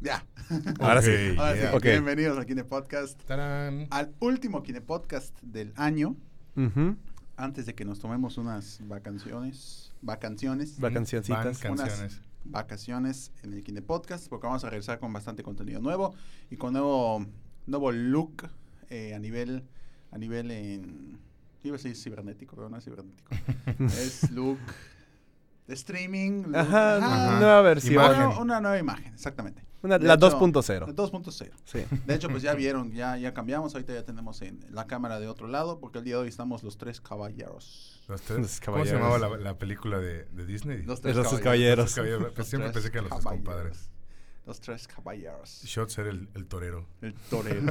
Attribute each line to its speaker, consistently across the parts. Speaker 1: Ya.
Speaker 2: Ahora sí.
Speaker 3: Ok,
Speaker 1: Ahora sí,
Speaker 3: ya.
Speaker 2: Ok.
Speaker 1: Bienvenidos a Kine Podcast,
Speaker 3: Tarán.
Speaker 1: al último Kine Podcast del año,
Speaker 2: Ujú.
Speaker 1: antes de que nos tomemos unas vacaciones, vacaciones,
Speaker 2: Vacacioncitas.
Speaker 3: Van canciones.
Speaker 1: vacaciones en el Kine Podcast, porque vamos a regresar con bastante contenido nuevo y con nuevo, nuevo look eh, a nivel, a nivel en, iba a decir cibernético, pero no es cibernético, es look de streaming, look-
Speaker 2: Ajá,
Speaker 3: Ajá.
Speaker 2: nueva versión.
Speaker 1: Una-
Speaker 3: imagen.
Speaker 1: una nueva Ah, imagen, exactamente.
Speaker 2: Una-
Speaker 1: De
Speaker 2: la
Speaker 1: hecho,
Speaker 2: 2.0.
Speaker 1: la 2.0.
Speaker 2: Sí.
Speaker 1: De hecho, pues ya vieron, ya, ya cambiamos. Ahorita ya tenemos en la cámara de otro lado, porque el día de hoy estamos los tres caballeros.
Speaker 3: Los
Speaker 2: Los
Speaker 3: tres. ¿Cómo
Speaker 2: caballeros.
Speaker 3: se llamaba la, la película de, de Disney?
Speaker 1: Los
Speaker 2: Es los tres
Speaker 3: Los
Speaker 2: caballeros.
Speaker 3: caballeros. Pues siempre
Speaker 1: tres
Speaker 3: pensé que eran los tres
Speaker 1: caballeros.
Speaker 3: compadres.
Speaker 1: Los tres caballeros.
Speaker 3: Shots era el, el torero.
Speaker 1: El torero.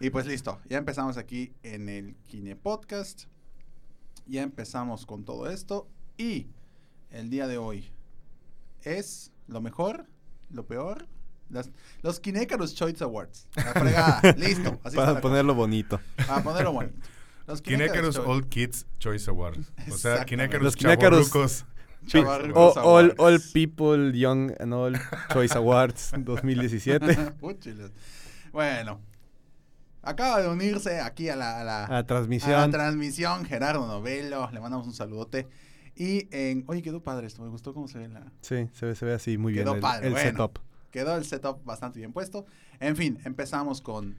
Speaker 1: y pues listo, ya empezamos aquí en el Kine Podcast. Ya empezamos con todo esto. Y el día de hoy es lo mejor, lo peor. Las, los Kinecaros Choice Awards. La fregada. Listo. Así está
Speaker 2: Para
Speaker 1: la
Speaker 2: ponerlo bonito.
Speaker 1: cosa. Para ponerlo bonito. Los
Speaker 3: Kinecarus
Speaker 1: Choice-
Speaker 3: Old Kids Choice Awards. O sea,
Speaker 1: Exactamente.
Speaker 3: Kinecarus
Speaker 2: Los Kinecarus-
Speaker 3: chavorrucos.
Speaker 1: Chavarrucos
Speaker 2: O- all,
Speaker 1: Awards.
Speaker 2: all People Young and All Choice Awards 2017.
Speaker 1: Úchiles. bueno, acaba de unirse aquí a la, a la-
Speaker 2: A
Speaker 1: a
Speaker 2: transmisión.
Speaker 1: la transmisión Gerardo Novelo. Le mandamos un saludote. Y en, oye, quedó padre esto. Me gustó cómo se ve la.
Speaker 2: sí, se ve, se ve así muy bien
Speaker 1: Quedó
Speaker 2: el,
Speaker 1: padre,
Speaker 2: el
Speaker 1: bueno.
Speaker 2: setup.
Speaker 1: Quedó el setup bastante bien puesto. En fin, empezamos con,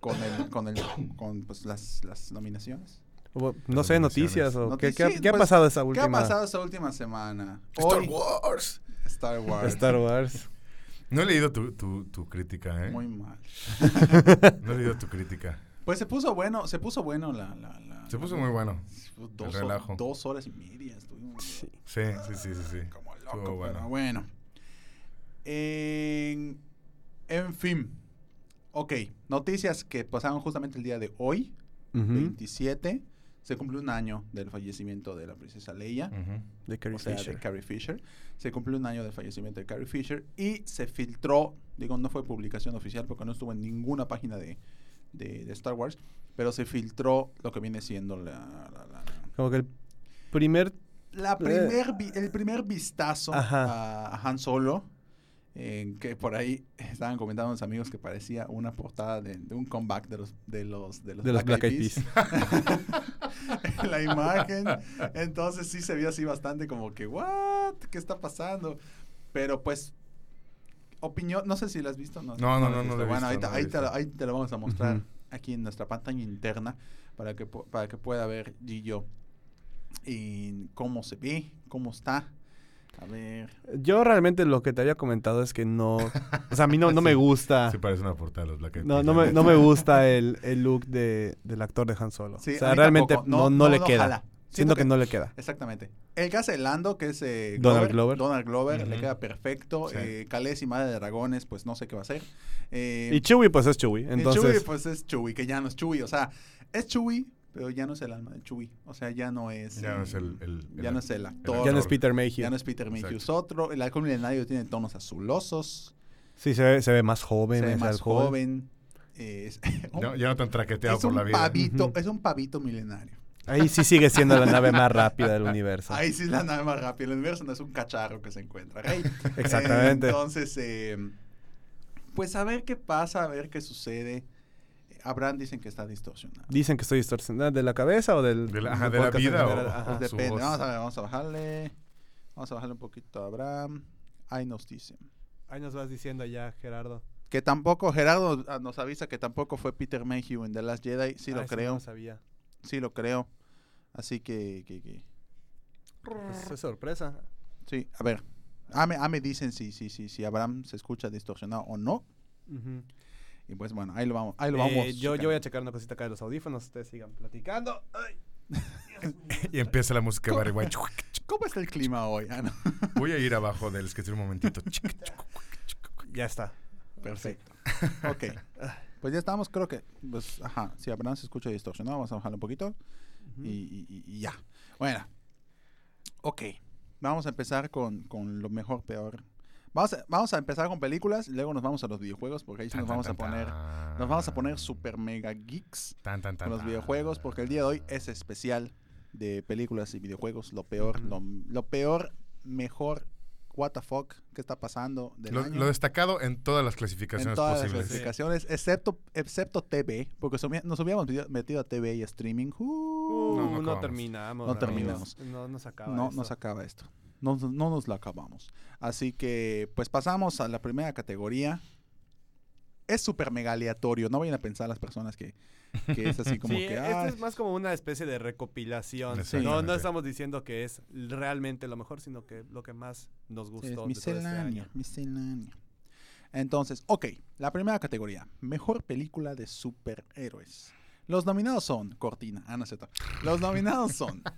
Speaker 1: con, el, con, el, con pues, las, las nominaciones.
Speaker 2: O- No sé,
Speaker 3: nominaciones.
Speaker 2: noticias. o
Speaker 1: Noti-
Speaker 2: qué, qué ha-
Speaker 1: sí,
Speaker 2: qué ha
Speaker 1: pues,
Speaker 2: pasado esa
Speaker 1: ¿Qué
Speaker 2: última?
Speaker 1: ha pasado esta última semana?
Speaker 3: Star
Speaker 1: Hoy,
Speaker 3: Wars.
Speaker 1: Star Wars.
Speaker 2: Star Wars.
Speaker 3: No he leído tu, tu, tu crítica, ¿eh?
Speaker 1: Muy mal.
Speaker 3: No he leído tu crítica.
Speaker 1: Pues se puso bueno, se puso bueno la. la- la-
Speaker 3: Se puso muy bueno.
Speaker 1: Dos,
Speaker 3: El
Speaker 1: ho-
Speaker 3: relajo.
Speaker 1: dos horas y media estuvimos.
Speaker 2: Sí.
Speaker 3: Sí, sí, sí, sí. sí.
Speaker 1: Como loco,
Speaker 3: Estuvo
Speaker 1: pero
Speaker 3: bueno.
Speaker 1: bueno. En, en fin. Ok, noticias que pasaron justamente el día de hoy,
Speaker 2: Ujú.
Speaker 1: 27. Se cumplió un año del fallecimiento de la princesa Leia,
Speaker 3: Ujú.
Speaker 2: De Carrie
Speaker 1: o sea,
Speaker 2: Fisher.
Speaker 1: de Carrie Fisher. Se cumplió un año del fallecimiento de Carrie Fisher y se filtró, digo, no fue publicación oficial porque no estuvo en ninguna página de, de- de Star Wars, pero se filtró lo que viene siendo la- la- la,
Speaker 2: Como que el primer
Speaker 1: la primer vi- el primer vistazo
Speaker 2: Ajá.
Speaker 1: a, a Han Solo, en que por ahí estaban comentando mis amigos que parecía una portada de, de un comeback de los de los de los,
Speaker 2: de los Black Eyed Peas.
Speaker 1: la imagen, entonces sí se vio así bastante como que what, qué está pasando, pero pues opinión, no sé si la has visto, no.
Speaker 3: No, no,
Speaker 1: la has visto.
Speaker 3: no, no la he
Speaker 1: Bueno, ahí,
Speaker 3: visto, no
Speaker 1: te-
Speaker 3: la he
Speaker 1: ahí te, la-
Speaker 3: visto.
Speaker 1: ahí te la vamos a mostrar
Speaker 2: Ujú.
Speaker 1: aquí en nuestra pantalla interna para que pu- para que pueda ver Gillo y cómo se ve, cómo está. A ver,
Speaker 2: Yo realmente lo que te había comentado es que no. O sea, a mí no, no me gusta.
Speaker 3: Sí parece una portada de los Black Eyed
Speaker 2: Ah. No,
Speaker 3: Peas,
Speaker 2: no
Speaker 3: la
Speaker 2: me,
Speaker 3: neta.
Speaker 2: no me gusta el, el look de, del actor de Han Solo.
Speaker 1: Sí,
Speaker 2: o
Speaker 1: a
Speaker 2: sea,
Speaker 1: mí
Speaker 2: realmente
Speaker 1: tampoco.
Speaker 2: no, no,
Speaker 1: No,
Speaker 2: le
Speaker 1: no,
Speaker 2: queda.
Speaker 1: ojalá. Siento
Speaker 2: Siento que
Speaker 1: que-
Speaker 2: no le queda.
Speaker 1: exactamente. El caso de Lando, que es eh,
Speaker 2: Donald Glover.
Speaker 1: Donald Glover, le
Speaker 3: Ujú.
Speaker 1: queda perfecto.
Speaker 3: Sí.
Speaker 1: Eh, Calés y Madre de Dragones, pues no sé qué va a hacer. Eh,
Speaker 2: Y Chewie, pues es Chewie.
Speaker 1: Y
Speaker 2: Entonces,
Speaker 1: Chewie, pues es Chewie, que ya no es Chewie. O sea, es Chewie, pero ya no es el alma de Chewie. O sea, ya no es.
Speaker 3: Ya no
Speaker 1: eh,
Speaker 3: es el- el-
Speaker 1: ya
Speaker 3: el-
Speaker 1: no es el
Speaker 3: el
Speaker 1: actor.
Speaker 2: ya no
Speaker 3: actor.
Speaker 2: es Peter Mayhew.
Speaker 1: ya no es Peter Mayhew, es
Speaker 3: Exacto.
Speaker 1: otro. El alcohol milenario tiene tonos azulosos.
Speaker 2: Sí, se ve, se ve más joven.
Speaker 1: se ve
Speaker 2: es
Speaker 1: más
Speaker 2: alcohol.
Speaker 1: joven. eh, es
Speaker 3: No, ya no tan traqueteado
Speaker 1: es
Speaker 3: por
Speaker 1: un
Speaker 3: la vida.
Speaker 1: pavito,
Speaker 2: Ujú.
Speaker 1: es un pavito milenario.
Speaker 2: Ahí sí sigue siendo la nave más rápida del universo.
Speaker 1: Ahí sí es la nave más rápida. El universo no es un cacharro que se encuentra. ¿ok?
Speaker 2: Exactamente.
Speaker 1: Eh, Entonces, eh, pues a ver qué pasa, a ver qué sucede. Abraham dicen que está distorsionado.
Speaker 2: Dicen que estoy distorsionada. ¿De la cabeza o del.?
Speaker 3: De la-
Speaker 2: del
Speaker 3: ajá, de la
Speaker 2: podcast en
Speaker 3: vida o-
Speaker 2: general?
Speaker 3: o
Speaker 2: Ajá.
Speaker 3: de-
Speaker 1: Pues
Speaker 3: Oh, su
Speaker 1: depende.
Speaker 3: voz.
Speaker 1: Vamos a, ver, vamos a bajarle. Vamos a bajarle un poquito a Abraham. Ahí nos dicen.
Speaker 2: Ahí nos vas diciendo ya, Gerardo.
Speaker 1: Que tampoco, Gerardo ah, nos avisa que tampoco fue Peter Mayhew en The Last Jedi. Sí
Speaker 2: Ah,
Speaker 1: lo
Speaker 2: eso
Speaker 1: creo.
Speaker 2: No lo sabía.
Speaker 1: Sí lo creo. Así que, que- que-
Speaker 2: Pues es sorpresa.
Speaker 1: Sí, a ver. Ah, me, ah, me dicen si, si, si, si Abraham se escucha distorsionado o no.
Speaker 2: Ujú.
Speaker 1: Y pues bueno, ahí lo vamos. Ahí lo vamos.
Speaker 2: Eh, yo, yo voy a checar una cosita acá de los audífonos. Ustedes sigan platicando. Ay.
Speaker 3: Y empieza la música de Barry White.
Speaker 1: ¿Cómo está el clima hoy? Ah, no.
Speaker 3: Voy a ir abajo del escritorio un momentito.
Speaker 2: Ya está. Ah.
Speaker 1: Perfecto. Ok. Pues ya estamos, creo que. Pues, ajá, si Abraham se escucha distorsionado, vamos a bajarlo un poquito. y, y- y- y ya. Bueno. Ok. Vamos a empezar con, con lo mejor, peor. Vamos a, vamos a empezar con películas y luego nos vamos a los videojuegos porque ahí sí
Speaker 3: Tan,
Speaker 1: nos
Speaker 3: tan,
Speaker 1: vamos a
Speaker 3: tan,
Speaker 1: poner.
Speaker 3: tan.
Speaker 1: Nos vamos a poner super mega geeks
Speaker 3: Tan, tan, tan,
Speaker 1: con los
Speaker 3: tan.
Speaker 1: videojuegos porque el día de hoy es especial de películas y videojuegos. Lo peor, lo, lo peor, mejor, what the fuck, qué está pasando del
Speaker 3: Lo,
Speaker 1: año.
Speaker 3: lo destacado en todas las
Speaker 1: en
Speaker 3: clasificaciones
Speaker 1: todas las
Speaker 3: posibles.
Speaker 1: clasificaciones, excepto, excepto TV, porque somia- nos hubiéramos metido- metido a TV y streaming. Uh,
Speaker 3: no
Speaker 2: Uh, no,
Speaker 3: acabamos.
Speaker 2: terminamos.
Speaker 1: No
Speaker 2: amigos.
Speaker 1: terminamos.
Speaker 2: No nos acaba.
Speaker 1: no
Speaker 2: eso.
Speaker 1: nos acaba esto. No, no nos la acabamos. Así que, pues pasamos a la primera categoría. Es súper mega aleatorio. No vayan a pensar las personas que, que es así como
Speaker 2: sí,
Speaker 1: que.
Speaker 2: esto
Speaker 1: "Ah,
Speaker 2: es más como una especie de recopilación.
Speaker 3: Sí.
Speaker 2: No,
Speaker 3: Exactamente.
Speaker 2: no estamos diciendo que es realmente lo mejor, sino que lo que más nos
Speaker 1: es
Speaker 2: gustó. de todo este
Speaker 1: miscelánea,
Speaker 2: año.
Speaker 1: miscelánea. Entonces, ok, la primera categoría. Mejor película de superhéroes. Los nominados son. Cortina, ah, no es cierto. Los nominados son.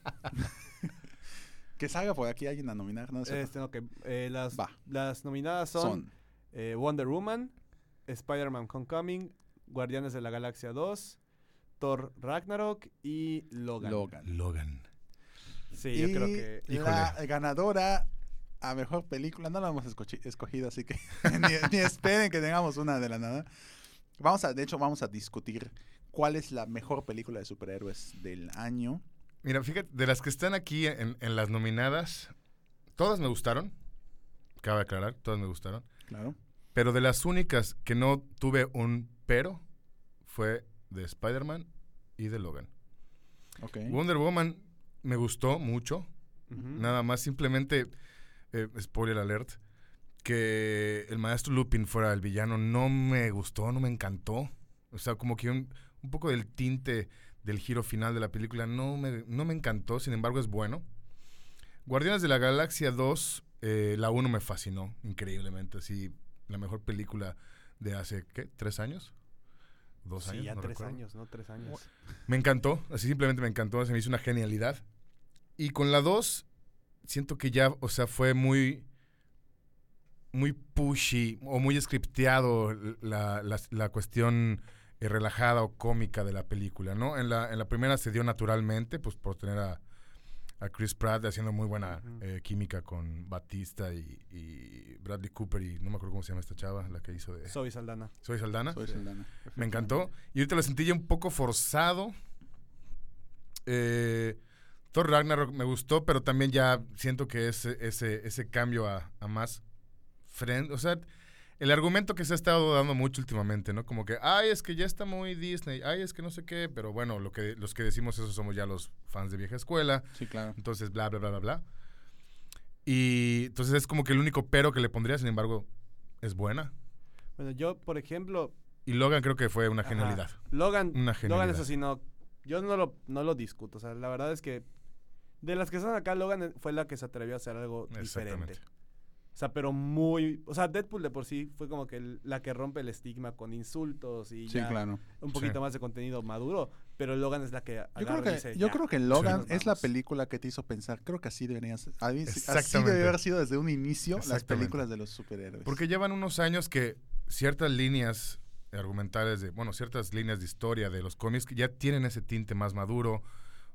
Speaker 1: que salga por aquí alguien a nominar, no es cierto.
Speaker 2: Este, no, que, eh, las,
Speaker 1: Va.
Speaker 2: las nominadas son,
Speaker 1: son.
Speaker 2: eh, Wonder Woman, Spider-Man Homecoming, Guardianes de la Galaxia 2, Thor Ragnarok y Logan.
Speaker 1: Logan.
Speaker 3: Logan.
Speaker 2: Sí, yo creo
Speaker 1: Y
Speaker 2: que...
Speaker 1: la ganadora a mejor película, no la hemos escochi- escogido, así que ni, ni esperen que tengamos una de la nada. Vamos a, de hecho, vamos a discutir cuál es la mejor película de superhéroes del año.
Speaker 3: Mira, fíjate, de las que están aquí en, en las nominadas, todas me gustaron. Cabe aclarar, todas me gustaron.
Speaker 1: Claro.
Speaker 3: Pero de las únicas que no tuve un pero fue de Spider-Man y de Logan.
Speaker 1: Ok.
Speaker 3: Wonder Woman me gustó mucho.
Speaker 2: Ujú.
Speaker 3: Nada más simplemente, eh, spoiler alert, que el maestro Lupin fuera el villano no me gustó, no me encantó. O sea, como que un, un poco del tinte del giro final de la película no me, no me encantó, sin embargo es bueno. Guardianes de la Galaxia 2, eh, la 1 me fascinó increíblemente, así la mejor película de hace, ¿qué? ¿Tres años? ¿Dos
Speaker 2: Sí,
Speaker 3: años?
Speaker 2: ya
Speaker 3: No
Speaker 2: tres
Speaker 3: recuerdo.
Speaker 2: años, ¿no? Tres años.
Speaker 3: Me encantó, así simplemente me encantó, se me hizo una genialidad. Y con la 2, siento que ya, o sea, fue muy, muy pushy o muy scripteado la, la- la cuestión eh, relajada o cómica de la película, ¿no? En la, en la primera se dio naturalmente, pues por tener a, a Chris Pratt haciendo muy buena
Speaker 2: Ujú.
Speaker 3: eh, química con Batista y, y Bradley Cooper y no me acuerdo cómo se llama esta chava, la que hizo de...
Speaker 1: Eh.
Speaker 2: Soy Saldana.
Speaker 3: Soy Saldana.
Speaker 1: Soy Saldana.
Speaker 3: Me encantó. Y ahorita lo sentí ya un poco forzado. Eh, Thor Ragnarok me gustó, pero también ya siento que ese, ese, ese cambio a, a más friend. O sea, el argumento que se ha estado dando mucho últimamente, ¿no? Como que, ay, es que ya está muy Disney, ay, es que no sé qué, pero bueno, lo que, los que decimos eso somos ya los fans de vieja escuela.
Speaker 1: Sí, claro.
Speaker 3: Entonces, bla, bla, bla, bla, bla. Y entonces es como que el único pero que le pondría, sin embargo, es buena.
Speaker 2: Bueno, yo, por ejemplo,
Speaker 3: Y Logan creo que fue una
Speaker 2: Ajá.
Speaker 3: genialidad.
Speaker 2: Logan,
Speaker 3: Una
Speaker 2: Logan
Speaker 3: genialidad.
Speaker 2: eso sí, no, yo no lo, no lo discuto. O sea, la verdad es que de las que están acá, Logan eh, fue la que se atrevió a hacer algo diferente.
Speaker 3: Exactamente.
Speaker 2: O sea, pero muy... O sea, Deadpool de por sí fue como que el- la que rompe el estigma con insultos y
Speaker 1: Sí,
Speaker 2: ya
Speaker 1: claro.
Speaker 2: un poquito
Speaker 3: Sí.
Speaker 2: más de contenido maduro. Pero Logan es la que
Speaker 1: Yo creo,
Speaker 2: agarra y
Speaker 1: que,
Speaker 2: dice,
Speaker 1: yo
Speaker 2: "Ya".
Speaker 1: creo que Logan
Speaker 2: Sí.
Speaker 1: es la película que te hizo pensar. Creo que así deberías. a mí sí- Así
Speaker 3: Exactamente.
Speaker 1: debería haber sido desde un inicio las
Speaker 3: Exactamente.
Speaker 1: películas de los superhéroes.
Speaker 3: Porque llevan unos años que ciertas líneas argumentales, de, bueno, ciertas líneas de historia de los cómics que ya tienen ese tinte más maduro,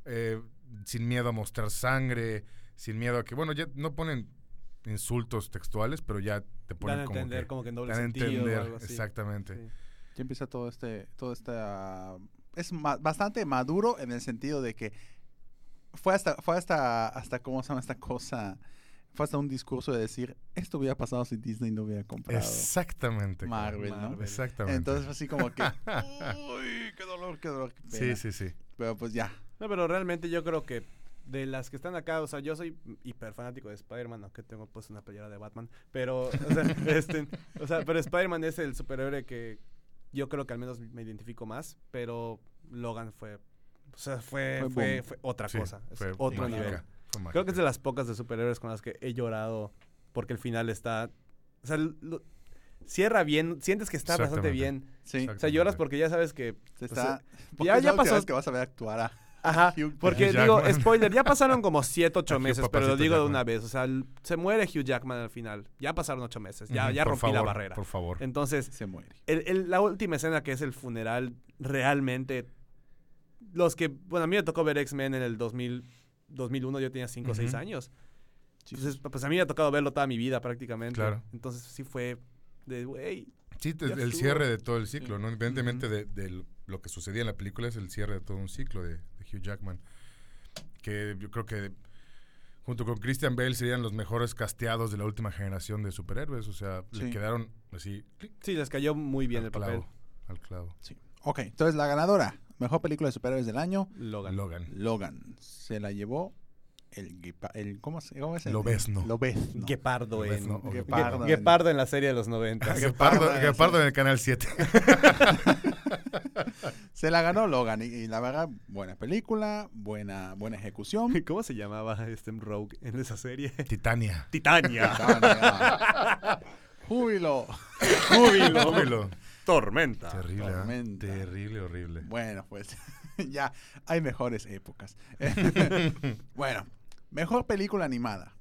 Speaker 3: eh, sin miedo a mostrar sangre, sin miedo a que, bueno, ya no ponen insultos textuales, pero ya te ponen
Speaker 2: Dan a
Speaker 3: como
Speaker 2: entender
Speaker 3: que-
Speaker 2: como que en doble
Speaker 3: dan a
Speaker 2: sentido
Speaker 3: entender,
Speaker 2: o algo así.
Speaker 3: exactamente.
Speaker 2: Sí.
Speaker 1: Ya empieza todo este, todo esta es ma- bastante maduro en el sentido de que fue hasta, fue hasta, hasta cómo se llama esta cosa, fue hasta un discurso de decir esto hubiera pasado si Disney no hubiera comprado
Speaker 3: Exactamente. claro.
Speaker 1: Marvel, ¿no?
Speaker 2: Marvel. pues,
Speaker 3: Exactamente.
Speaker 1: Entonces fue así como que, uy, qué dolor, qué dolor, qué
Speaker 3: sí,
Speaker 1: pena".
Speaker 3: sí, sí.
Speaker 1: Pero pues ya,
Speaker 2: No, pero realmente yo creo que de las que están acá, o sea, yo soy hiper fanático de Spider-Man, aunque tengo pues una playera de Batman, pero, o sea, este, o sea, pero Spider-Man es el superhéroe que yo creo que al menos me identifico más, pero Logan fue, o sea, fue,
Speaker 1: Fue
Speaker 2: fue,
Speaker 1: boom.
Speaker 2: fue otra
Speaker 3: Sí,
Speaker 2: cosa, es
Speaker 3: fue
Speaker 2: otro
Speaker 3: mágica,
Speaker 2: nivel.
Speaker 3: fue mágica.
Speaker 2: Creo que es de las pocas de superhéroes con las que he llorado porque el final está, o sea, lo- cierra bien, sientes que está bastante bien,
Speaker 3: Exactamente.
Speaker 1: sí,
Speaker 3: Exacto.
Speaker 2: o sea, lloras
Speaker 3: Exactamente.
Speaker 2: porque Pues ya sabes que
Speaker 1: se
Speaker 2: o sea,
Speaker 1: está, porque
Speaker 2: ya
Speaker 1: es la última
Speaker 2: pasó-
Speaker 1: vez que vas a ver actuar a,
Speaker 2: Ajá,
Speaker 1: Hugh-
Speaker 2: porque
Speaker 3: Hugh
Speaker 2: digo,
Speaker 3: Jackman.
Speaker 2: spoiler, ya pasaron como 7, 8
Speaker 3: Hugh
Speaker 2: meses, pero lo
Speaker 3: Papacito
Speaker 2: digo de
Speaker 3: Jackman.
Speaker 2: una vez. O sea, l- se muere Hugh Jackman al final. Ya pasaron 8 meses, ya,
Speaker 3: Ujú,
Speaker 2: ya
Speaker 3: por
Speaker 2: rompí la
Speaker 3: favor,
Speaker 2: barrera.
Speaker 3: Por favor.
Speaker 2: Entonces,
Speaker 1: Se muere.
Speaker 2: el- el- la última escena que es el funeral, realmente. Los que. Bueno, a mí me tocó ver X-Men en el 2000, 2001, yo tenía 5 o 6
Speaker 3: Ujú.
Speaker 2: años.
Speaker 1: Sí.
Speaker 2: Entonces, pues a mí me ha tocado verlo toda mi vida prácticamente.
Speaker 3: Claro.
Speaker 2: Entonces, sí fue de, güey.
Speaker 3: Sí, te-
Speaker 2: Ya
Speaker 3: el
Speaker 2: estuvo.
Speaker 3: cierre de todo el ciclo,
Speaker 2: Mm.
Speaker 3: ¿no? Independientemente de, del- lo que sucedía en la película, es el cierre de todo un ciclo de, de Hugh Jackman. Que yo creo que junto con Christian Bale serían los mejores casteados de la última generación de superhéroes. O sea,
Speaker 1: Sí.
Speaker 3: le quedaron así clic,
Speaker 2: Sí, les cayó muy bien
Speaker 3: al
Speaker 2: el papel.
Speaker 3: clavo. Al clavo.
Speaker 1: Sí. Ok, entonces la ganadora, mejor película de superhéroes del año,
Speaker 2: Logan.
Speaker 3: Logan.
Speaker 1: Logan. Se la llevó el, guepa- el ¿cómo, se, ¿cómo es? el-
Speaker 3: Lobezno.
Speaker 1: Lobezno.
Speaker 2: Guepardo en.
Speaker 3: Lobezno o Ah,
Speaker 2: Gue-
Speaker 1: Guepardo en-
Speaker 2: Guepardo en la serie de los 90.
Speaker 3: Guepardo,
Speaker 1: Guepardo,
Speaker 3: Guepardo
Speaker 1: sí.
Speaker 3: en el canal 7.
Speaker 1: Se la ganó Logan y, y la verdad, buena película, buena, buena ejecución.
Speaker 2: ¿Cómo se llamaba este Rogue en esa serie?
Speaker 3: Titania.
Speaker 2: Titania.
Speaker 1: Júbilo.
Speaker 3: Júbilo.
Speaker 2: Tormenta.
Speaker 3: Terrible, ¿eh?
Speaker 1: Ah, Tormenta.
Speaker 3: Terrible, horrible.
Speaker 1: Bueno, pues ya hay mejores épocas. bueno, mejor película animada.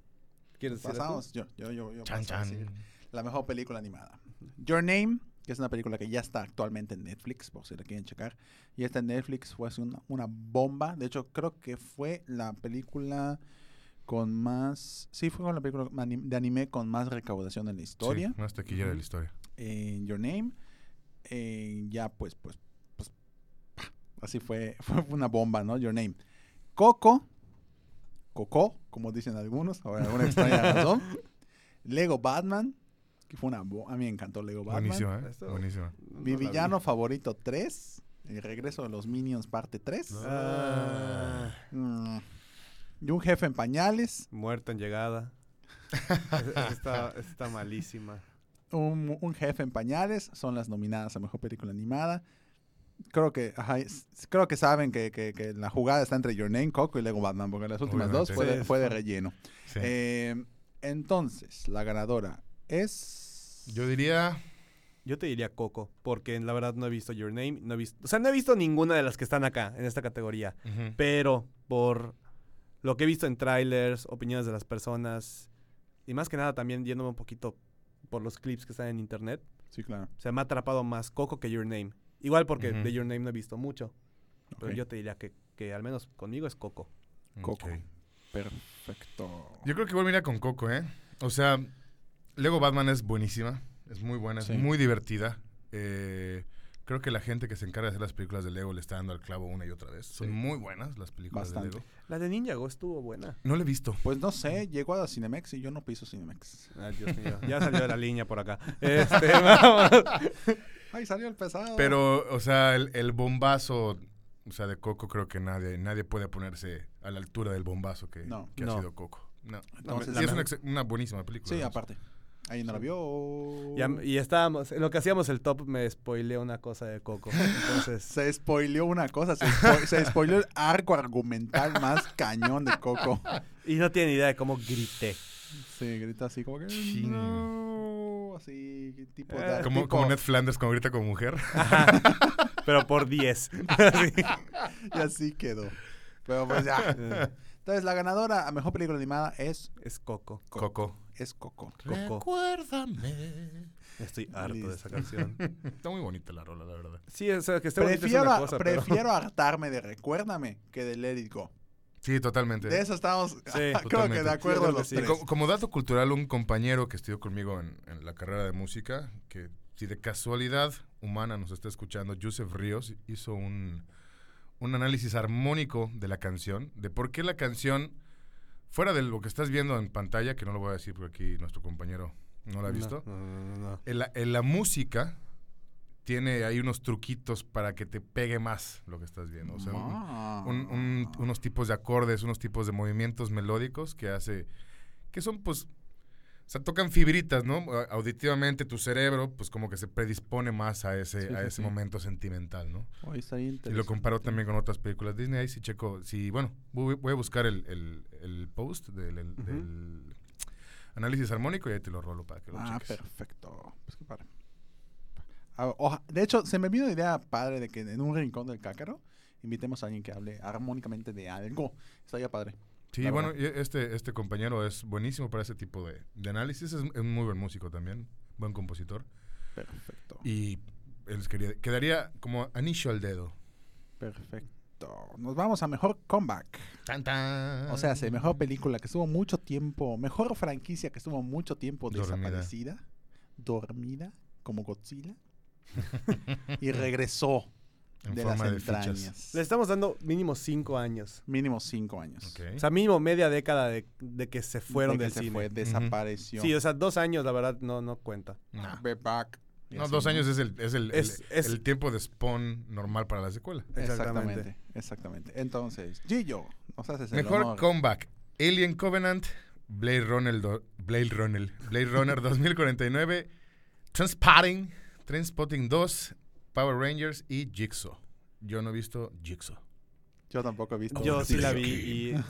Speaker 2: ¿Quieres decir
Speaker 1: Pasamos, yo, yo, yo, yo
Speaker 3: Chan,
Speaker 1: paso a
Speaker 3: chan.
Speaker 1: decir La mejor película animada. Your Name, que es una película que ya está actualmente en Netflix, por si la quieren checar. Y esta en Netflix fue así una, una bomba. De hecho, creo que fue la película con más... Sí, fue la película mani- de anime con más recaudación en la historia.
Speaker 3: Sí, más taquillera de la historia.
Speaker 1: en Your Name. eh, ya, pues, pues, pues, pa, así fue, fue una bomba, ¿no? Your Name. Coco, Coco, como dicen algunos, por alguna extraña razón. Lego Batman, que fue una bo- A mí me encantó Lego Batman.
Speaker 3: Buenísima, ¿eh?
Speaker 2: Esto-
Speaker 3: Buenísima.
Speaker 2: No
Speaker 1: Mi
Speaker 2: la vi.
Speaker 1: villano favorito 3, El regreso de los Minions parte 3.
Speaker 2: Ah,
Speaker 1: Mm, Y un jefe en pañales,
Speaker 2: muerto en llegada. Es- es- está, está malísima.
Speaker 1: un, un jefe en pañales son las nominadas a mejor película animada. Creo que, ajá, es- creo que saben que, que- que la jugada está entre Your Name, Coco y Lego Batman, porque las últimas dos
Speaker 3: Obviamente.
Speaker 1: fue
Speaker 2: Sí,
Speaker 1: de,
Speaker 2: sí.
Speaker 1: fue de relleno.
Speaker 3: Sí.
Speaker 1: Eh, entonces, la ganadora es.
Speaker 3: Yo diría
Speaker 2: Yo te diría Coco, porque la verdad no he visto Your Name, no he visto, o sea, no he visto ninguna de las que están acá en esta categoría,
Speaker 3: ujú,
Speaker 2: pero por lo que he visto en trailers, opiniones de las personas y más que nada también yéndome un poquito por los clips que están en internet,
Speaker 1: Sí, claro.
Speaker 2: se me ha atrapado más Coco que Your Name. Igual porque
Speaker 3: Ujú.
Speaker 2: de Your Name no he visto mucho, pero
Speaker 1: Ok,
Speaker 2: yo te diría que, que al menos conmigo es Coco.
Speaker 1: Coco.
Speaker 3: ok.
Speaker 1: Perfecto.
Speaker 3: Yo creo que igual mira con Coco, ¿eh? O sea, Lego Batman es buenísima, es muy buena,
Speaker 1: Sí.
Speaker 3: es muy divertida. Eh, creo que la gente que se encarga de hacer las películas de Lego le está dando al clavo una y otra vez. Son
Speaker 1: Sí.
Speaker 3: muy buenas las películas
Speaker 1: Bastante.
Speaker 3: de Lego.
Speaker 2: La de Ninjago estuvo buena.
Speaker 3: No la he visto.
Speaker 1: Pues no sé, llegó a Cinemex y yo no piso Cinemex.
Speaker 2: Ay, Ah, Dios mío. Ya salió de la línea por acá. Este, vamos.
Speaker 1: Ay, salió el pesado.
Speaker 3: Pero, o sea, el, el bombazo, o sea, de Coco creo que nadie, nadie puede ponerse a la altura del bombazo que,
Speaker 1: No.
Speaker 3: que
Speaker 2: No.
Speaker 3: ha sido Coco. No.
Speaker 1: Entonces,
Speaker 3: Sí, es
Speaker 1: la-
Speaker 3: una, ex- una buenísima película.
Speaker 1: Sí,
Speaker 3: ¿no?
Speaker 1: aparte. Ahí no la vio.
Speaker 2: Y am- Y, estábamos, en lo que hacíamos el top me spoileé una cosa de Coco. Entonces,
Speaker 1: Se spoileó una cosa, se, spo- se spoileó el arco argumental más cañón de Coco.
Speaker 2: y no tiene idea de cómo grité.
Speaker 1: Sí, grita así como que.
Speaker 3: Chin.
Speaker 1: "No", así, tipo.
Speaker 2: Eh,
Speaker 1: de-
Speaker 3: Como,
Speaker 1: tipo-
Speaker 3: como Ned Flanders cuando grita como mujer.
Speaker 2: Pero por 10.
Speaker 1: Y así quedó. Pero pues ya.
Speaker 2: Eh,
Speaker 1: Entonces, la ganadora a mejor película animada es,
Speaker 2: es Coco.
Speaker 3: Coco.
Speaker 1: es Coco.
Speaker 2: Coco.
Speaker 3: Recuérdame.
Speaker 2: Estoy harto de esa
Speaker 1: Listo.
Speaker 2: canción.
Speaker 3: Está muy bonita la rola, la verdad.
Speaker 2: Sí, o sea, que esté bonita es
Speaker 1: Prefiero,
Speaker 2: una
Speaker 1: a-
Speaker 2: cosa, pero-
Speaker 1: prefiero hartarme de Recuérdame que de Let It Go.
Speaker 3: Sí, totalmente.
Speaker 1: De eso estamos, creo que
Speaker 3: totalmente.
Speaker 1: de acuerdo
Speaker 2: Yo creo que
Speaker 1: los
Speaker 2: sí.
Speaker 3: Y
Speaker 1: tres.
Speaker 3: co- como dato cultural, un compañero que estudió conmigo en, en la carrera de música, que si de casualidad humana nos está escuchando, Joseph Ríos hizo un, un análisis armónico de la canción, de por qué la canción, fuera de lo que estás viendo en pantalla, que no lo voy a decir porque aquí nuestro compañero no la ha
Speaker 2: No,
Speaker 3: visto,
Speaker 2: No, no, no, no.
Speaker 3: En, la, en la música tiene ahí unos truquitos para que te pegue más lo que estás viendo. O sea, un- un-
Speaker 1: Ah.
Speaker 3: un- unos tipos de acordes, unos tipos de movimientos melódicos que hace, que son pues, o sea, tocan fibritas, ¿no? A- Auditivamente tu cerebro pues como que se predispone más a ese,
Speaker 1: Sí,
Speaker 3: a
Speaker 1: sí,
Speaker 3: ese
Speaker 1: sí.
Speaker 3: momento sentimental, ¿no?
Speaker 1: Hoy está bien
Speaker 3: Y lo comparó
Speaker 1: interesante.
Speaker 3: también con otras películas Disney, ahí sí checo, sí, bueno, voy, voy a buscar el, el- el post del, el-
Speaker 2: Ujú.
Speaker 3: del análisis armónico y ahí te lo rolo para que lo
Speaker 1: Ah,
Speaker 3: cheques.
Speaker 1: perfecto. Pues qué padre. Ah, oja- de hecho, se me vino la idea padre de que en un rincón del cácaro invitemos a alguien que hable armónicamente de algo. Estaría padre.
Speaker 3: Sí,
Speaker 1: La
Speaker 3: bueno,
Speaker 1: verdad.
Speaker 3: y este, este compañero es buenísimo para ese tipo de, de análisis. Es, es muy buen músico también, buen compositor.
Speaker 1: Perfecto.
Speaker 3: Y él les quería- quedaría como anillo al dedo.
Speaker 1: Perfecto. Nos vamos a mejor comeback.
Speaker 3: Tan, tan.
Speaker 1: O sea, hace mejor película que estuvo mucho tiempo, mejor franquicia que estuvo mucho tiempo
Speaker 3: Dormida.
Speaker 1: desaparecida, dormida, como Godzilla, y regresó
Speaker 3: En
Speaker 1: de las
Speaker 3: forma de fichas.
Speaker 1: entrañas.
Speaker 2: Le estamos dando mínimo cinco años.
Speaker 1: Mínimo cinco años.
Speaker 3: Ok.
Speaker 2: O sea, mínimo media década de, de que se fueron
Speaker 1: De que
Speaker 2: del
Speaker 1: se
Speaker 2: cine.
Speaker 1: fue, desapareció.
Speaker 2: Sí, o sea, dos años, la verdad, no, no cuenta.
Speaker 3: Nah.
Speaker 1: Be back. Y
Speaker 3: No,
Speaker 1: así,
Speaker 3: dos años es el, es el, el-
Speaker 2: Es- es-
Speaker 3: el tiempo de spawn normal para la secuela.
Speaker 1: Exactamente, exactamente. Entonces, Gillo, nos haces el
Speaker 3: Mejor
Speaker 1: honor.
Speaker 3: comeback. Alien Covenant, Blade Runner, do- Blade Runner, Blade Runner 2049, Transpotting, Transpotting 2, Power Rangers y Jigsaw. Yo no he visto Jigsaw.
Speaker 1: Yo tampoco he visto.
Speaker 2: Yo sí la
Speaker 1: Jigsaw.
Speaker 2: vi y...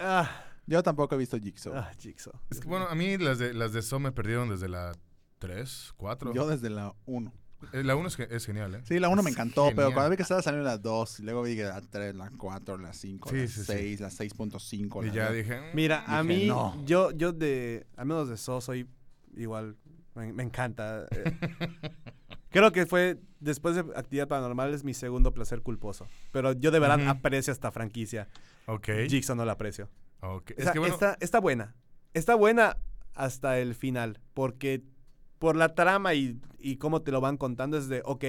Speaker 2: Ah,
Speaker 1: Yo tampoco he visto Jigsaw.
Speaker 2: ah, Jigsaw.
Speaker 3: Es que bueno, a mí las de, las de Saw me perdieron desde la 3, 4.
Speaker 1: Yo desde la 1.
Speaker 3: La 1 es, ge- es genial, ¿eh?
Speaker 1: Sí, la 1 me
Speaker 3: Es
Speaker 1: encantó, pero
Speaker 3: genial.
Speaker 1: cuando vi que estaba saliendo la 2, y luego vi que la 3, la 4, la 5,
Speaker 3: Sí,
Speaker 1: la
Speaker 3: sí, sí.
Speaker 1: 6, la 6.5.
Speaker 3: Y
Speaker 1: la
Speaker 3: ya
Speaker 1: verdad.
Speaker 3: dije... mm,
Speaker 2: Mira, a
Speaker 1: Dije,
Speaker 2: mí,
Speaker 1: no.
Speaker 2: yo, yo de, al menos de So, soy igual, me, me encanta. Eh, Creo que fue, después de Actividad Paranormal, es mi segundo placer culposo. Pero yo de verdad
Speaker 3: Ujú.
Speaker 2: aprecio esta franquicia.
Speaker 3: Ok.
Speaker 2: Jigsaw no la aprecio.
Speaker 3: ok.
Speaker 2: O sea, está, está buena. Está buena hasta el final. Porque por la trama y, y cómo te lo van contando es de, ok,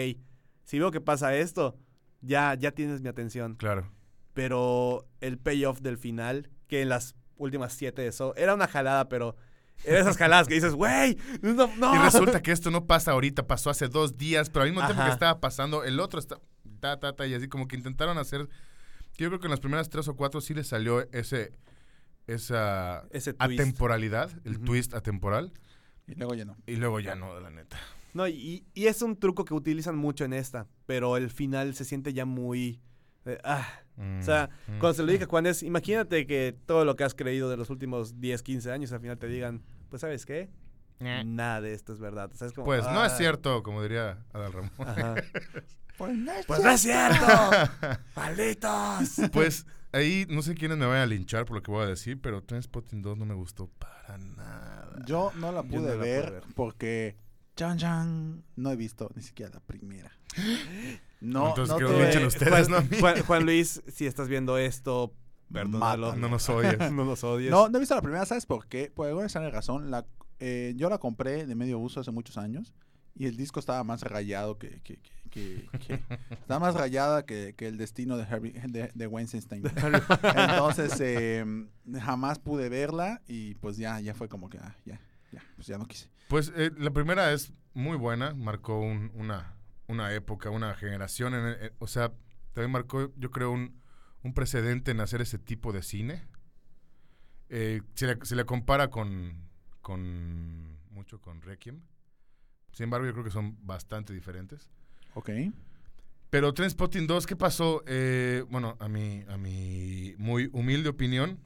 Speaker 2: si veo que pasa esto, ya, ya tienes mi atención.
Speaker 3: Claro.
Speaker 2: Pero el payoff del final, que en las últimas siete de eso, era una jalada, pero era esas jaladas que dices, güey, no, no.
Speaker 3: Y resulta que esto no pasa ahorita, pasó hace dos días, pero al mismo tiempo que
Speaker 2: Ajá.
Speaker 3: estaba pasando, el otro está. Ta, ta, ta, y así como que intentaron hacer. Yo creo que en las primeras tres o cuatro sí les salió ese. Esa.
Speaker 2: Ese twist.
Speaker 3: Atemporalidad, el
Speaker 2: Ujú.
Speaker 3: twist atemporal.
Speaker 1: Y luego ya no.
Speaker 3: Y luego ya no, la neta.
Speaker 2: No, y, y es un truco que utilizan mucho en esta, pero el final se siente ya muy... eh, ah,
Speaker 3: Mm,
Speaker 2: O sea,
Speaker 3: mm.
Speaker 2: cuando se lo dije a Juan es, imagínate que todo lo que has creído de los últimos 10, 15 años al final te digan, pues sabes qué, nada de esto es verdad. O sea, es como,
Speaker 3: Eh. Pues no es
Speaker 2: "Ah".
Speaker 3: cierto, como diría Adal Ramón.
Speaker 2: Ajá.
Speaker 1: Pues no es
Speaker 2: Pues no es cierto. Malditos.
Speaker 3: Pues ahí no sé quiénes me van a linchar por lo que voy a decir, pero Transpotting 2 no me gustó para nada.
Speaker 1: Yo no la
Speaker 2: Yo
Speaker 1: pude
Speaker 2: no la pude
Speaker 1: ver,
Speaker 2: ver.
Speaker 1: porque. Chan, chan. No he visto ni siquiera la primera. No,
Speaker 3: Entonces,
Speaker 1: no
Speaker 3: que
Speaker 1: te
Speaker 3: los
Speaker 1: voy a-
Speaker 3: linchen ustedes,
Speaker 2: Eh, Juan,
Speaker 3: no a mí.
Speaker 2: Juan- Juan Luis, si estás viendo esto, perdónalo.
Speaker 1: Mátalo.
Speaker 3: No nos oyes.
Speaker 2: no nos odies.
Speaker 1: No, no he visto la primera, ¿sabes por qué? Por alguna extraña razón, la, eh, yo la compré de medio uso hace muchos años y el disco estaba más rayado que... que, que- que- que- estaba más rayada que, que el destino de, Harvey- de, de Weinstein. Entonces, eh, jamás pude verla y pues ya, ya fue como que, ah, ya, ya, pues ya no quise.
Speaker 3: Pues eh, la primera es muy buena, marcó un- una, una época, una generación, en- eh, o sea, también marcó, yo creo, un, un precedente en hacer ese tipo de cine. Eh, se, le, se le compara con, con mucho con Requiem. Sin embargo, yo creo que son bastante diferentes.
Speaker 1: Ok.
Speaker 3: Pero Transpotting 2, ¿qué pasó? Eh, bueno, a mi, a mi muy humilde opinión,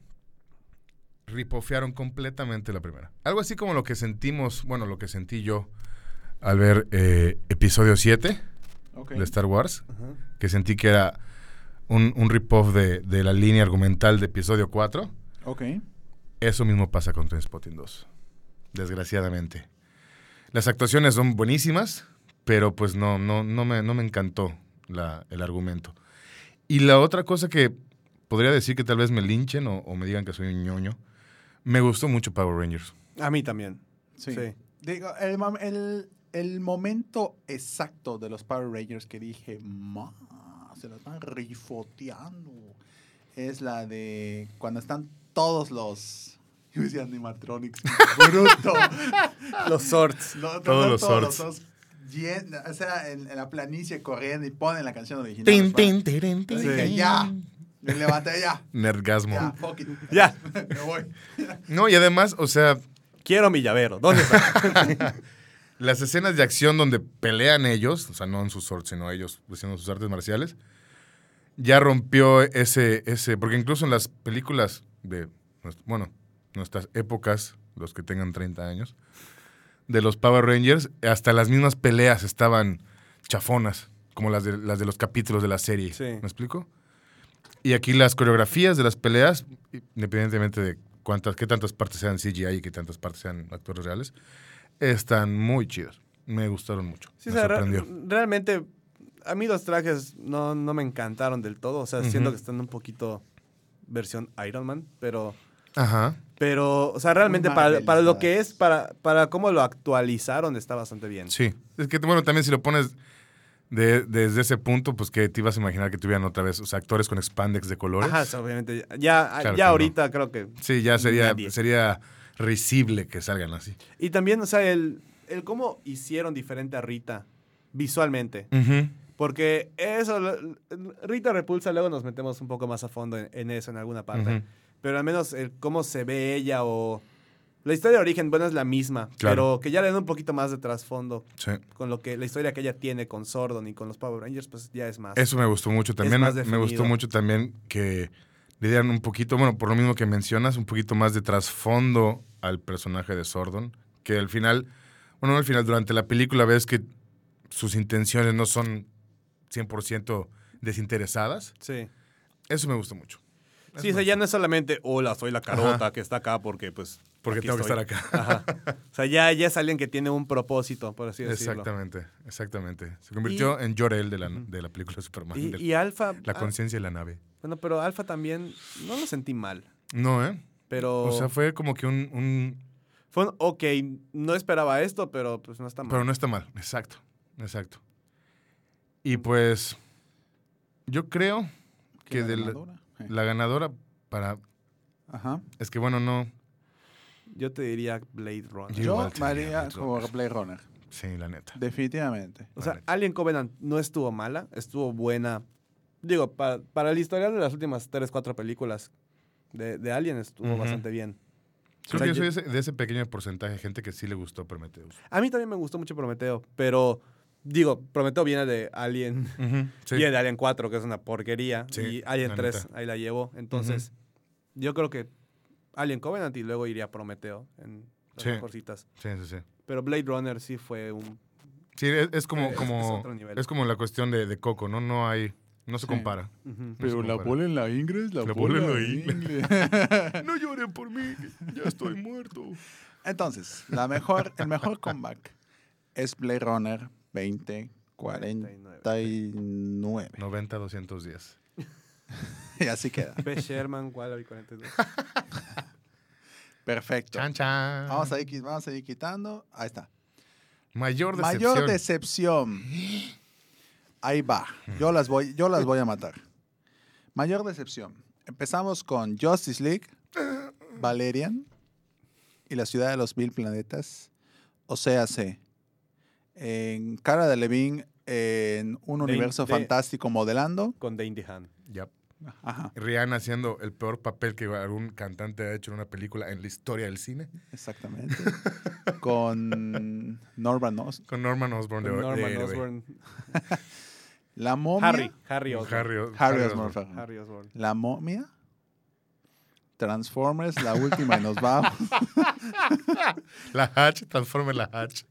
Speaker 3: ripofearon completamente la primera. Algo así como lo que sentimos, bueno, lo que sentí yo al ver eh, episodio 7
Speaker 1: Ok.
Speaker 3: de Star Wars,
Speaker 2: Ajá.
Speaker 3: que sentí que era un, un ripoff de, de la línea argumental de episodio 4.
Speaker 1: Ok.
Speaker 3: Eso mismo pasa con Transpotting 2, desgraciadamente. Las actuaciones son buenísimas, pero pues no, no, no, me, no me encantó la- el argumento. Y la otra cosa que podría decir que tal vez me linchen o, o me digan que soy un ñoño, me gustó mucho Power Rangers.
Speaker 2: A mí también.
Speaker 1: Sí.
Speaker 2: Sí.
Speaker 1: Digo, el, mom- el- el momento exacto de los Power Rangers que dije, "Ma, se lo están rifoteando, es la de cuando están todos los... Yo decía animatronics. Bruto.
Speaker 2: Los sorts.
Speaker 1: No, no,
Speaker 3: Todos
Speaker 1: no,
Speaker 3: los
Speaker 1: todos los
Speaker 3: sorts.
Speaker 1: sorts llen- o sea, en, en la planicie corriendo y ponen la canción original.
Speaker 3: Tin,
Speaker 1: ¿verdad?
Speaker 3: tin, tirin,
Speaker 1: Yo
Speaker 3: tin,
Speaker 1: dije,
Speaker 3: tin.
Speaker 1: ya. Me levanté, ya.
Speaker 3: Nerdgasmo.
Speaker 1: Ya, fuck it.
Speaker 2: Ya.
Speaker 1: Me voy.
Speaker 3: No, y además, o sea,
Speaker 2: Quiero mi llavero. ¿Dónde está?
Speaker 3: las escenas de acción donde pelean ellos, o sea, no en sus sorts, sino ellos haciendo sus artes marciales, ya rompió ese, ese, porque incluso en las películas de, nues- bueno, nuestras épocas, los que tengan 30 años, de los Power Rangers, hasta las mismas peleas estaban chafonas, como las de, las de los capítulos de la serie.
Speaker 2: Sí.
Speaker 3: ¿Me explico? Y aquí las coreografías de las peleas, independientemente de cuántas, qué tantas partes sean CGI y qué tantas partes sean actores reales, están muy chidas. Me gustaron mucho.
Speaker 2: Sí,
Speaker 3: me
Speaker 2: o sea, re-
Speaker 3: sorprendió.
Speaker 2: realmente a mí los trajes no, no me encantaron del todo. O sea, siento
Speaker 3: Ujú.
Speaker 2: que están un poquito versión Iron Man, pero...
Speaker 3: Ajá.
Speaker 2: Pero, o sea, realmente para, para lo que es,
Speaker 1: marvelizadas.
Speaker 2: para, para cómo lo actualizaron, está bastante bien.
Speaker 3: Sí. Es que, bueno, también si lo pones de- desde ese punto, pues que te ibas a imaginar que tuvieran otra vez, o sea, actores con spandex de colores.
Speaker 2: Ajá, o sea, obviamente. Ya,
Speaker 3: Claro que
Speaker 2: ya
Speaker 3: no.
Speaker 2: ahorita creo que.
Speaker 3: Sí, ya sería,
Speaker 2: Nadie.
Speaker 3: sería risible que salgan así.
Speaker 2: Y también, o sea, el, el cómo hicieron diferente a Rita visualmente. Porque eso, lo- Rita Repulsa, luego nos metemos un poco más a fondo en, en eso, en alguna parte.
Speaker 3: Ujú.
Speaker 2: Pero al menos el cómo se ve ella o... La historia de origen, bueno, es la misma,
Speaker 3: Claro.
Speaker 2: pero que ya le den un poquito más de trasfondo
Speaker 3: Sí.
Speaker 2: con lo que la historia que ella tiene con Sordon y con los Power Rangers, pues ya es más.
Speaker 3: Eso me gustó mucho también.
Speaker 2: más
Speaker 3: me gustó
Speaker 2: definido.
Speaker 3: mucho también que le dieran un poquito, bueno, por lo mismo que mencionas, un poquito más de trasfondo al personaje de Sordon, que al final, bueno, no al final, durante la película ves que sus intenciones no son 100% desinteresadas.
Speaker 2: Sí.
Speaker 3: Eso me gustó mucho. Eso
Speaker 2: Sí, o
Speaker 3: me
Speaker 2: sea, ya
Speaker 3: gustó,
Speaker 2: no es solamente, hola, soy la carota
Speaker 3: Ajá.
Speaker 2: que está acá porque, pues...
Speaker 3: Porque
Speaker 2: aquí
Speaker 3: tengo
Speaker 2: estoy".
Speaker 3: que estar acá.
Speaker 2: Ajá. O sea, ya, ya es alguien que tiene un propósito, por así decirlo.
Speaker 3: Exactamente, exactamente. Se convirtió en Jor-El de la, de la película de Superman.
Speaker 2: Y,
Speaker 3: del-
Speaker 2: y Alfa...
Speaker 3: la
Speaker 2: ah,
Speaker 3: conciencia de la nave.
Speaker 2: bueno, pero Alfa también no lo sentí mal,
Speaker 3: No, ¿eh?
Speaker 2: pero...
Speaker 3: O sea, fue como que un- un
Speaker 2: Fue un, ok, no esperaba esto, pero pues no está mal.
Speaker 3: Pero no está mal, exacto, exacto. Y pues yo creo que
Speaker 1: la
Speaker 3: de la-
Speaker 1: ganadora. Eh,
Speaker 3: la ganadora para...
Speaker 1: Ajá.
Speaker 3: Es que bueno, no...
Speaker 2: Yo te diría Blade Runner.
Speaker 3: Yo
Speaker 1: Yo
Speaker 3: igual tenía
Speaker 1: María
Speaker 3: Blade
Speaker 1: como
Speaker 3: Runner.
Speaker 1: Blade Runner.
Speaker 3: Sí, la neta.
Speaker 1: Definitivamente.
Speaker 2: o sea, Alien Covenant no estuvo mala, estuvo buena. Digo, pa- para el historial de las últimas 3, 4 películas de, de Alien estuvo
Speaker 3: Ujú.
Speaker 2: bastante bien.
Speaker 3: Creo
Speaker 2: sea,
Speaker 3: que yo soy
Speaker 2: yo-
Speaker 3: de ese, de ese pequeño porcentaje de gente que sí le gustó Prometheus.
Speaker 2: A mí también me gustó mucho Prometeo, pero digo, Prometeo viene de Alien,
Speaker 3: Sí.
Speaker 2: viene de Alien 4, que es una porquería,
Speaker 3: Sí,
Speaker 2: y Alien
Speaker 3: la
Speaker 2: 3 ahí la llevó. Entonces, yo creo que Alien Covenant y luego iría Prometeo en las
Speaker 3: Sí.
Speaker 2: mejorcitas.
Speaker 3: sí, sí, sí.
Speaker 2: Pero Blade Runner sí fue un
Speaker 3: Sí, es, es como,
Speaker 2: Es- es
Speaker 3: como,
Speaker 2: otro nivel.
Speaker 3: es como la cuestión de, de Coco, ¿no? No hay... No
Speaker 1: Sí.
Speaker 3: se compara.
Speaker 2: Ujú.
Speaker 3: Pero la bola
Speaker 1: en la Ingres,
Speaker 3: La bola en la ingres.
Speaker 1: ingres.
Speaker 3: No lloren por mí, ya estoy muerto.
Speaker 1: Entonces, la mejor, el mejor comeback es Blade Runner 2049.
Speaker 2: 39.
Speaker 1: No.
Speaker 3: 90, 210.
Speaker 1: Y así queda.
Speaker 2: P. Sherman, Wallaby 42.
Speaker 1: Perfecto.
Speaker 3: Chan, chan.
Speaker 1: Vamos a, ir, qui- vamos a ir quitando. Ahí está.
Speaker 3: Mayor decepción.
Speaker 1: Mayor decepción. Ahí va. Yo las voy, yo las voy a matar. Mayor decepción. Empezamos con Justice League, Valerian y la ciudad de los mil planetas. O sea, se en Cara de Levine en un
Speaker 2: De-
Speaker 1: universo
Speaker 2: de-
Speaker 1: fantástico modelando.
Speaker 2: Con Dane Han.
Speaker 3: Yep.
Speaker 1: Ajá,
Speaker 3: Rihanna haciendo el peor papel que algún cantante ha hecho en una película en la historia del cine.
Speaker 1: exactamente. con Norman Os-
Speaker 3: Con Norman Osborn de, de
Speaker 2: Norman
Speaker 3: héroe.
Speaker 2: Osborn.
Speaker 1: La momia.
Speaker 2: Harry. Harry
Speaker 3: Con
Speaker 2: Osborn. Harry.
Speaker 3: Harry, O-
Speaker 1: Harry
Speaker 3: Harry
Speaker 1: Osborn,
Speaker 3: Osborn.
Speaker 1: perdón.
Speaker 2: Osborn.
Speaker 1: La momia. Transformers, la última y nos vamos.
Speaker 3: La Hatch, transforme la Hatch.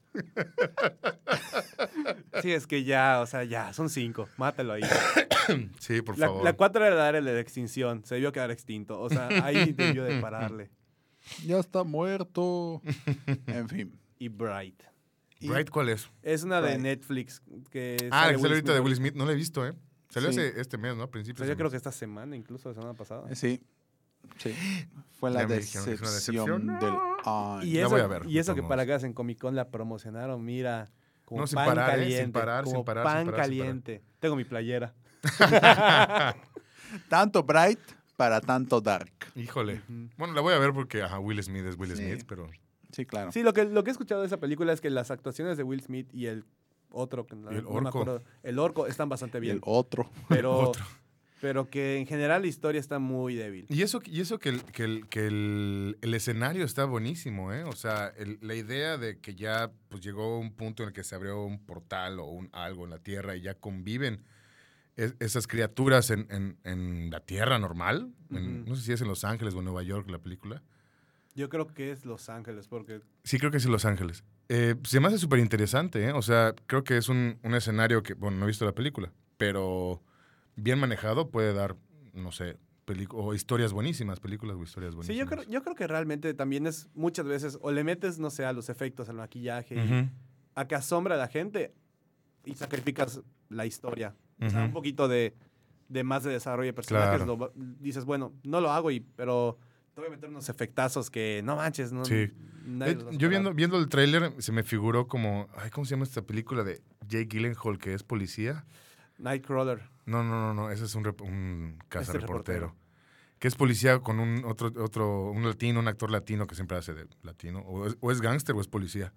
Speaker 2: Sí, es que ya, o sea, ya, son cinco. Mátalo ahí.
Speaker 3: Sí, por
Speaker 2: La,
Speaker 3: favor.
Speaker 2: la cuatro era la era de la extinción. Se debió quedar extinto. O sea, ahí debió de pararle.
Speaker 1: Ya está muerto. En fin.
Speaker 2: Y Bright.
Speaker 1: Y-
Speaker 3: ¿Bright cuál es?
Speaker 2: Es una de
Speaker 1: Bright.
Speaker 2: Netflix que
Speaker 3: Ah, la
Speaker 2: sale
Speaker 3: que salió ahorita de Will
Speaker 2: Smith.
Speaker 3: Smith. No la he visto, ¿eh? Salió
Speaker 1: Sí.
Speaker 3: hace este mes, ¿no? A principios.
Speaker 2: O sea, Pues yo
Speaker 3: de
Speaker 2: creo que
Speaker 3: mes.
Speaker 2: esta semana, incluso la semana pasada.
Speaker 1: Sí. Sí. Fue la
Speaker 3: Ya me dijeron que es una
Speaker 1: decepción
Speaker 3: decepción.
Speaker 1: del año.
Speaker 2: Y
Speaker 3: La
Speaker 2: eso,
Speaker 3: voy a ver,
Speaker 2: y
Speaker 3: de
Speaker 2: eso
Speaker 3: todos
Speaker 2: que
Speaker 3: modos.
Speaker 2: para acá en Comic Con la promocionaron, mira. Como
Speaker 3: No, sin
Speaker 2: pan
Speaker 3: parar, ¿eh? Sin
Speaker 2: caliente.
Speaker 3: parar, sin
Speaker 2: como
Speaker 3: parar, sin
Speaker 2: Pan
Speaker 3: parar, sin parar.
Speaker 2: caliente. Tengo mi playera.
Speaker 1: Tanto Bright para tanto Dark.
Speaker 3: Híjole. Bueno, la voy a ver porque, ajá, Will Smith es Will
Speaker 1: Sí.
Speaker 3: Smith, pero.
Speaker 1: Sí, claro.
Speaker 2: Sí, lo que, lo que he escuchado de esa película es que las actuaciones de Will Smith y el otro, que no-
Speaker 3: Y el
Speaker 2: no me
Speaker 3: orco.
Speaker 2: acuerdo, el orco están bastante
Speaker 1: Y el
Speaker 2: bien.
Speaker 1: otro.
Speaker 2: Pero,
Speaker 3: Otro.
Speaker 2: pero que en general la historia está muy débil.
Speaker 3: Y eso, y eso que, el, que, el, que el, el escenario está buenísimo, ¿eh? O sea, el- la idea de que ya pues, llegó un punto en el que se abrió un portal o un algo en la Tierra y ya conviven es- esas criaturas en, en- en la Tierra normal. en-
Speaker 2: Ujú.
Speaker 3: No sé si es en Los Ángeles o en Nueva York la película.
Speaker 2: Yo creo que es Los Ángeles, porque
Speaker 3: Sí, creo que es en Los Ángeles. Eh, se me hace súper interesante, ¿eh? O sea, creo que es un, un escenario que, bueno, no he visto la película, pero bien manejado puede dar no sé, pelic- o historias buenísimas, películas o historias
Speaker 2: Sí, yo
Speaker 3: buenísimas.
Speaker 2: creo, yo creo que realmente también es muchas veces, o le metes, no sé, a los efectos, al maquillaje, y
Speaker 3: Ujú.
Speaker 2: a que asombra a la gente y sacrificas la historia. O sea,
Speaker 3: Ujú.
Speaker 2: un poquito de, de más de desarrollo de personajes.
Speaker 3: Claro.
Speaker 2: lo va- dices, bueno, no lo hago, y, pero te voy a meter unos efectazos que no manches. No,
Speaker 3: Sí.
Speaker 2: nadie
Speaker 3: Eh,
Speaker 2: los va a
Speaker 3: yo viendo,
Speaker 2: esperar.
Speaker 3: viendo el tráiler se me figuró como, ay, ¿cómo se llama esta película de Jake Gyllenhaal que es policía?
Speaker 2: Nightcrawler.
Speaker 3: No, no, no, no, ese es un, rep-
Speaker 2: Este
Speaker 3: un
Speaker 2: reportero.
Speaker 3: cazarreportero. Que es policía con un otro, otro, un latino, un actor latino que siempre hace de latino. O es, o es gángster o es policía.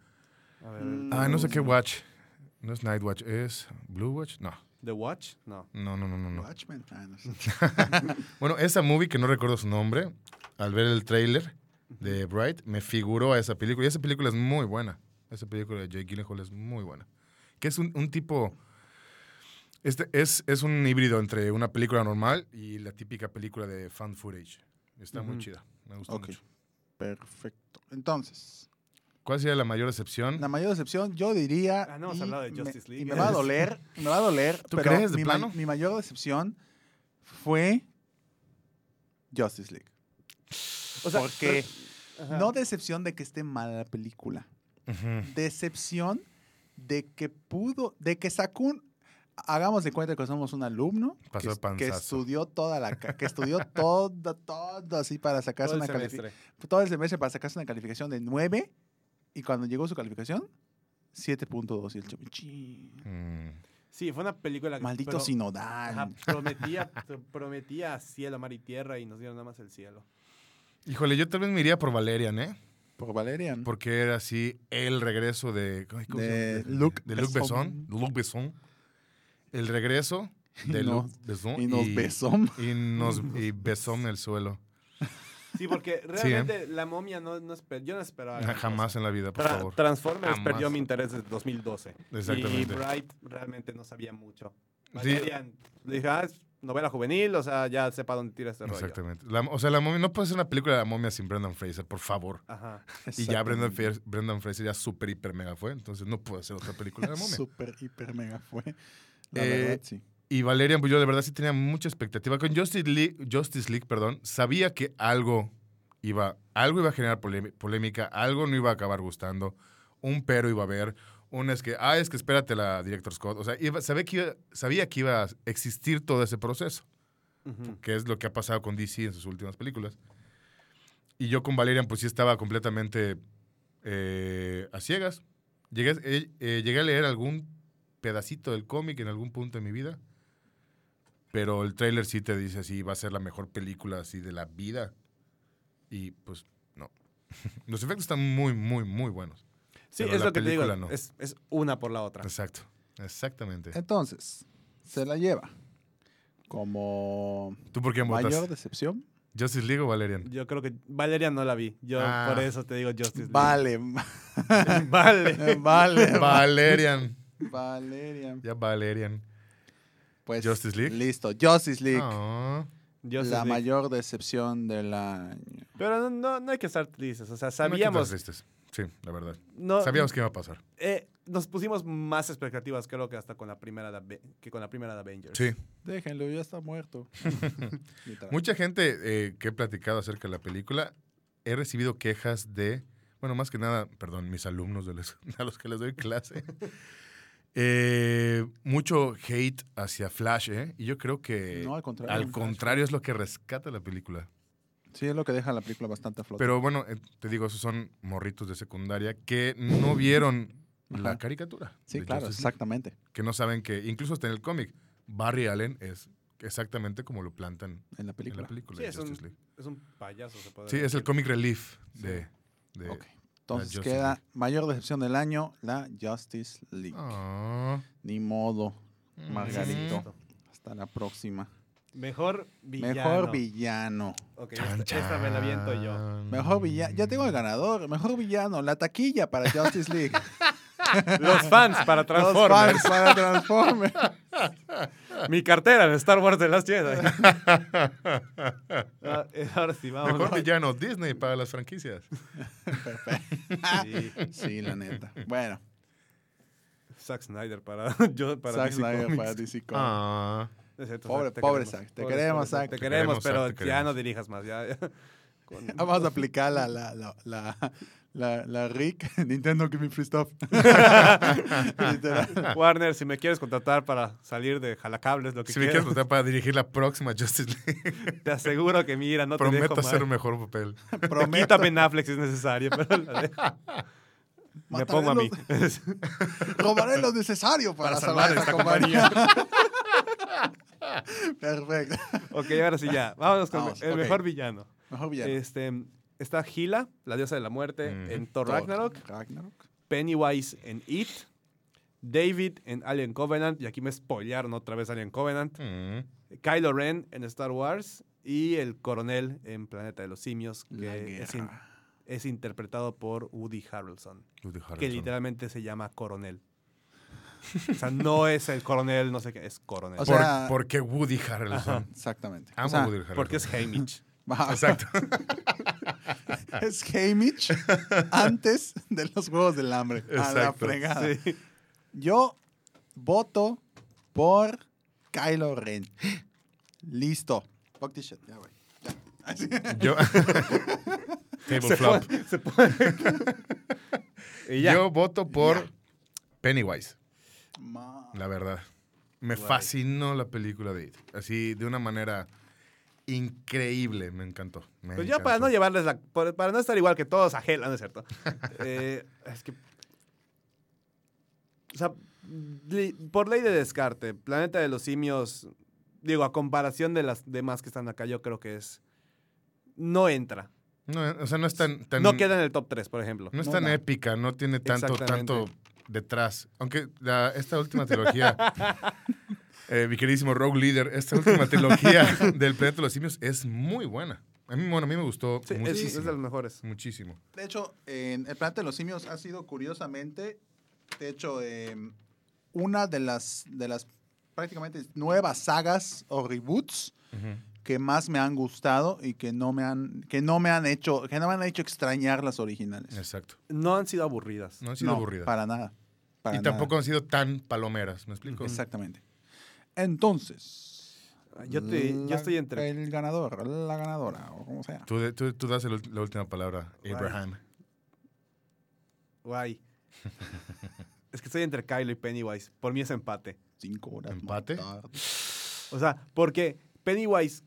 Speaker 2: A ver,
Speaker 1: Mm.
Speaker 3: Ah, no sé qué
Speaker 1: Mm.
Speaker 3: watch. No es Night Watch, es Blue Watch. No,
Speaker 2: ¿The Watch? No.
Speaker 3: no, no, no, no. no.
Speaker 1: Watchmen. Ah, no sé.
Speaker 3: Bueno, esa movie que no recuerdo su nombre, al ver el tráiler de Bright, me figuró a esa película. Y esa película es muy buena. Esa película de Jake Gyllenhaal es muy buena. Que es un, un tipo... Este es, es un híbrido entre una película normal y la típica película de fan footage. Está muy
Speaker 2: Ujú.
Speaker 3: chida. Me gusta
Speaker 1: Ok.
Speaker 3: mucho.
Speaker 1: Perfecto. Entonces,
Speaker 3: ¿Cuál sería la mayor excepción?
Speaker 1: la mayor decepción yo diría.
Speaker 2: Ah, no hemos
Speaker 1: y
Speaker 2: hablado de
Speaker 1: me-
Speaker 2: Justice League. ¿eh?
Speaker 1: Y me va a doler, me va a doler.
Speaker 3: ¿Tú
Speaker 1: pero
Speaker 3: crees, de
Speaker 1: mi ma-
Speaker 3: plano?
Speaker 1: mi mayor decepción fue Justice League.
Speaker 2: O sea,
Speaker 1: Porque
Speaker 2: pero- ajá.
Speaker 1: no decepción de que esté mala la película.
Speaker 3: Ujú.
Speaker 1: Decepción de que pudo, de que sacó un. Hagamos de cuenta que somos un alumno que,
Speaker 3: Pasó de panzazo.
Speaker 1: que estudió toda la ca- que estudió todo, todo así para sacarse
Speaker 2: Todo el
Speaker 1: una calificación.
Speaker 2: semestre.
Speaker 1: todo el semestre para sacarse una calificación de 9 y cuando llegó su calificación, 7.2 y el chavo, "Chin,
Speaker 3: Mm.
Speaker 2: Sí, fue una película que...
Speaker 1: Maldito
Speaker 2: pero-
Speaker 1: sinodal.
Speaker 2: ajá, prometía, prometía cielo, mar y tierra y nos dieron nada más el cielo.
Speaker 3: ¿eh?
Speaker 2: Ah,
Speaker 3: ¿eh? Ah,
Speaker 2: "Ah, este Eh,
Speaker 3: pues, "Ah, pues eh, pues,
Speaker 2: Ah.
Speaker 1: Eh, Pues,
Speaker 2: Ah, Ah, mm. eh, Ah, eh, No
Speaker 3: Ah. eh, eh, eh, eh, pues, Ah. Mm. Ah.
Speaker 2: es cierto,
Speaker 1: Pobre-
Speaker 2: Zack, te
Speaker 1: pobre
Speaker 2: queremos.
Speaker 1: Zack, te queremos, Zack.
Speaker 2: Pobre Te
Speaker 1: Te
Speaker 3: queremos,
Speaker 2: queremos,
Speaker 3: Zack,
Speaker 2: pero
Speaker 3: te
Speaker 2: ya
Speaker 3: queremos.
Speaker 2: no dirijas más. Ya, ya. Con-
Speaker 1: Vamos a aplicar la, la, la, la, la, la Rick, Nintendo Give Me Free Stuff. Literal.
Speaker 2: Warner, si me quieres contratar para salir de jalacables, lo que
Speaker 3: Si me quieres
Speaker 2: quieras,
Speaker 3: votar para dirigir la próxima Justice League,
Speaker 2: te aseguro que mira, no te
Speaker 3: prometo
Speaker 2: dejo
Speaker 3: hacer
Speaker 2: mal.
Speaker 3: un mejor papel.
Speaker 1: Prometo.
Speaker 2: Quítame en Netflix si es necesario, pero la dejo. me
Speaker 1: Mataré
Speaker 2: pongo a mí.
Speaker 1: Robaré lo necesario para, salvar, esta compañía. Perfecto.
Speaker 2: ok, ahora sí ya. Vámonos con
Speaker 1: Vamos,
Speaker 2: el
Speaker 1: ok.
Speaker 2: mejor villano.
Speaker 1: Mejor villano.
Speaker 2: Este, está Gila, la diosa de la muerte,
Speaker 3: Mm.
Speaker 2: en Thor
Speaker 1: Thor.
Speaker 2: Ragnarok.
Speaker 1: Ragnarok.
Speaker 2: Pennywise en It, David en Alien Covenant, y aquí me spoilearon otra vez Alien Covenant,
Speaker 3: Mm.
Speaker 2: Kylo Ren en Star Wars y el coronel en Planeta de los Simios,
Speaker 1: La
Speaker 2: que es, in- es interpretado por Woody Harrelson,
Speaker 3: Woody
Speaker 2: que
Speaker 3: Harrelson.
Speaker 2: literalmente se llama coronel. O sea, no es el coronel, no sé qué, es coronel.
Speaker 1: O
Speaker 3: Por-
Speaker 1: sea-
Speaker 3: porque Woody Harrelson.
Speaker 1: Exactamente.
Speaker 3: Amo
Speaker 1: O sea,
Speaker 3: Woody Harrelson.
Speaker 2: porque es Hamish.
Speaker 1: va-
Speaker 3: Exacto.
Speaker 1: Es Hamish antes de los Juegos del Hambre. A la
Speaker 3: Exacto.
Speaker 1: fregada.
Speaker 2: Sí.
Speaker 1: Yo voto por Kylo Ren. Listo. Fuck this shit. Ya, güey. Ya. Así.
Speaker 3: Yo. Table flop.
Speaker 2: Se pone- y ya.
Speaker 3: Yo voto por Pennywise,
Speaker 1: Ma-
Speaker 3: la verdad. Me
Speaker 2: Guay.
Speaker 3: fascinó la película de It. Así, de una manera increíble. Me encantó. me
Speaker 2: Pues ya para
Speaker 3: encantó.
Speaker 2: no llevarles la. por- Para no estar igual que todos a Hela, ¿no es cierto? Eh, es que. O sea, li- por ley de descarte, Planeta de los Simios, digo, a comparación de las demás que están acá, yo creo que es. No entra.
Speaker 3: No, o sea, no es tan. tan-
Speaker 2: No queda en el top 3, por ejemplo.
Speaker 3: no es
Speaker 1: No,
Speaker 3: tan
Speaker 1: no.
Speaker 3: épica, no tiene tanto,
Speaker 2: Exactamente.
Speaker 3: tanto detrás. Aunque la- esta última trilogía, eh, mi queridísimo Rogue Leader, esta última trilogía del Planeta de los Simios es muy buena. A mí, bueno, a mí me gustó
Speaker 2: Sí, es- es,
Speaker 3: muchísimo.
Speaker 2: de los mejores.
Speaker 3: Muchísimo.
Speaker 1: De hecho, en el planeta de los simios ha sido curiosamente, de hecho, em, una de las, de las prácticamente nuevas sagas o reboots que más me han gustado y que no me han, que no me han hecho, que no me han hecho extrañar las originales.
Speaker 3: Exacto.
Speaker 2: No han sido aburridas.
Speaker 3: No han sido
Speaker 1: No,
Speaker 3: aburridas.
Speaker 1: Para nada. para
Speaker 3: y
Speaker 1: nada.
Speaker 3: tampoco han sido tan palomeras, ¿me explico?
Speaker 1: Exactamente. Entonces.
Speaker 2: Yo, te- yo
Speaker 1: la-
Speaker 2: estoy entre.
Speaker 1: El ganador, la ganadora, o como sea.
Speaker 3: Tú, de- tú- tú das el ult- la última palabra, Abraham.
Speaker 2: Guay. Es que estoy entre Kylo y Pennywise. Por mí es empate.
Speaker 1: Cinco horas. más
Speaker 3: ¿Empate?
Speaker 1: tarde.
Speaker 2: O sea, porque Pennywise,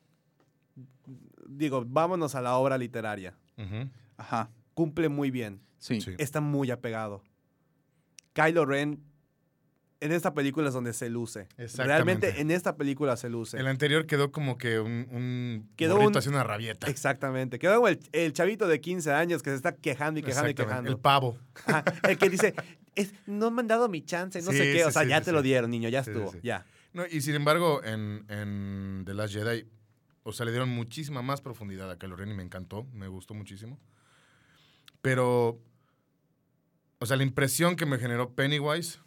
Speaker 2: digo, vámonos a la obra literaria.
Speaker 3: Ujú.
Speaker 1: Ajá.
Speaker 2: Cumple muy bien.
Speaker 1: Sí.
Speaker 3: Sí.
Speaker 2: Está muy apegado. Kylo Ren, en esta película es donde se luce.
Speaker 3: Exactamente.
Speaker 2: Realmente en esta película se luce.
Speaker 3: El anterior quedó como que un, un
Speaker 2: Quedó
Speaker 3: burrito
Speaker 2: un-
Speaker 3: haciendo una rabieta.
Speaker 2: Exactamente. Quedó como el, el chavito de 15 años que se está quejando y quejando y
Speaker 3: Exactamente.
Speaker 2: quejando.
Speaker 3: El pavo.
Speaker 2: Ajá, el que dice, "Es- no me han dado mi chance, no
Speaker 3: Sí,
Speaker 2: sé qué. O
Speaker 3: sí,
Speaker 2: sea,
Speaker 3: sí,
Speaker 2: ya
Speaker 3: sí,
Speaker 2: te lo
Speaker 3: sí.
Speaker 2: dieron, niño, ya
Speaker 3: Sí, sí,
Speaker 2: estuvo,
Speaker 3: sí.
Speaker 2: ya.
Speaker 3: No, y sin embargo, en, en The Last Jedi, o sea, le dieron muchísima más profundidad a Kylo Ren y me encantó, me gustó muchísimo. Pero, o sea, la impresión que me generó Pennywise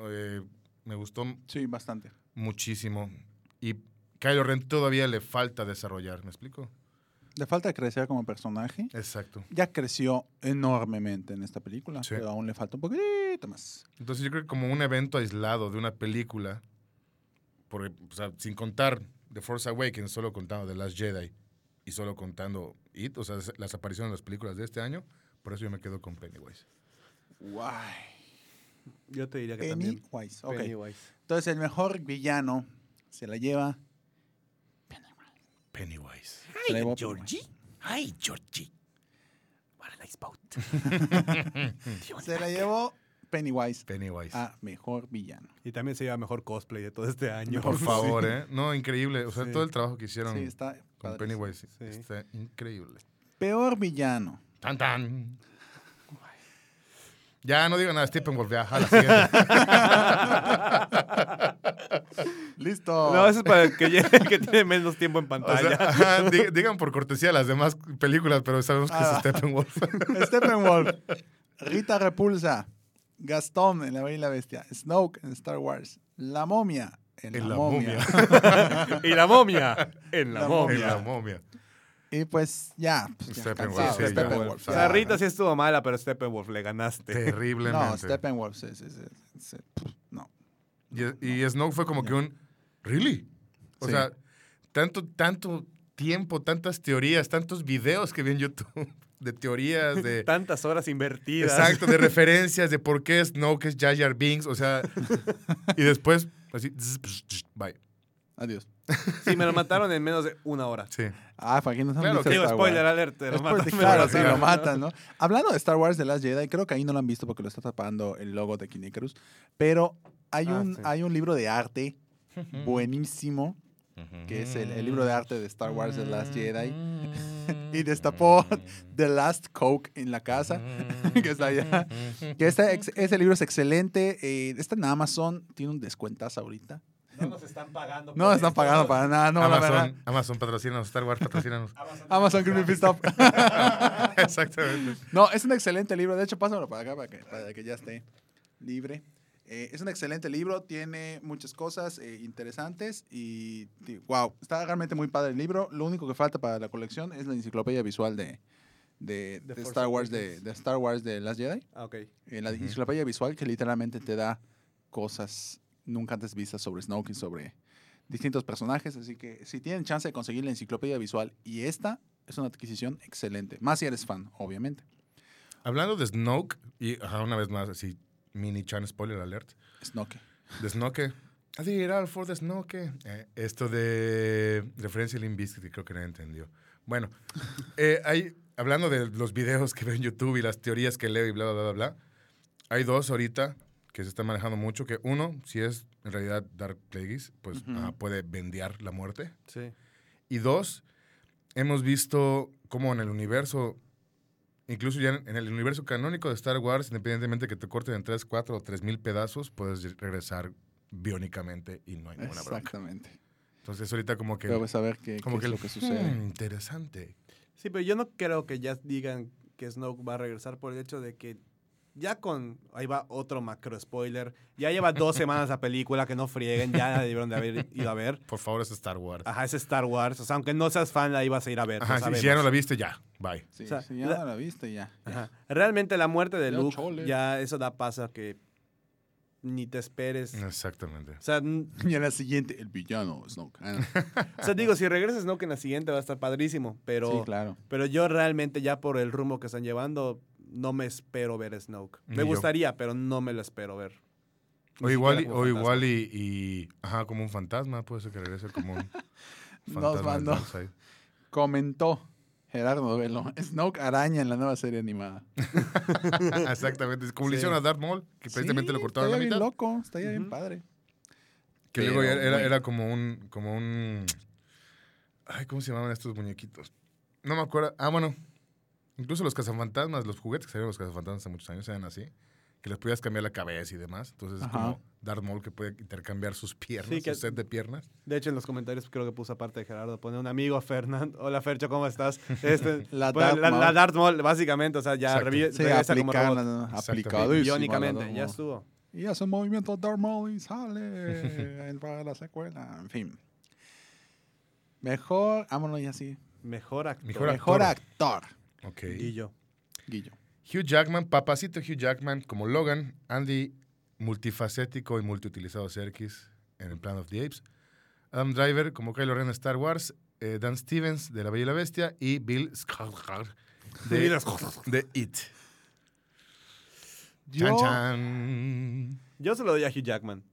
Speaker 3: eh, me gustó
Speaker 1: Sí, bastante.
Speaker 3: muchísimo. Y Kylo Ren todavía le falta desarrollar, ¿me explico?
Speaker 1: Le falta crecer como personaje.
Speaker 3: Exacto.
Speaker 1: Ya creció enormemente en esta película,
Speaker 3: Sí.
Speaker 1: pero aún le falta un poquito más.
Speaker 3: Entonces yo creo que como un evento aislado de una película, porque, o sea, sin contar The Force Awakens, solo contando The Last Jedi y solo contando It, o sea, las apariciones de las películas de este año, por eso yo me quedo con Pennywise.
Speaker 1: Guay.
Speaker 2: Yo te diría que también.
Speaker 1: Pennywise. Ok.
Speaker 2: Pennywise.
Speaker 1: Entonces, el mejor villano se la lleva.
Speaker 3: Pennywise.
Speaker 1: se la llevó Pennywise.
Speaker 2: Ay, Georgie. What a nice boat.
Speaker 1: Se la llevó Pennywise
Speaker 3: Pennywise.
Speaker 1: a mejor villano.
Speaker 2: Y también se lleva mejor cosplay de todo este año.
Speaker 3: por favor, ¿eh? No, increíble. O sea,
Speaker 2: Sí.
Speaker 3: todo el trabajo que hicieron
Speaker 1: Sí, está.
Speaker 3: con
Speaker 1: padrísimo.
Speaker 3: Pennywise
Speaker 2: Sí.
Speaker 3: está increíble.
Speaker 1: Peor villano.
Speaker 3: ¡Tan, tan! Ya, no digo nada, Steppenwolf, ya, a la siguiente.
Speaker 1: Listo.
Speaker 2: No, eso es para el que, llegue- el que tiene menos tiempo en
Speaker 3: O sea,
Speaker 2: pantalla.
Speaker 3: ajá, di- digan por cortesía las demás películas, pero sabemos que
Speaker 1: Ah.
Speaker 3: es Steppenwolf.
Speaker 1: Steppenwolf, Rita Repulsa, Gastón en La Bella y la Bestia, Snoke en Star Wars, La Momia en,
Speaker 3: En
Speaker 1: la,
Speaker 3: La
Speaker 1: momia.
Speaker 3: Momia.
Speaker 2: y la momia. En la,
Speaker 1: La
Speaker 2: momia.
Speaker 3: En la momia.
Speaker 1: Y pues ya, pues, ya,
Speaker 3: Steppenwolf,
Speaker 1: cansado,
Speaker 3: sí, ya.
Speaker 1: Steppenwolf,
Speaker 2: O
Speaker 3: O
Speaker 2: sea,
Speaker 1: ya.
Speaker 2: Rita sí estuvo mala, pero Steppenwolf le ganaste.
Speaker 3: Terriblemente.
Speaker 1: pues, No, Steppenwolf, sí, sí, sí, sí, pff, No.
Speaker 3: Y, y Snoke fue como que un. ¿Really? O
Speaker 1: Sí.
Speaker 3: sea, tanto, tanto tiempo, tantas teorías, tantos videos que vi en YouTube de teorías, de...
Speaker 2: Tantas horas invertidas.
Speaker 3: Exacto, de referencias de por qué Snoke es Jar Jar Binks, o sea, y después así, zzz, psh, psh, bye.
Speaker 1: Adiós.
Speaker 2: Sí, me lo mataron en menos de una hora.
Speaker 3: Sí.
Speaker 1: Ah, para quienes no han
Speaker 3: Claro,
Speaker 1: visto
Speaker 3: Pero
Speaker 2: Digo,
Speaker 1: Star Wars.
Speaker 2: spoiler alert, te lo
Speaker 1: Spoiler,
Speaker 2: matan, me lo
Speaker 1: claro,
Speaker 3: mataron.
Speaker 1: sí, lo
Speaker 2: mataron.
Speaker 1: matan, ¿no? Hablando de Star Wars The Last Jedi, creo que ahí no lo han visto porque lo está tapando el logo de Kinecarus, pero hay,
Speaker 2: Ah,
Speaker 1: un,
Speaker 2: sí.
Speaker 1: hay un libro de arte buenísimo, que es el, el libro de arte de Star Wars The Last Jedi,
Speaker 3: Mm.
Speaker 1: y destapó The Last Coke en la casa, que está allá.
Speaker 3: Mm.
Speaker 1: Que este, ex- ese libro es excelente, eh, está en Amazon, tiene un descuentazo ahorita.
Speaker 2: No nos están pagando.
Speaker 1: No están pagando para nada, no, la verdad.
Speaker 3: Amazon, Amazon patrocínanos, Star Wars patrocínanos.
Speaker 1: Amazon Creepy Pistop.
Speaker 3: Exactamente.
Speaker 1: No, es un excelente libro. De hecho, pásamelo para acá para que, para que ya esté libre. Eh, es un excelente libro, tiene muchas cosas eh, interesantes y, di- wow, está realmente muy padre el libro. Lo único que falta para la colección es la enciclopedia visual de, de,
Speaker 2: The
Speaker 1: de
Speaker 2: Force
Speaker 1: Star Wars de,
Speaker 2: Awakens.
Speaker 1: de Star Wars de Last Jedi.
Speaker 2: Ah, ok.
Speaker 1: Eh, la
Speaker 3: Ujú.
Speaker 1: enciclopedia visual que literalmente te da cosas nunca antes vistas sobre Snoke y sobre distintos personajes. Así que si tienen chance de conseguir la enciclopedia visual y esta, es una adquisición excelente. Más si eres fan, obviamente.
Speaker 3: Hablando de Snoke, y ajá, una vez más, así, mini chan spoiler alert,
Speaker 1: Snoke.
Speaker 3: de Snoke. Ah, I did it all for the Snoke. Eh, esto de referencia a Limp Bizkit, creo que nadie entendió. Bueno, eh, hay, hablando de los videos que veo en YouTube y las teorías que leo y bla, bla, bla, bla, bla, hay dos ahorita que se están manejando mucho, que uno, si es en realidad Dark Plagueis, pues
Speaker 1: Ujú.
Speaker 3: ah, puede vendear la muerte.
Speaker 2: Sí.
Speaker 3: Y dos, hemos visto cómo en el universo, incluso ya en en el universo canónico de Star Wars, independientemente que te corten en 3, 4 o 3 mil pedazos, puedes re- regresar biónicamente y no hay ninguna bronca.
Speaker 1: Exactamente.
Speaker 3: Entonces ahorita como que...
Speaker 1: Pero pues a ver qué,
Speaker 3: como
Speaker 1: qué es
Speaker 3: el,
Speaker 1: lo que sucede.
Speaker 3: "Hmm, interesante.
Speaker 2: Sí, pero yo no creo que ya digan que Snoke va a regresar por el hecho de que ya con. Ahí va otro macro spoiler. Ya lleva dos semanas la película que no frieguen, ya la debieron de haber ido a ver.
Speaker 3: Por favor, es Star Wars.
Speaker 2: pues,
Speaker 1: Ah,
Speaker 2: Ajá, es Star Wars. O sea, aunque no seas fan, la ibas a ir a ver. lo
Speaker 3: Ajá, si- si,
Speaker 2: sabemos.
Speaker 3: ya no la viste, ya. Bye.
Speaker 1: Sí,
Speaker 2: o sea,
Speaker 1: sí, ya
Speaker 2: la-
Speaker 1: no la viste ya.
Speaker 2: Ajá. Realmente la muerte de
Speaker 1: Ya,
Speaker 2: Luke,
Speaker 1: chole.
Speaker 2: ya eso da paso a que ni te esperes.
Speaker 3: Exactamente.
Speaker 2: O sea, n-
Speaker 1: Y en la siguiente, el villano Snoke. Ah, no.
Speaker 2: o sea, digo, si regresas Snoke en la siguiente va a estar padrísimo, pero,
Speaker 1: sí, claro.
Speaker 2: pero yo realmente ya por el rumbo que están llevando, no me espero ver a Snoke.
Speaker 3: Ni
Speaker 2: Me
Speaker 3: yo.
Speaker 2: gustaría, pero no me lo espero ver. Ni
Speaker 3: O igual, y-
Speaker 2: siquiera como
Speaker 3: o
Speaker 2: fantasma.
Speaker 3: igual y, y- Ajá, como un fantasma. Puede ser que regrese como un
Speaker 1: Nos
Speaker 3: fantasma del
Speaker 1: mandó.
Speaker 3: Dark Side.
Speaker 1: Comentó Gerardo Velo. Snoke araña en la nueva serie animada.
Speaker 3: Exactamente. es Como le
Speaker 2: Sí.
Speaker 3: hicieron a Darth Maul, que precisamente
Speaker 1: Sí,
Speaker 3: lo cortaron a
Speaker 1: estaría
Speaker 3: la mitad.
Speaker 1: bien loco, estaría bien
Speaker 2: Ujú.
Speaker 1: padre.
Speaker 3: Que luego
Speaker 1: Pero
Speaker 3: era, era-
Speaker 1: bueno.
Speaker 3: era como un, como un. Ay, ¿cómo se llamaban estos muñequitos? No me acuerdo. Ah, bueno. Incluso los cazafantasmas, los juguetes que salieron los cazafantasmas hace muchos años eran así. Que les podías cambiar la cabeza y demás. Entonces es
Speaker 1: Ajá.
Speaker 3: como Darth Maul que puede intercambiar sus piernas,
Speaker 2: Sí, que-
Speaker 3: su set de piernas.
Speaker 2: De hecho, en los comentarios creo que puso aparte de Gerardo, pone un amigo Fernando. Hola Fercho, ¿cómo estás? Este,
Speaker 1: La
Speaker 2: pone
Speaker 1: Darth
Speaker 2: la,
Speaker 1: Maul.
Speaker 2: la Darth Maul, básicamente, o sea, ya
Speaker 3: Exacto.
Speaker 2: revi-
Speaker 1: Sí,
Speaker 2: regresa como
Speaker 1: aplicaron,
Speaker 2: robot.
Speaker 1: ¿no?
Speaker 3: Exacto.
Speaker 1: aplicadísimo.
Speaker 2: Iónicamente,
Speaker 1: al
Speaker 2: ya
Speaker 1: Darth Maul.
Speaker 2: estuvo.
Speaker 1: Y hace un movimiento Darth Maul y sale él para la secuela. En fin. Mejor, vámonos ya así.
Speaker 2: Mejor actor.
Speaker 3: Mejor
Speaker 1: Mejor
Speaker 3: actor.
Speaker 1: actor.
Speaker 3: Ok.
Speaker 2: Y yo.
Speaker 1: Guillo.
Speaker 3: Hugh Jackman, papacito Hugh Jackman, como Logan, Andy, multifacético y multiutilizado Serkis en el Plan of the Apes. Adam Driver, como Kylo Ren en Star Wars. eh, Dan Stevens, de La Bella y la Bestia. Y Bill Skarsgård, de, de It. Chan,
Speaker 1: Yo-
Speaker 3: chan.
Speaker 2: Yo se lo doy a Hugh Jackman.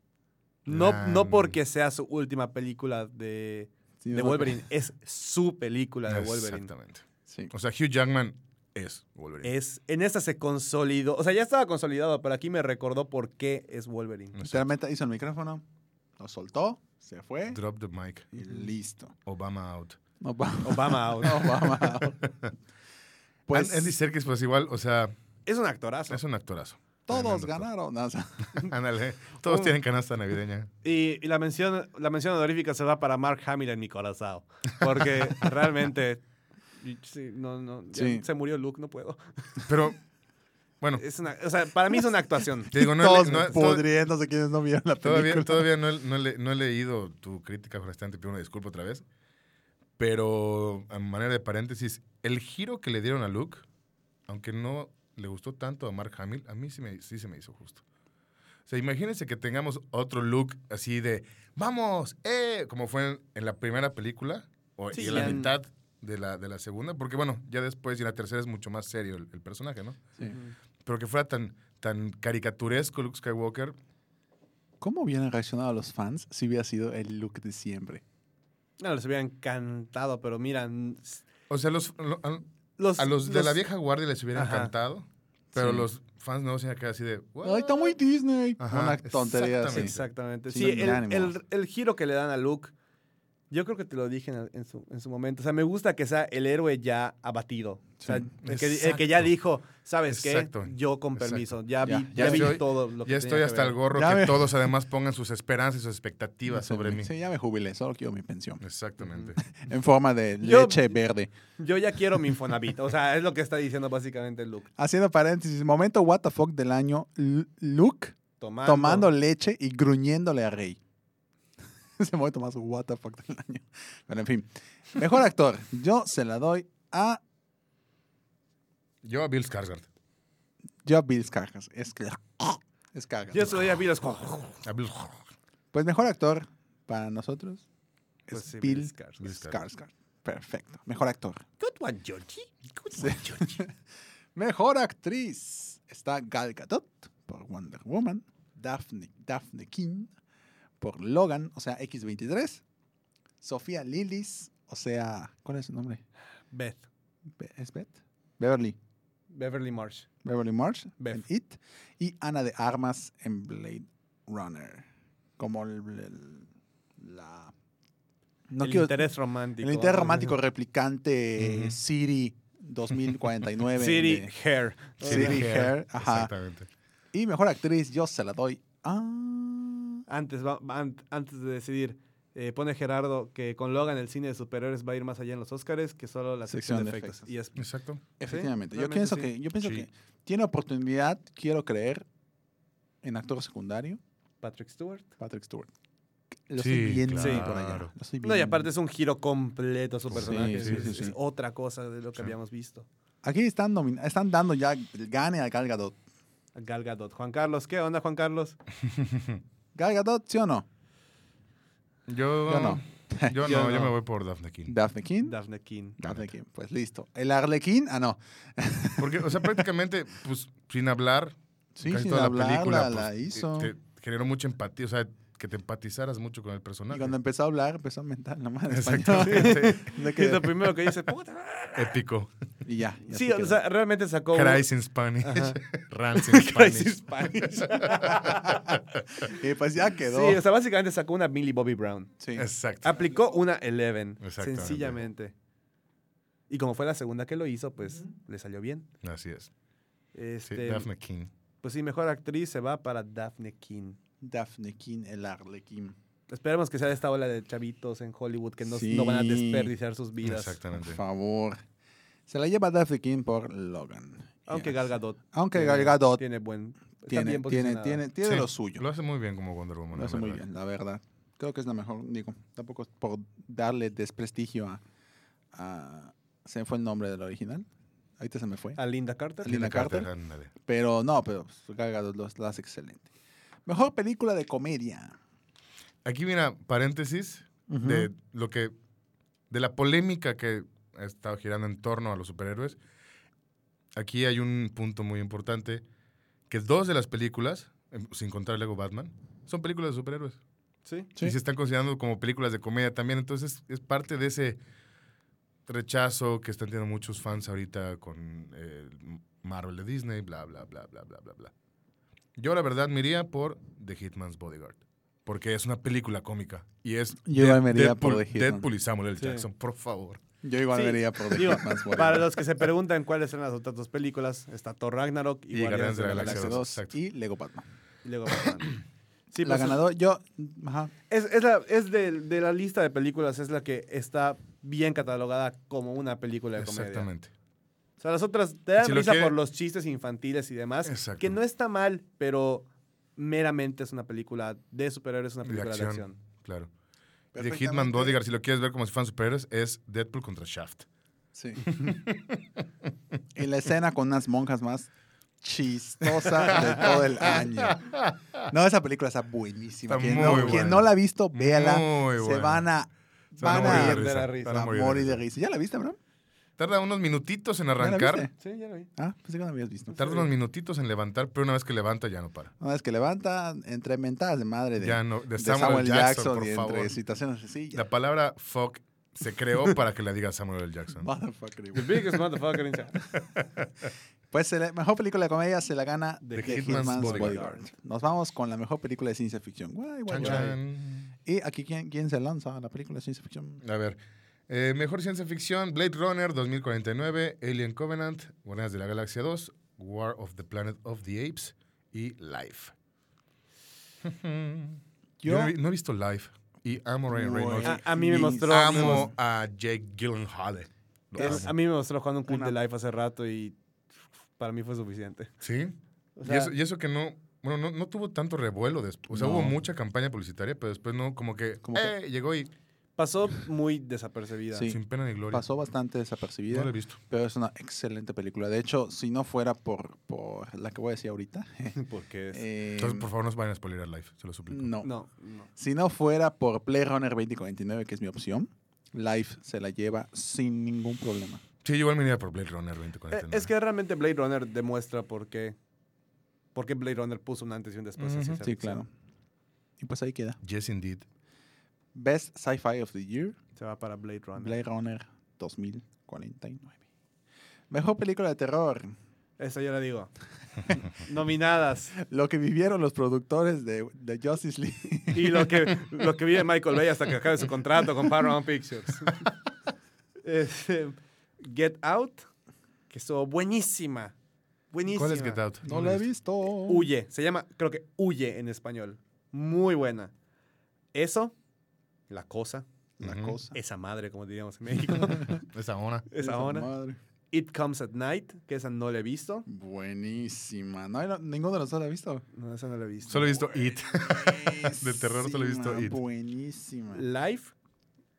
Speaker 2: No,
Speaker 3: Ah,
Speaker 2: no
Speaker 3: mm.
Speaker 2: porque sea su última película de,
Speaker 1: Sí, ¿no?
Speaker 2: de Wolverine, es su película de Wolverine.
Speaker 3: Exactamente.
Speaker 1: Sí.
Speaker 3: O sea, Hugh Jackman es Wolverine.
Speaker 2: Es, en esta se consolidó, o sea, ya estaba consolidado, pero aquí me recordó por qué es Wolverine.
Speaker 3: Exacto.
Speaker 1: Literalmente hizo el micrófono, lo soltó, se
Speaker 2: Eh.
Speaker 1: fue
Speaker 3: Drop the mic.
Speaker 1: y listo.
Speaker 3: Obama out.
Speaker 1: No va-
Speaker 3: Mm.
Speaker 2: Obama out.
Speaker 1: no va- Pues
Speaker 3: An- Andy Serkis, pues igual, o sea,
Speaker 2: Es un actorazo.
Speaker 3: es un actorazo.
Speaker 1: todos
Speaker 3: Tremendo actor.
Speaker 1: ganaron. No, o sea,
Speaker 3: Ándale. Todos
Speaker 2: Oh.
Speaker 3: tienen canasta navideña.
Speaker 2: Y, y la mención la mención honorífica se va para Mark Hamill en mi corazón. Porque realmente. y- sí, no, no, ya
Speaker 1: Sí.
Speaker 2: Se murió Luke, no puedo.
Speaker 3: Pero, bueno,
Speaker 2: Es una, o sea, para mí es una actuación.
Speaker 3: te digo, no, he
Speaker 1: todos
Speaker 3: le- no he- to-
Speaker 1: pudriéndose quienes no vieron la película.
Speaker 3: todavía, todavía no, he, no he le- no he leído tu crítica, Jonathan, te pido una disculpa otra vez. Pero, a manera de paréntesis, el giro que le dieron a Luke, aunque no le gustó tanto a Mark Hamill, a mí sí, me, sí se me hizo justo. O sea, imagínense que tengamos otro look así de, vamos, eh, como fue en, en la primera película, o
Speaker 2: Sí,
Speaker 3: y en la
Speaker 2: ya en-
Speaker 3: mitad de la, de la segunda, porque bueno, ya después y en la tercera es mucho más serio el, el personaje, ¿no?
Speaker 1: Sí.
Speaker 2: Mm.
Speaker 3: Pero que fuera tan, tan caricaturesco Luke Skywalker,
Speaker 1: ¿Cómo hubieran reaccionado los fans si hubiera sido el look de siempre?
Speaker 2: No, les hubiera encantado, pero miran.
Speaker 3: o sea, los, lo- a,
Speaker 2: Los,
Speaker 3: a los de
Speaker 2: los-
Speaker 3: la vieja guardia les hubiera
Speaker 2: Ajá.
Speaker 3: encantado, pero
Speaker 1: Sí.
Speaker 3: los fans nuevos se quedan así de, "What?"
Speaker 1: ¡Ay, está muy Disney!
Speaker 3: Ajá,
Speaker 1: Una tontería así.
Speaker 3: exactamente.
Speaker 2: Exactamente.
Speaker 1: Sí,
Speaker 2: Sí,
Speaker 1: no,
Speaker 2: el,
Speaker 1: ni ánimos.
Speaker 2: el- el giro que le dan a Luke, yo creo que te lo dije en, en su, en su momento. O sea, me gusta que sea el héroe ya abatido. O sea,
Speaker 1: Sí.
Speaker 2: el, que, el que ya
Speaker 3: Exacto.
Speaker 2: dijo, ¿sabes
Speaker 3: Exacto.
Speaker 2: qué? Yo con
Speaker 3: Exacto.
Speaker 2: permiso, ya vi,
Speaker 1: Ya,
Speaker 2: ya
Speaker 3: ya
Speaker 2: vi
Speaker 3: estoy-
Speaker 2: todo lo que tenía
Speaker 3: Ya estoy
Speaker 2: que
Speaker 3: hasta
Speaker 2: ver.
Speaker 3: el gorro
Speaker 1: Ya
Speaker 3: que
Speaker 1: ve.
Speaker 3: todos además pongan sus esperanzas y sus expectativas sobre mí.
Speaker 1: Sí, ya me jubilé, solo quiero mi pensión.
Speaker 3: Exactamente.
Speaker 1: En forma de
Speaker 2: Yo-
Speaker 1: leche verde.
Speaker 2: Yo ya quiero mi Infonavit. O sea, es lo que está diciendo básicamente Luke.
Speaker 1: Haciendo paréntesis, momento what the fuck del año, L- Luke
Speaker 2: Tomando.
Speaker 1: tomando leche y gruñéndole a Rey. Ese momento más what the fuck del año. Pero en fin, mejor actor, yo se la doy a
Speaker 3: Yo a Bill Skarsgård.
Speaker 1: yo a Bill Skarsgård. Es que es Skarsgård.
Speaker 2: Yo soy a Bill
Speaker 3: A Bill-
Speaker 1: Pues mejor actor para nosotros es
Speaker 2: Pues sí,
Speaker 1: Bill
Speaker 2: Bill Skarsgård.
Speaker 1: Skarsgård. Perfecto, mejor actor.
Speaker 2: Good one, Georgie. Good
Speaker 1: Sí. Mejor actriz está Gal Gadot por Wonder Woman, Daphne, Daphne King por Logan, o sea, X23, Sofía Lillis, o sea, ¿cuál es su nombre?
Speaker 2: Beth.
Speaker 1: Be- ¿Es Beth? Beverly,
Speaker 2: Beverly Marsh.
Speaker 1: Beverly Marsh
Speaker 2: Bev.
Speaker 1: en It y Ana de Armas en Blade Runner. Como el- el- la... No
Speaker 2: el
Speaker 1: quiero-
Speaker 2: interés romántico.
Speaker 1: el interés romántico replicante
Speaker 3: "Ah, Ujú.
Speaker 1: Siri 2049.
Speaker 2: City
Speaker 1: de-
Speaker 2: Hair.
Speaker 1: City
Speaker 3: City
Speaker 1: Hair, ajá.
Speaker 3: Exactamente.
Speaker 1: Y mejor actriz, yo se la doy Ah, a.
Speaker 2: Antes, va- va- an- antes de decidir, eh, pone Gerardo que con Logan el cine de superhéroes va a ir más allá en los Oscars que solo la sección, de efectos. Y es,
Speaker 3: Exacto.
Speaker 1: Efectivamente. yo
Speaker 2: realmente
Speaker 1: pienso
Speaker 2: sí.
Speaker 1: que yo pienso
Speaker 3: Sí.
Speaker 1: que tiene oportunidad, quiero creer, en actor secundario,
Speaker 2: Patrick Stewart.
Speaker 1: Patrick Stewart. Lo
Speaker 3: Sí,
Speaker 1: estoy viendo
Speaker 3: claro.
Speaker 1: por allá. Lo estoy
Speaker 2: No, y
Speaker 1: viendo.
Speaker 2: aparte es un giro completo a su
Speaker 3: Sí,
Speaker 2: personaje.
Speaker 3: sí,
Speaker 2: es,
Speaker 3: sí,
Speaker 2: es
Speaker 1: sí.
Speaker 2: otra cosa de lo que
Speaker 3: Sí.
Speaker 2: habíamos visto.
Speaker 1: Aquí están, nomin- están dando ya el gane a Gal Gadot.
Speaker 2: Gal Gadot. Juan Carlos, ¿qué onda, Juan Carlos?
Speaker 1: ¿Gal Gadot, sí o no?
Speaker 3: Yo,
Speaker 1: Yo no.
Speaker 3: Yo no,
Speaker 2: Yo
Speaker 3: yo,
Speaker 2: no.
Speaker 3: me voy por Daphne King.
Speaker 1: Daphne King.
Speaker 2: Daphne King.
Speaker 1: Daphne King. Pues listo. El Arlequín, ah, no.
Speaker 3: Porque, o sea, prácticamente, pues, sin hablar,
Speaker 1: Sí,
Speaker 3: casi
Speaker 1: sin
Speaker 3: toda
Speaker 1: hablar,
Speaker 3: la película
Speaker 1: la,
Speaker 3: pues,
Speaker 1: la
Speaker 3: te-
Speaker 1: hizo.
Speaker 3: Te, generó mucha empatía, o sea, que te empatizaras mucho con el personaje.
Speaker 1: y cuando em empezó a hablar, empezó a mentar la madre. española.
Speaker 3: Exactamente.
Speaker 1: De
Speaker 2: Que es lo
Speaker 1: que-
Speaker 2: primero que dice, puta.
Speaker 3: Épico.
Speaker 1: Y ya. y así
Speaker 2: Sí, o
Speaker 1: quedó.
Speaker 2: sea, realmente sacó. un-
Speaker 3: Cries in Spanish.
Speaker 2: Ajá.
Speaker 3: Rants in
Speaker 2: Cries in
Speaker 3: Spanish.
Speaker 2: Spanish.
Speaker 1: Y pues ya quedó.
Speaker 2: Sí, o sea, básicamente sacó una Millie Bobby Brown.
Speaker 1: Sí.
Speaker 3: Exacto.
Speaker 2: Aplicó una Eleven,
Speaker 3: Exactamente.
Speaker 2: sencillamente. Y como fue la segunda que lo hizo, pues le salió bien.
Speaker 3: Así es. Sí,
Speaker 2: Este,
Speaker 3: Daphne King.
Speaker 2: Pues sí, mejor actriz se va para Daphne King.
Speaker 1: Daphne King, el Arlequín.
Speaker 2: Esperemos que sea de esta ola de chavitos en Hollywood que no,
Speaker 1: Sí.
Speaker 2: no van a desperdiciar sus vidas. ah.
Speaker 1: Por
Speaker 3: Exactamente.
Speaker 1: favor. Se la lleva Daphne King por Logan.
Speaker 2: Aunque
Speaker 1: Yes.
Speaker 2: Gal Gadot.
Speaker 1: Aunque
Speaker 2: tiene-
Speaker 1: Gal Gadot
Speaker 2: Tiene buen. está
Speaker 1: tiene,
Speaker 2: bien
Speaker 1: tiene,
Speaker 2: posicionada.
Speaker 1: tiene, tiene
Speaker 3: Sí,
Speaker 1: lo suyo.
Speaker 3: Lo hace muy bien como Wonder Woman.
Speaker 1: Lo
Speaker 3: la
Speaker 1: hace muy
Speaker 3: verdad.
Speaker 1: bien, la verdad. Creo que es la mejor. Digo, tampoco es por darle desprestigio a, a- Se me fue el nombre del original. Ahorita se me fue.
Speaker 2: A Linda Carter.
Speaker 1: Linda Carter.
Speaker 3: ándale.
Speaker 1: Pero no, pero pues, Gal Gadot lo, lo hace excelente. Mejor película de comedia.
Speaker 3: Aquí mira, paréntesis de lo que de la polémica que ha estado girando en torno a los superhéroes. Aquí hay un punto muy importante que dos de las películas, em, sin contar Lego Batman, son películas de superhéroes
Speaker 2: Sí.
Speaker 1: Sí.
Speaker 3: y se están considerando como películas de comedia también. Entonces es parte de ese rechazo que están teniendo muchos fans ahorita con eh, Marvel de Disney, bla, bla, bla, bla, bla, bla, bla. Yo la verdad me iría por The Hitman's Bodyguard. Porque es una película cómica. Y es
Speaker 1: Yo igual me iría por The Hitman.
Speaker 3: Deadpool y Samuel L.
Speaker 2: Sí.
Speaker 3: Jackson, por favor.
Speaker 1: Yo igual
Speaker 2: Sí.
Speaker 1: vería por The
Speaker 2: Digo,
Speaker 1: Hitman's Bodyguard.
Speaker 2: Para los que se preguntan cuáles son las otras dos películas, está Thor Ragnarok y,
Speaker 3: Y
Speaker 2: Guardianes de la
Speaker 3: Galaxia
Speaker 2: Galaxia.
Speaker 1: Galaxia 2
Speaker 3: exacto.
Speaker 1: y Lego Batman.
Speaker 2: Y luego Batman. Sí,
Speaker 1: la
Speaker 2: pues, es-
Speaker 1: ganadora, yo. Ajá.
Speaker 2: Es, es la- es de, de la lista de películas, es la que está bien catalogada como una película de comedia.
Speaker 3: Exactamente.
Speaker 2: O sea, las otras te dan
Speaker 3: Si lo
Speaker 2: risa
Speaker 3: quiere-
Speaker 2: por los chistes infantiles y demás,
Speaker 3: Exacto.
Speaker 2: que no está mal, pero meramente es una película de superhéroes, es una
Speaker 3: De
Speaker 2: película de
Speaker 3: acción.
Speaker 2: acción.
Speaker 3: Claro. Y The Hitman
Speaker 1: Perfectamente.
Speaker 3: Bodyguard, si lo quieres ver como si fueran superhéroes, es Deadpool contra Shaft.
Speaker 1: Sí. y la escena con unas monjas más chistosa de todo el año. No, esa película está buenísima.
Speaker 3: Está
Speaker 1: quien,
Speaker 3: muy
Speaker 1: no,
Speaker 3: buena.
Speaker 1: quien no la ha visto, véala.
Speaker 3: Muy
Speaker 1: se
Speaker 3: buena.
Speaker 1: van a,
Speaker 3: Se
Speaker 1: van
Speaker 3: morir
Speaker 1: a,
Speaker 3: de
Speaker 2: ir de la risa.
Speaker 3: van a
Speaker 1: a
Speaker 3: morir de
Speaker 1: morir de
Speaker 3: risa.
Speaker 1: risa. ¿Ya la viste, bro?
Speaker 3: Tarda unos minutitos en
Speaker 1: la
Speaker 3: arrancar.
Speaker 1: viste?
Speaker 2: Sí, ya lo vi.
Speaker 1: Ah, pensé que no la habías visto.
Speaker 3: Tarda unos minutitos en levantar, pero una vez que levanta ya no para.
Speaker 1: Una vez que levanta, entre mentadas de madre de,
Speaker 3: ya no, de,
Speaker 1: de
Speaker 3: Samuel, Jackson,
Speaker 1: y
Speaker 3: por favor.
Speaker 1: entre situaciones así. ya.
Speaker 3: La palabra fuck se creó para que la diga Samuel L. Jackson.
Speaker 1: Motherfucker,
Speaker 2: The
Speaker 1: güey.
Speaker 2: biggest motherfucker in town.
Speaker 1: Pues la mejor película de comedia se la gana The,
Speaker 2: The
Speaker 3: Hitman's
Speaker 1: Hitman's,
Speaker 3: Bodyguard.
Speaker 1: Bodyguard. Nos vamos con la mejor película de ciencia ficción. Guay, guay,
Speaker 3: Chan,
Speaker 1: guay.
Speaker 3: chan.
Speaker 1: Y aquí, ¿quién, quién se lanza a la película de ciencia ficción?
Speaker 3: A ver. eh, mejor ciencia ficción, Blade Runner 2049, Alien Covenant, Guardianes de la Galaxia 2, War of the Planet of the Apes y Life. Yo,
Speaker 1: Yo,
Speaker 3: no, he, no he visto Life y amo a Ryan
Speaker 1: Güey.
Speaker 3: Reynolds.
Speaker 2: A, a mí me
Speaker 1: Mis
Speaker 2: mostró.
Speaker 3: Amo a Jake Gyllenhaal. Lo
Speaker 2: el-
Speaker 3: amo.
Speaker 2: a mí me mostró jugando un clip
Speaker 1: Una-
Speaker 2: de Life hace rato y para mí fue suficiente.
Speaker 3: Sí.
Speaker 2: O
Speaker 3: Y
Speaker 2: sea,
Speaker 3: eso, y eso que no, bueno, no, no tuvo tanto revuelo después. O sea,
Speaker 1: No.
Speaker 3: hubo mucha campaña publicitaria, pero después no, como que,
Speaker 1: Como que-
Speaker 3: eh, llegó y
Speaker 2: pasó muy desapercibida.
Speaker 1: Sí.
Speaker 3: sin pena ni gloria.
Speaker 1: pasó bastante
Speaker 3: No
Speaker 1: desapercibida,
Speaker 3: lo he visto.
Speaker 1: pero es una excelente película. De hecho, si no fuera por, por la que voy a decir ahorita,
Speaker 2: Porque es-
Speaker 1: eh,
Speaker 3: Entonces, por favor, no se vayan a spoiler a Life, se lo suplico.
Speaker 1: no.
Speaker 2: No, no.
Speaker 1: Si no fuera por Play Runner 2049, que es mi opción, Life se la lleva sin ningún problema.
Speaker 3: Sí, yo igual me iría por Blade Runner
Speaker 2: Eh,
Speaker 3: 2049.
Speaker 2: es que realmente Blade Runner demuestra por qué, por qué Blade Runner puso un antes y un después. en
Speaker 3: Ujú.
Speaker 2: ciencia
Speaker 1: Sí,
Speaker 2: ficción.
Speaker 1: claro. Y pues ahí queda.
Speaker 3: Yes, indeed.
Speaker 1: Best Sci-Fi of the Year,
Speaker 2: Se va para Blade Runner.
Speaker 1: Blade Runner 2049. Mejor película de terror.
Speaker 2: Esa yo la digo. Nominadas.
Speaker 1: Lo que vivieron los productores de, de Justice League.
Speaker 2: Y lo que, lo que vive Michael Bay hasta que acabe su contrato con Paramount Pictures. Este, Get Out, que estuvo buenísima. Buenísima.
Speaker 3: ¿Cuál es Get Out?
Speaker 1: No la he visto.
Speaker 2: Huye. Se llama, creo que Huye en español. Muy buena. Eso, La Cosa,
Speaker 1: La
Speaker 3: Ujú.
Speaker 1: cosa.
Speaker 2: esa madre, como diríamos en México.
Speaker 3: Esa hora.
Speaker 2: Esa ona.
Speaker 1: madre.
Speaker 2: It Comes at Night, que esa no la he visto.
Speaker 1: Buenísima. No, no, ninguno de los dos la ha visto.
Speaker 2: No, esa no la he visto.
Speaker 3: Solo he visto It. De terror solo he visto
Speaker 1: Buenísima,
Speaker 3: It.
Speaker 1: Buenísima.
Speaker 2: Life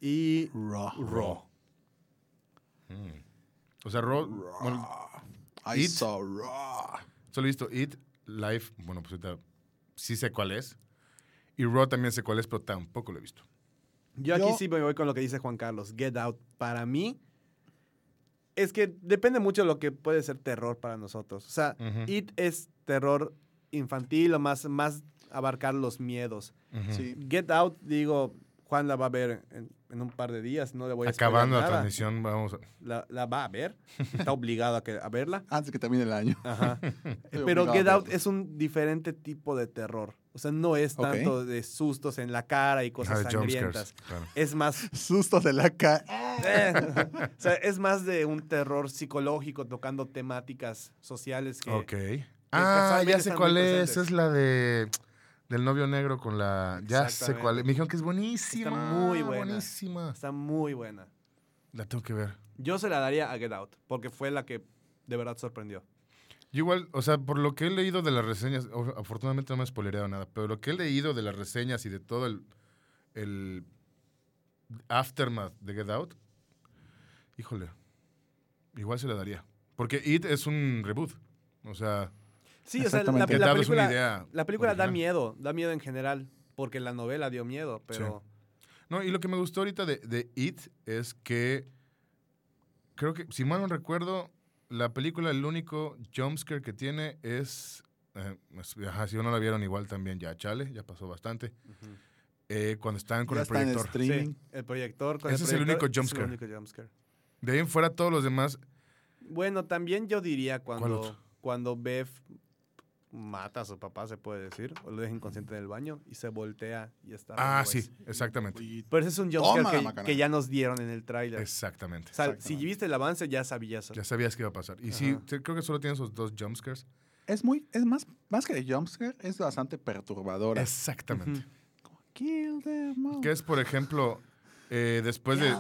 Speaker 2: y
Speaker 1: Raw.
Speaker 2: Raw.
Speaker 3: Mm. O sea, Ro-
Speaker 1: Raw.
Speaker 3: bueno,
Speaker 1: I
Speaker 3: It.
Speaker 1: saw Raw.
Speaker 3: solo he visto It, Life, bueno, pues ahorita sí sé cuál es. Y Raw también sé cuál es, pero tampoco lo he visto.
Speaker 2: Yo aquí
Speaker 1: Yo-
Speaker 2: sí me voy con lo que dice Juan Carlos. Get Out, para mí, es que depende mucho de lo que puede ser terror para nosotros. O sea,
Speaker 3: Ujú.
Speaker 2: It es terror infantil o más, más abarcar los miedos.
Speaker 3: Ujú.
Speaker 1: Sí.
Speaker 2: Get Out, digo, Juan la va a ver en, en un par de días, no le voy a spoilear
Speaker 3: Acabando la
Speaker 2: nada.
Speaker 3: transmisión, vamos a... ah,
Speaker 2: La, la va a ver, está obligado a, que, a verla.
Speaker 1: Antes que termine el año.
Speaker 2: Ajá. Eh,
Speaker 1: Estoy
Speaker 2: Pero
Speaker 1: obligado
Speaker 2: Get
Speaker 1: a
Speaker 2: Out
Speaker 1: verlo.
Speaker 2: es un diferente tipo de terror. O sea, no es
Speaker 1: Ok.
Speaker 2: tanto de sustos en la cara y
Speaker 3: Ah,
Speaker 2: cosas
Speaker 3: de
Speaker 2: sangrientas.
Speaker 3: jumpscares, claro.
Speaker 2: Es más
Speaker 1: Sustos de la
Speaker 3: Ah,
Speaker 1: cara.
Speaker 2: Eh, o sea, es más de un terror psicológico tocando temáticas sociales que
Speaker 3: Ok. Ah,
Speaker 2: casualmente
Speaker 3: ya sé
Speaker 2: están
Speaker 3: cuál
Speaker 2: muy
Speaker 3: es.
Speaker 2: presentes.
Speaker 3: Es la de del novio negro con la. Ya sé
Speaker 2: Exactamente.
Speaker 3: cuál es. Me dijeron que es buenísima.
Speaker 2: muy buena.
Speaker 3: Buenísima.
Speaker 2: está muy buena.
Speaker 3: La tengo que ver.
Speaker 2: Yo se la daría a Get Out, porque fue la que de verdad sorprendió.
Speaker 3: Yo igual, o sea, por lo que he leído de las reseñas, o- afortunadamente no me he spoilereado nada, pero lo que he leído de las reseñas y de todo el, el aftermath de Get Out, híjole, igual se la daría. Porque It es un reboot. O sea,
Speaker 2: Sí, o sea, la,
Speaker 1: Exactamente.
Speaker 3: Get
Speaker 2: la
Speaker 3: Out es una
Speaker 2: película,
Speaker 3: idea.
Speaker 2: la película da
Speaker 3: original.
Speaker 2: miedo, da miedo en general, porque la novela dio miedo, pero
Speaker 3: No, y lo que me gustó ahorita de, de It es que creo que, si mal no recuerdo, la película, el único jumpscare que tiene es. eh, es- ajá, si no la vieron igual también, ya chale, ya pasó bastante.
Speaker 2: Ujú.
Speaker 3: Eh, cuando estaban con
Speaker 1: Ya
Speaker 3: el
Speaker 1: está en
Speaker 3: proyector.
Speaker 2: Sí,
Speaker 1: streaming.
Speaker 2: el proyector con
Speaker 3: Ese es el
Speaker 2: proyector
Speaker 3: único
Speaker 2: es el
Speaker 3: jumpscare.
Speaker 2: único jumpscare.
Speaker 3: De ahí en fuera, todos los demás.
Speaker 2: Bueno, también yo diría
Speaker 3: otro?
Speaker 2: cuando cuando Beth mata a su papá, se puede decir, o lo deja inconsciente en el baño y se voltea y está
Speaker 3: Ah,
Speaker 2: Pennywise.
Speaker 3: sí, exactamente.
Speaker 1: Y-
Speaker 2: Pero ese es un
Speaker 1: Toma la
Speaker 2: jumpscare que,
Speaker 1: macana.
Speaker 2: que ya nos dieron en el tráiler. O
Speaker 3: Exactamente.
Speaker 2: sea, si
Speaker 1: Exactamente.
Speaker 2: viste el avance, ya sabías.
Speaker 3: Ya sabías que iba a pasar. Y sí,
Speaker 2: Ajá.
Speaker 3: sí, creo que solo tiene esos dos jumpscares.
Speaker 1: Es muy, es más, más que de jumpscare, es bastante perturbadora.
Speaker 3: Exactamente.
Speaker 2: Ujú.
Speaker 1: Como, Kill them all".
Speaker 3: Que es, por ejemplo, eh, después de.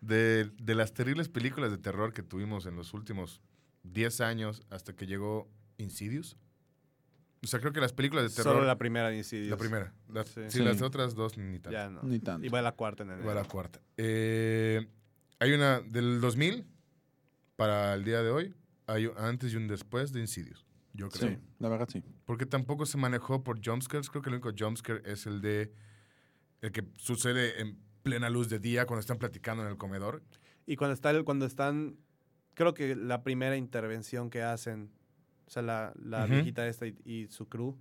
Speaker 3: de, de las terribles películas de terror que tuvimos en los últimos 10 años hasta que llegó Insidious. O sea, creo que las películas de terror...
Speaker 2: Solo la primera de Insidious.
Speaker 3: la primera. Las- sí.
Speaker 2: Sí.
Speaker 3: las
Speaker 1: Sí.
Speaker 3: otras dos ni tal.
Speaker 2: Ya no.
Speaker 1: Ni tanto.
Speaker 2: Y va la cuarta en el.
Speaker 3: Igual la cuarta. Eh, hay una del 2000, para el día de hoy hay un antes y un después de Insidious, yo creo.
Speaker 1: Sí, la verdad sí.
Speaker 3: Porque tampoco se manejó por jumpscares. Creo que el único jumpscare es el de. El que sucede en plena luz de día cuando están platicando en el comedor.
Speaker 2: Y cuando, está el- cuando están, creo que la primera intervención que hacen, o sea, la, la
Speaker 3: Ujú.
Speaker 2: viejita esta y, y su crew,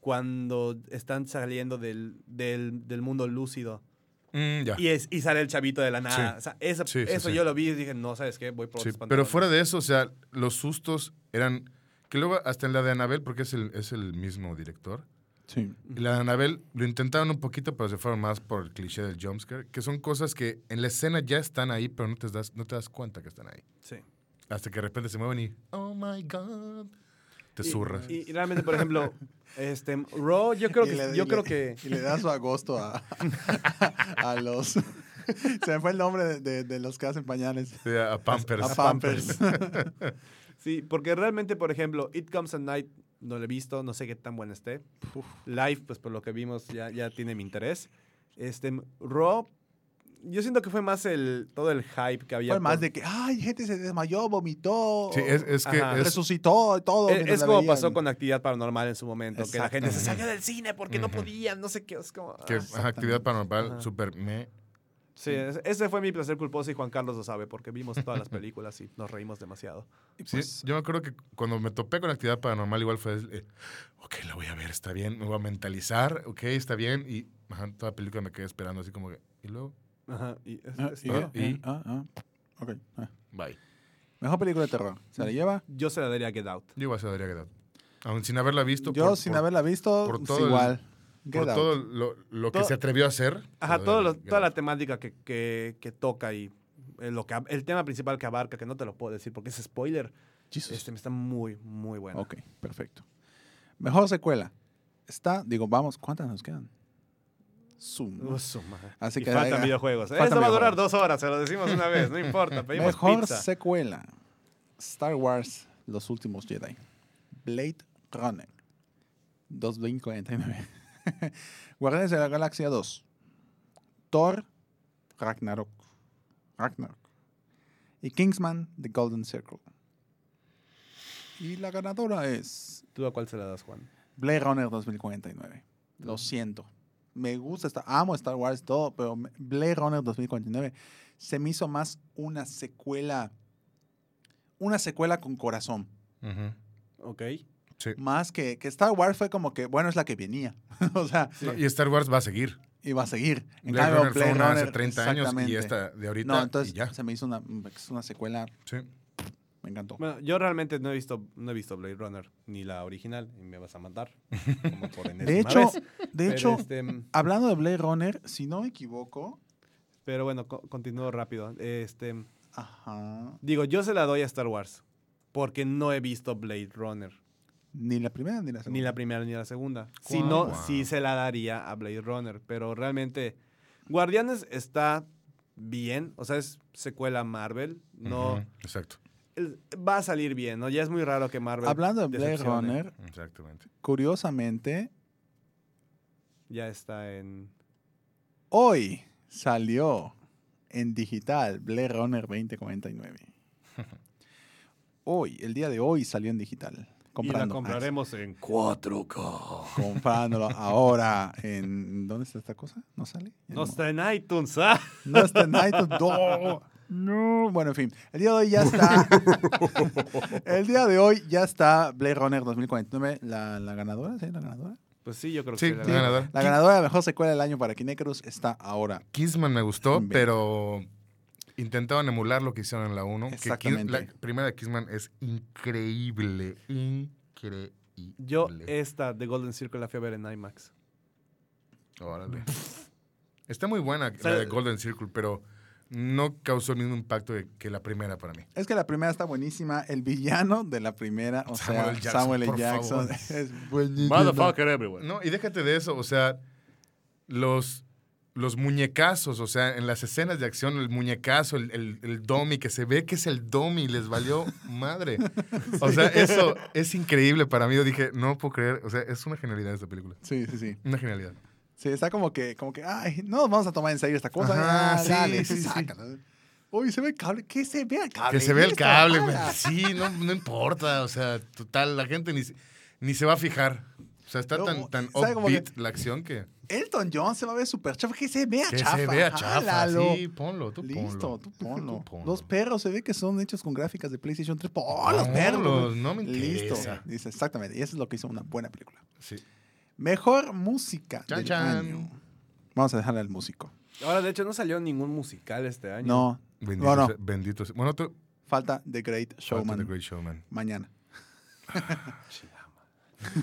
Speaker 2: cuando están saliendo del, del, del mundo lúcido
Speaker 3: Mm, ya.
Speaker 2: y, es, y sale el chavito de la nada.
Speaker 3: Sí.
Speaker 2: O sea, esa-
Speaker 3: Sí, sí,
Speaker 2: eso
Speaker 3: sí.
Speaker 2: yo lo vi y dije, no, ¿sabes qué? Voy por
Speaker 3: Sí,
Speaker 2: otros
Speaker 3: pero
Speaker 2: pantalones".
Speaker 3: fuera de eso, o sea, los sustos eran. Que luego, hasta en la de Anabel, porque es el, es el mismo director.
Speaker 1: Sí.
Speaker 3: Y la de Anabel lo intentaron un poquito, pero se fueron más por el cliché del jumpscare, que son cosas que en la escena ya están ahí, pero no te das, no te das cuenta que están ahí.
Speaker 2: Sí.
Speaker 3: Hasta que de repente se mueven y, oh my god, te
Speaker 2: Y-
Speaker 3: zurras.
Speaker 2: Y, y realmente, por ejemplo, este, Raw, yo creo
Speaker 1: Y
Speaker 2: que...
Speaker 1: le-
Speaker 2: yo
Speaker 1: y
Speaker 2: creo
Speaker 1: le-
Speaker 2: que
Speaker 1: Y le da su agosto a, a los. Se me fue el nombre de, de- de los que hacen pañales.
Speaker 3: Sí, a, a Pampers.
Speaker 1: A Pampers.
Speaker 2: Sí, porque realmente, por ejemplo, It Comes at Night no lo he visto, no sé qué tan buena esté. Live, pues por lo que vimos, ya, ya tiene mi interés. Este, Raw, yo siento que fue más el todo el hype que había.
Speaker 1: Fue más
Speaker 2: por-
Speaker 1: de que, ay, gente se desmayó, vomitó.
Speaker 3: Sí, es, es que
Speaker 2: Ajá.
Speaker 3: es- E,
Speaker 1: resucitó y todo.
Speaker 2: Es,
Speaker 1: mientras
Speaker 2: Eh, es
Speaker 1: la
Speaker 2: como
Speaker 1: veían.
Speaker 2: pasó con Actividad Paranormal en su momento, que la
Speaker 1: Exacto.
Speaker 2: gente se salió del cine porque no
Speaker 3: Ujú.
Speaker 2: podían, no sé qué. Es como,
Speaker 3: que
Speaker 2: ah.
Speaker 3: ajá, actividad
Speaker 2: Ajá.
Speaker 3: paranormal súper me.
Speaker 2: Sí, es- ese fue mi placer culposo y Juan Carlos lo sabe, porque vimos todas las películas y nos reímos demasiado.
Speaker 1: Y
Speaker 3: Sí,
Speaker 1: pues,
Speaker 3: yo me acuerdo que cuando me topé con actividad paranormal, igual fue, eh, ok, la voy a ver, está bien, me voy a mentalizar, ok, está bien. Y ajá, toda la película me quedé esperando así como que, y luego,
Speaker 2: Ajá, y es-
Speaker 1: ah,
Speaker 2: es
Speaker 1: y-
Speaker 2: todo.
Speaker 1: y- ah, ah. Ok, ah.
Speaker 3: bye.
Speaker 1: Mejor película de terror. ¿Se la lleva?
Speaker 2: Yo se la daría a Get Out.
Speaker 3: Yo igual se daría Get Out. Aún sin haberla visto.
Speaker 1: Yo,
Speaker 3: por-
Speaker 1: sin
Speaker 3: por-
Speaker 1: haberla visto,
Speaker 3: por
Speaker 1: es
Speaker 3: todo el-
Speaker 1: igual. Get
Speaker 3: Por
Speaker 1: Out.
Speaker 3: todo lo, lo que
Speaker 2: Todo-
Speaker 3: se atrevió a hacer.
Speaker 2: Ajá,
Speaker 3: se
Speaker 2: todo
Speaker 3: daría
Speaker 2: lo-
Speaker 3: Get
Speaker 2: toda la
Speaker 3: Out.
Speaker 2: temática que, que- que toca y eh, lo que, ab- el tema principal que abarca, que no te lo puedo decir porque es spoiler,
Speaker 1: Jesus.
Speaker 2: este, está muy, muy bueno.
Speaker 1: Ok, perfecto. Mejor secuela. Está, digo, vamos, ¿cuántas nos quedan? Zoom.
Speaker 2: Uh, su madre.
Speaker 1: Así
Speaker 2: Y
Speaker 1: que
Speaker 2: faltan
Speaker 1: ahí-
Speaker 2: videojuegos.
Speaker 1: faltan
Speaker 2: Esto va a durar
Speaker 1: videojuegos.
Speaker 2: dos horas, se lo decimos una vez, no importa. Pedimos
Speaker 1: Mejor
Speaker 2: pizza.
Speaker 1: secuela. Star Wars, Los Últimos Jedi. Blade Runner. 2049. Guardianes de la Galaxia 2. Thor, Ragnarok. Ragnarok. Y Kingsman, The Golden Circle. Y la ganadora es
Speaker 2: ¿Tú a cuál se la das, Juan?
Speaker 1: Blade Runner 2049. Lo siento. Me gusta, esta- amo Star Wars todo, pero me- Blade Runner 2049 se me hizo más una secuela, una secuela con corazón.
Speaker 3: Ujú.
Speaker 2: Ok.
Speaker 3: Sí.
Speaker 1: Más que, que Star Wars fue como que, bueno, es la que venía. o sea,
Speaker 3: No, y Star Wars va a seguir.
Speaker 1: iba a seguir. En
Speaker 3: Blade
Speaker 1: cambio,
Speaker 3: Runner fue
Speaker 1: Blade
Speaker 3: una hace
Speaker 1: Runner,
Speaker 3: 30 años y
Speaker 1: exactamente.
Speaker 3: esta de ahorita.
Speaker 1: No, entonces
Speaker 3: y ya.
Speaker 1: se me hizo una, es una secuela,
Speaker 3: Sí.
Speaker 1: me encantó.
Speaker 2: Bueno, yo realmente no he visto, no he visto Blade Runner, ni la original, y me vas a matar. como por
Speaker 1: De
Speaker 2: enésima
Speaker 1: hecho,
Speaker 2: vez.
Speaker 1: de
Speaker 2: Pero,
Speaker 1: hecho,
Speaker 2: este, mm,
Speaker 1: hablando de Blade Runner, si no me equivoco,
Speaker 2: pero bueno, co- continúo rápido. Este,
Speaker 1: ajá,
Speaker 2: digo, yo se la doy a Star Wars, porque no he visto Blade Runner.
Speaker 1: ni la primera ni la segunda.
Speaker 2: Ni la primera ni la segunda. Si no,
Speaker 3: Guau.
Speaker 2: sí se la daría a Blade Runner. Pero realmente, Guardianes está bien. O sea, es secuela Marvel. No.
Speaker 3: Ujú, Exacto.
Speaker 2: el- va a salir bien, ¿no? Ya es muy raro que Marvel.
Speaker 1: Hablando de Blade
Speaker 2: decepcione.
Speaker 1: Runner,
Speaker 3: Exactamente.
Speaker 1: curiosamente,
Speaker 2: Ya está en.
Speaker 1: hoy salió en digital Blade Runner 2049. Hoy, el día de hoy salió en digital.
Speaker 2: Y
Speaker 1: Comprando.
Speaker 2: la compraremos en.
Speaker 1: Ah, sí, comprándolo ahora en. ¿Dónde está esta cosa? ¿No sale? Ya
Speaker 2: No está en iTunes, ¿ah?
Speaker 1: No está en iTunes. No. No. Bueno, en fin. El día de hoy ya está. el día de hoy ya está Blade Runner 2049. ¿La, la ganadora? ¿Sí? ¿La ganadora?
Speaker 2: Pues sí, yo creo que
Speaker 3: Sí,
Speaker 2: sí la
Speaker 3: sí.
Speaker 2: gana.
Speaker 3: ganadora.
Speaker 1: La ganadora de la mejor secuela del año para Kinecruz está ahora.
Speaker 3: Kissman me gustó,
Speaker 1: Bien.
Speaker 3: pero intentaban emular lo que hicieron en la 1.
Speaker 1: Exactamente.
Speaker 3: la primera de Kissman es increíble. Increíble.
Speaker 2: Yo, eh, esta de Golden Circle la fui a ver en IMAX.
Speaker 3: Órale. Está muy buena
Speaker 2: sea,
Speaker 3: la de Golden Circle, pero no causó el mismo impacto de- que la primera para mí.
Speaker 1: Es que la primera está buenísima. El villano de la primera, o
Speaker 3: Samuel
Speaker 1: sea,
Speaker 3: L. Jackson,
Speaker 1: Samuel L.
Speaker 3: por
Speaker 1: Jackson,
Speaker 3: favor.
Speaker 1: es buenísimo.
Speaker 2: everywhere.
Speaker 3: No, y déjate de eso, o sea, los, los muñecazos, o sea, en las escenas de acción, el muñecazo, el, el, el dummy, que se ve que es el dummy, les valió madre. O sea, eso es increíble para mí. Yo dije, no puedo creer, o sea, es una genialidad esta película.
Speaker 1: Sí, sí, sí.
Speaker 3: Una genialidad.
Speaker 1: Sí, está como que, como que, ay, no nos vamos a tomar en serio esta cosa.
Speaker 3: Ajá,
Speaker 1: Ah,
Speaker 3: sí,
Speaker 1: dale,
Speaker 3: sí, sí.
Speaker 1: sácala. Uy, se ve el cable. ¿Qué se ve el cable?
Speaker 3: Que se ve el
Speaker 1: Esta
Speaker 3: cable,
Speaker 1: mala.
Speaker 3: men. Sí, no, no importa. O sea, total, la gente ni, se- ni se va a fijar. O sea, está
Speaker 1: No,
Speaker 3: tan, tan
Speaker 1: sabe como que-
Speaker 3: upbeat la acción que,
Speaker 1: Elton John se va a ver súper chafa. Que se vea
Speaker 3: que
Speaker 1: chafa.
Speaker 3: se vea chafa.
Speaker 1: Jálalo.
Speaker 3: Sí, ponlo, tú ponlo.
Speaker 1: Listo, tú ponlo.
Speaker 3: Tú ponlo.
Speaker 1: Los perros se ve que son hechos con gráficas de PlayStation 3. ¡Oh, los
Speaker 3: Ponlos,
Speaker 1: perros! güey!
Speaker 3: no me
Speaker 1: Listo.
Speaker 3: interesa.
Speaker 1: Dice, exactamente. Y eso es lo que hizo una buena película.
Speaker 3: Sí.
Speaker 1: Mejor música
Speaker 3: Chan,
Speaker 1: del
Speaker 3: chan.
Speaker 1: año. Vamos a dejarle al músico.
Speaker 2: Ahora, de hecho, no salió ningún musical este año.
Speaker 1: No,
Speaker 3: Bendito,
Speaker 1: Bueno.
Speaker 3: sea- bendito sea. Bueno, tú.
Speaker 1: falta The Great Showman.
Speaker 3: The Great Showman.
Speaker 1: Mañana.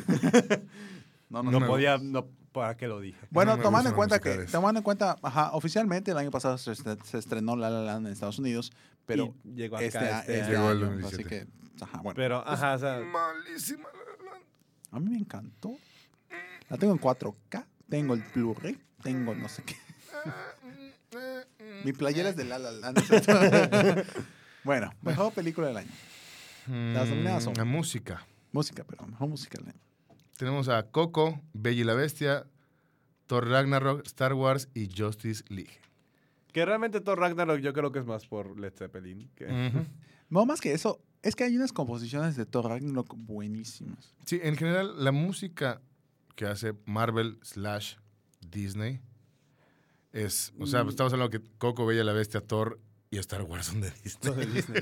Speaker 1: no,
Speaker 2: No,
Speaker 3: No me
Speaker 2: podía, no, ¿para qué lo dije?
Speaker 1: Bueno,
Speaker 3: No me
Speaker 1: tomando en
Speaker 3: gustan los
Speaker 1: cuenta que,
Speaker 3: musicales.
Speaker 1: tomando en cuenta, ajá, oficialmente el año pasado se, est- se estrenó La La Land en Estados Unidos, pero
Speaker 2: Y llegó acá
Speaker 1: este,
Speaker 2: este,
Speaker 1: a- este
Speaker 2: año.
Speaker 3: Llegó el
Speaker 1: año,
Speaker 3: 2017.
Speaker 1: así que, ajá, bueno.
Speaker 2: Pero, ajá, o sea,
Speaker 3: Malísima. la- la-
Speaker 1: A mí me encantó. La tengo en 4K, tengo el Blu-ray, tengo no sé qué. Mi playera es de La La Land. bueno, mejor película del año. Las nominadas son-
Speaker 3: Mm, La música.
Speaker 1: Música, pero mejor música del año.
Speaker 3: Tenemos a Coco, Bella y la Bestia, Thor Ragnarok, Star Wars y Justice League.
Speaker 2: que realmente Thor Ragnarok yo creo que es más por Led Zeppelin. Que...
Speaker 3: Ujú.
Speaker 1: No, más que eso, es que hay unas composiciones de Thor Ragnarok buenísimas.
Speaker 3: Sí, en general, la música que hace Marvel slash Disney es. O sea,
Speaker 2: Mm.
Speaker 3: estamos hablando que Coco, Bella y la Bestia, Thor y Star Wars son de Disney.
Speaker 2: Los de Disney.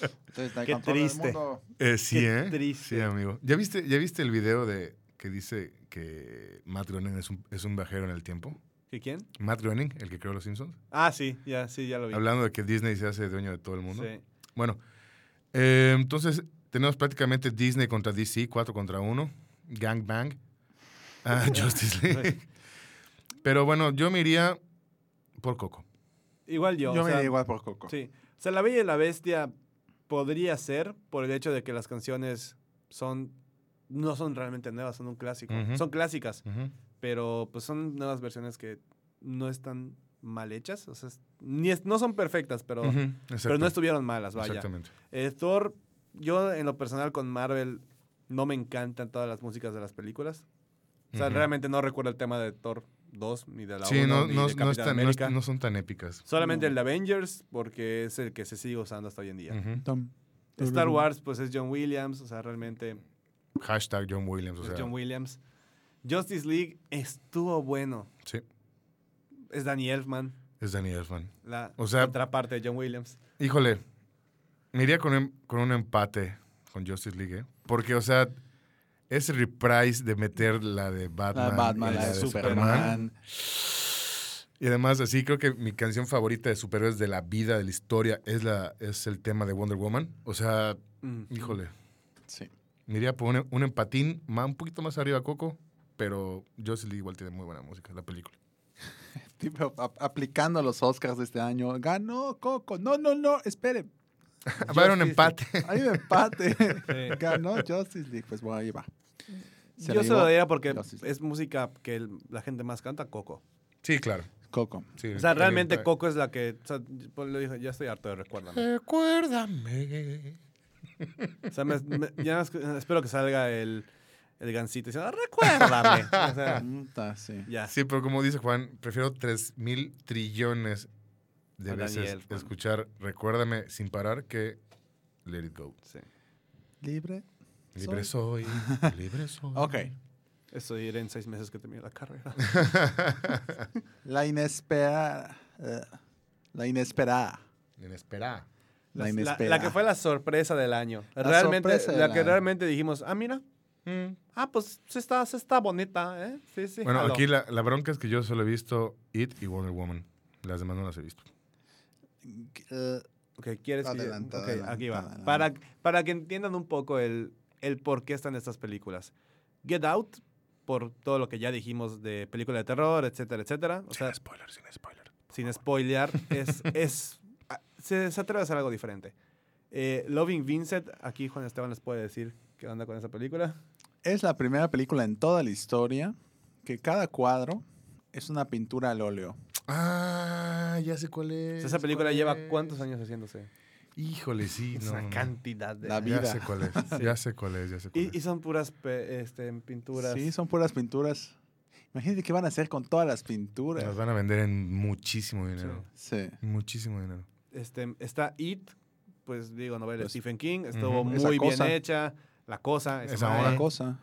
Speaker 1: Entonces, la
Speaker 2: Qué
Speaker 1: controla el
Speaker 2: triste.
Speaker 1: mundo.
Speaker 3: Eh, sí,
Speaker 2: Qué
Speaker 3: ¿eh?
Speaker 2: triste.
Speaker 3: Sí, amigo. ¿Ya viste, ¿Ya viste el video de que dice que Matt Groening es un, es un viajero en el tiempo?
Speaker 2: ¿Que quién?
Speaker 3: Matt Groening, el que creó Los Simpsons.
Speaker 2: Ah, sí, ya, sí, ya lo vi.
Speaker 3: Hablando de que Disney se hace dueño de todo el mundo.
Speaker 2: Sí.
Speaker 3: Bueno, eh, entonces tenemos prácticamente Disney contra DC, 4 contra 1, Gang Bang, ah, Justice League. Pero bueno, yo me iría por Coco.
Speaker 2: Igual yo.
Speaker 1: Yo,
Speaker 2: o
Speaker 1: me
Speaker 2: sea,
Speaker 1: da igual por Coco.
Speaker 2: Sí. O sea, La Bella y la Bestia podría ser por el hecho de que las canciones son. No son realmente nuevas, son un clásico.
Speaker 3: Ujú.
Speaker 2: Son clásicas, pero pues son nuevas versiones que no están mal hechas. O sea, es- ni es- no son perfectas, pero,
Speaker 3: Ujú,
Speaker 2: pero
Speaker 3: exacto,
Speaker 2: no estuvieron malas, vaya.
Speaker 3: Exactamente.
Speaker 2: Eh, Thor, yo en lo personal con Marvel no me encantan todas las músicas de las películas. O sea,
Speaker 3: Ujú.
Speaker 2: realmente no recuerdo el tema de Thor 2, ni de la
Speaker 3: Sí,
Speaker 2: 1,
Speaker 3: no,
Speaker 2: ni
Speaker 3: no-
Speaker 2: de
Speaker 3: no
Speaker 2: Capitán
Speaker 3: están- no es-
Speaker 2: América.
Speaker 3: no son tan épicas.
Speaker 2: Solamente
Speaker 1: No.
Speaker 2: el de Avengers, porque es el que se sigue usando hasta hoy en día.
Speaker 3: Ujú.
Speaker 1: Tom.
Speaker 2: Star Wars, pues es John Williams, o sea, realmente
Speaker 3: Hashtag John Williams. O
Speaker 2: es
Speaker 3: sea,
Speaker 2: John Williams. Justice League estuvo bueno.
Speaker 3: Sí,
Speaker 2: Es Danny Elfman,
Speaker 3: es Danny Elfman.
Speaker 2: la
Speaker 3: O sea-
Speaker 2: contraparte de John Williams.
Speaker 3: Híjole, me iría con, un- con un empate con Justice League, ¿eh? porque, o sea, ese reprise de meter la de Batman,
Speaker 1: La de Batman,
Speaker 3: y
Speaker 1: la de
Speaker 2: Superman.
Speaker 1: Superman.
Speaker 3: Y además, así creo que mi canción favorita de superhéroes de la vida, de la historia, es, la, es el tema de Wonder Woman. O sea,
Speaker 2: Mm.
Speaker 3: híjole,
Speaker 1: Sí.
Speaker 3: me iría por un, un empatín más, un poquito más arriba Coco, pero Justice League igual tiene muy buena música, la película.
Speaker 1: Tipo, a- aplicando los Oscars de este año. Ganó Coco. No, no, no. Espere.
Speaker 3: Va a haber un
Speaker 2: Justice
Speaker 3: empate.
Speaker 1: Hay un empate.
Speaker 2: Sí.
Speaker 1: Ganó Justice League. Pues bueno, ahí va. Se
Speaker 2: Yo
Speaker 1: la
Speaker 2: se
Speaker 1: llevó
Speaker 2: lo daría porque
Speaker 1: Justice League.
Speaker 2: es música que el- la gente más canta, Coco.
Speaker 3: Sí, claro.
Speaker 1: Coco.
Speaker 3: sí.
Speaker 2: O sea, realmente
Speaker 3: Eh,
Speaker 2: Coco es la que. O sea, yo le dije, ya estoy harto de recuérdame.
Speaker 3: Recuérdame.
Speaker 2: O sea, me- me- ya es- espero que salga el, el gancito diciendo, recuérdame. O sea,
Speaker 1: Puta, sí.
Speaker 2: ya.
Speaker 3: Sí, pero como dice Juan, prefiero tres mil trillones de
Speaker 2: A Danny
Speaker 3: veces
Speaker 2: Elfman.
Speaker 3: escuchar Recuérdame sin parar que Let It Go.
Speaker 2: Sí.
Speaker 1: Libre.
Speaker 3: Libre soy, libre soy.
Speaker 1: Ok.
Speaker 2: Eso diré en seis meses que termine la carrera.
Speaker 1: La inesperada. eh, la inesperada.
Speaker 3: Inesperada.
Speaker 1: La
Speaker 2: Las-
Speaker 1: inesperada.
Speaker 2: que fue la sorpresa del año.
Speaker 1: La
Speaker 2: realmente,
Speaker 1: sorpresa del
Speaker 2: la que
Speaker 1: año.
Speaker 2: realmente dijimos, ah, mira, ah, pues sí está, sí está bonita, ¿eh? Sí, sí.
Speaker 3: Mm. Bueno,
Speaker 2: jalo".
Speaker 3: aquí la, la bronca es que yo solo he visto It y Wonder Woman. Las demás no las he visto.
Speaker 1: Eh,
Speaker 2: Ok, ¿quieres que yo-
Speaker 1: Adelante,
Speaker 2: ok,
Speaker 1: adelante,
Speaker 2: aquí va.
Speaker 1: adelante.
Speaker 2: Para, para que entiendan un poco el, el por qué están estas películas. Get Out, por todo lo que ya dijimos de película de terror, etcétera, etcétera. O sea,
Speaker 3: spoiler, sin spoiler.
Speaker 2: sin spoilear, es, es, a- se, se atreve a hacer algo diferente. Eh, Loving Vincent, aquí Juan Esteban les puede decir qué onda con esa película.
Speaker 1: Es la primera película en toda la historia que cada cuadro es una pintura al óleo.
Speaker 3: Ah, ya sé cuál
Speaker 2: O
Speaker 3: es.
Speaker 2: sea, esa película
Speaker 3: cuál
Speaker 2: lleva
Speaker 3: es.
Speaker 2: cuántos años haciéndose.
Speaker 3: Híjole, sí.
Speaker 2: Es
Speaker 3: no,
Speaker 2: una
Speaker 3: no, no.
Speaker 2: cantidad de...
Speaker 1: La vi-
Speaker 3: Ya
Speaker 1: vida.
Speaker 3: sé cuál es, ya sé cuál es, ya sé cuál es.
Speaker 2: Y, y son puras pe- este, pinturas.
Speaker 1: Sí, son puras pinturas. Imagínate qué van a hacer con todas las pinturas.
Speaker 3: Nos van a vender en muchísimo dinero.
Speaker 1: Sí.
Speaker 3: Muchísimo dinero.
Speaker 2: Este, está It, pues digo, novela de
Speaker 1: Pues,
Speaker 2: Stephen King, estuvo
Speaker 3: ujú.
Speaker 1: Esa
Speaker 2: muy bien
Speaker 1: cosa.
Speaker 2: hecha. La cosa.
Speaker 3: Esa
Speaker 2: está
Speaker 3: Ah,
Speaker 1: Otra
Speaker 3: eh.
Speaker 2: ahí.
Speaker 1: cosa.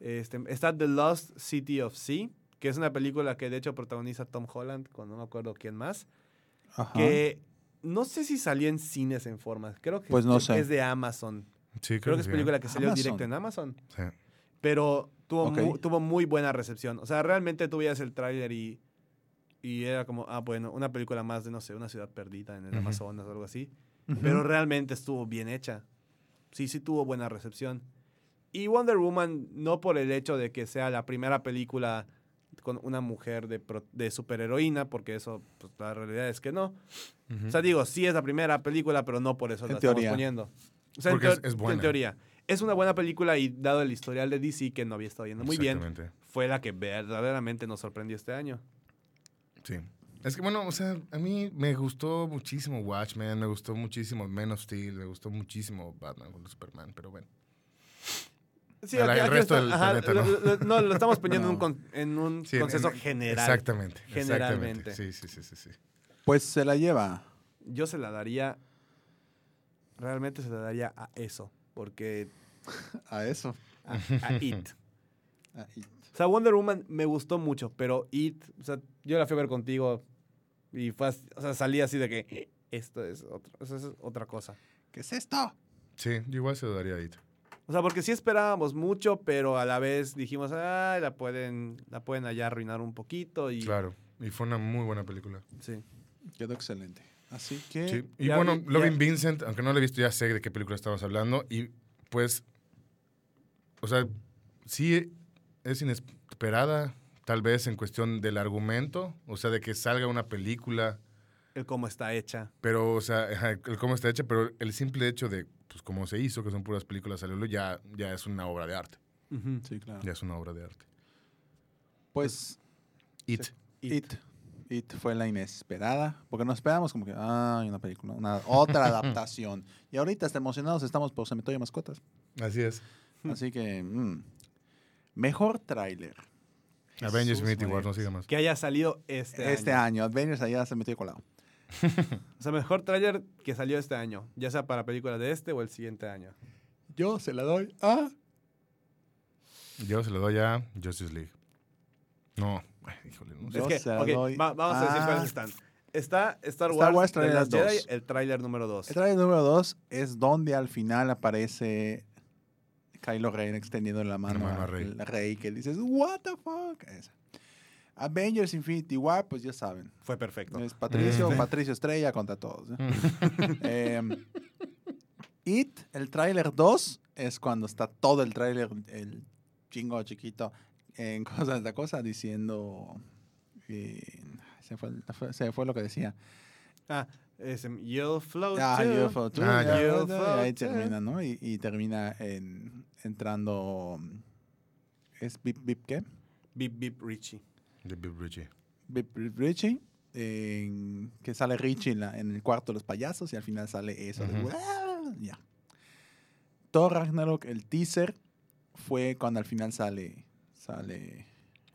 Speaker 2: Este, está The Lost City of Sea, que es una película que de hecho protagoniza Tom Holland, con no me acuerdo quién más.
Speaker 1: Ajá.
Speaker 2: Que no sé si salió en cines en forma. Creo que
Speaker 1: Pues no
Speaker 2: es,
Speaker 1: sé.
Speaker 2: es de Amazon.
Speaker 3: Sí,
Speaker 2: Creo que es
Speaker 3: sí. ¿eh?
Speaker 2: película que salió
Speaker 1: ¿eh? Amazon.
Speaker 2: directo en Amazon.
Speaker 3: Sí.
Speaker 2: Pero tuvo,
Speaker 1: Ok.
Speaker 2: mu- tuvo muy buena recepción. O sea, realmente tú veías el tráiler y, y era como, ah, bueno, una película más de, no sé, una ciudad perdida en el
Speaker 3: Ujú.
Speaker 2: Amazonas o algo así.
Speaker 1: Ujú.
Speaker 2: Pero realmente estuvo bien hecha. Sí, sí tuvo buena recepción. Y Wonder Woman, no por el hecho de que sea la primera película con una mujer de, pro- de superheroína, porque eso, pues la realidad es que no.
Speaker 3: Ujú.
Speaker 2: O sea, digo, sí es la primera película, pero no por eso
Speaker 1: En
Speaker 2: la
Speaker 1: teoría.
Speaker 2: estamos poniendo. O sea,
Speaker 3: Porque
Speaker 2: en,
Speaker 3: es- es buena.
Speaker 2: en teoría. Es una buena película y dado el historial de DC que no había estado yendo muy bien,
Speaker 3: Exactamente.
Speaker 2: fue la que verdaderamente nos sorprendió este año.
Speaker 3: Sí. Es que bueno, o sea, a mí me gustó muchísimo Watchmen, me gustó muchísimo Man of Steel, me gustó muchísimo Batman contra Superman, pero bueno.
Speaker 2: Sí,
Speaker 3: El-
Speaker 2: aquí-
Speaker 3: el
Speaker 2: aquí
Speaker 3: resto
Speaker 2: está-
Speaker 3: del
Speaker 2: ajá,
Speaker 3: planeta,
Speaker 2: lo-
Speaker 3: ¿no?
Speaker 2: lo- lo- no, lo estamos poniendo en un,
Speaker 1: No.
Speaker 2: con- en un
Speaker 3: Sí, en-
Speaker 2: consenso
Speaker 3: en-
Speaker 2: general.
Speaker 3: Exactamente.
Speaker 2: Generalmente.
Speaker 3: Exactamente. Sí, sí, sí, sí, sí.
Speaker 1: Pues se la lleva.
Speaker 2: Yo se la daría, realmente se la daría a eso, porque
Speaker 1: A eso.
Speaker 2: a, a It.
Speaker 1: A- y-
Speaker 2: O sea, Wonder Woman me gustó mucho, pero It, o sea, yo la fui a ver contigo y fue as- o sea, salí así de que esto es, otro- o sea, es otra cosa.
Speaker 1: ¿Qué es esto?
Speaker 3: Sí, yo igual se lo daría a It.
Speaker 2: O sea, porque sí esperábamos mucho, pero a la vez dijimos, ah, la pueden, la pueden allá arruinar un poquito y
Speaker 3: Claro. Y fue una muy buena película.
Speaker 2: sí.
Speaker 1: Quedó excelente. Así que.
Speaker 3: Sí. Y
Speaker 2: Eh, Ya
Speaker 3: bueno,
Speaker 2: vi- ya-
Speaker 3: Loving Vincent, aunque no lo he visto, ya sé de qué película estamos hablando. Y pues, o sea, sí es inesperada, tal vez en cuestión del argumento, o sea, de que salga una película,
Speaker 2: el cómo está hecha.
Speaker 3: pero, o sea, ajá, el cómo está hecha, pero el simple hecho de, pues, cómo se hizo, que son puras películas al hilo, ya, ya es una obra de arte.
Speaker 1: Sí, claro.
Speaker 3: Ya es una obra de arte.
Speaker 1: Pues
Speaker 3: It.
Speaker 1: It. It fue la inesperada, porque nos esperamos como que, ah, una película, una otra adaptación. Y ahorita hasta emocionados estamos por Cementerio de Mascotas.
Speaker 3: Así es.
Speaker 1: Así que, mm, mejor tráiler.
Speaker 3: Avengers
Speaker 1: Jesús
Speaker 3: Infinity War,
Speaker 1: María.
Speaker 3: no siga más.
Speaker 2: Que haya salido este,
Speaker 1: Este, año,
Speaker 2: año.
Speaker 1: Avengers allá se metió colado.
Speaker 2: O sea, mejor tráiler que salió este año, ya sea para películas de este o el siguiente año.
Speaker 1: Yo se la doy a...
Speaker 3: Yo se lo doy a Justice League. No, ay, híjole, no sé.
Speaker 1: Yo
Speaker 2: es que,
Speaker 1: se la
Speaker 2: ok,
Speaker 1: doy
Speaker 2: va- vamos a decir
Speaker 1: a-
Speaker 2: cuáles están. Está
Speaker 1: Star
Speaker 2: Star Wars,
Speaker 1: Wars
Speaker 2: The
Speaker 1: Trailer
Speaker 2: Last Jedi,
Speaker 1: 2.
Speaker 2: el tráiler número 2.
Speaker 1: El tráiler número 2 es donde al final aparece Kylo Ren extendiendo la mano,
Speaker 3: mano a
Speaker 1: a
Speaker 3: Rey.
Speaker 1: Rey. que dices, what the fuck. Esa. Avengers Infinity War, pues ya saben.
Speaker 2: Fue perfecto.
Speaker 1: Es Patricio,
Speaker 3: Mm.
Speaker 1: Patricio Estrella contra todos. ¿no? Em, It, el tráiler 2, es cuando está todo el tráiler, el chingo chiquito, en cosas de cosa, diciendo... eh, se, fue, se fue lo que decía.
Speaker 2: Ah, es em, You'll Float
Speaker 1: Ah,
Speaker 2: Too.
Speaker 1: UFO Tour,
Speaker 3: Ah,
Speaker 1: ya,
Speaker 3: ya.
Speaker 1: ya,
Speaker 2: UFO
Speaker 1: ya, ahí
Speaker 2: Tour.
Speaker 1: termina, ¿no? Y, y termina en, entrando... mm, ¿Es Bip Bip qué?
Speaker 2: Bip Bip Richie.
Speaker 3: De Bill Ritchie.
Speaker 1: Bip Bip Richie. en- que sale Richie en, la- en el cuarto de los payasos y al final sale eso de...
Speaker 3: Ujú.
Speaker 1: "Wow", Ya. Thor Ragnarok, el teaser, fue cuando al final sale... Sale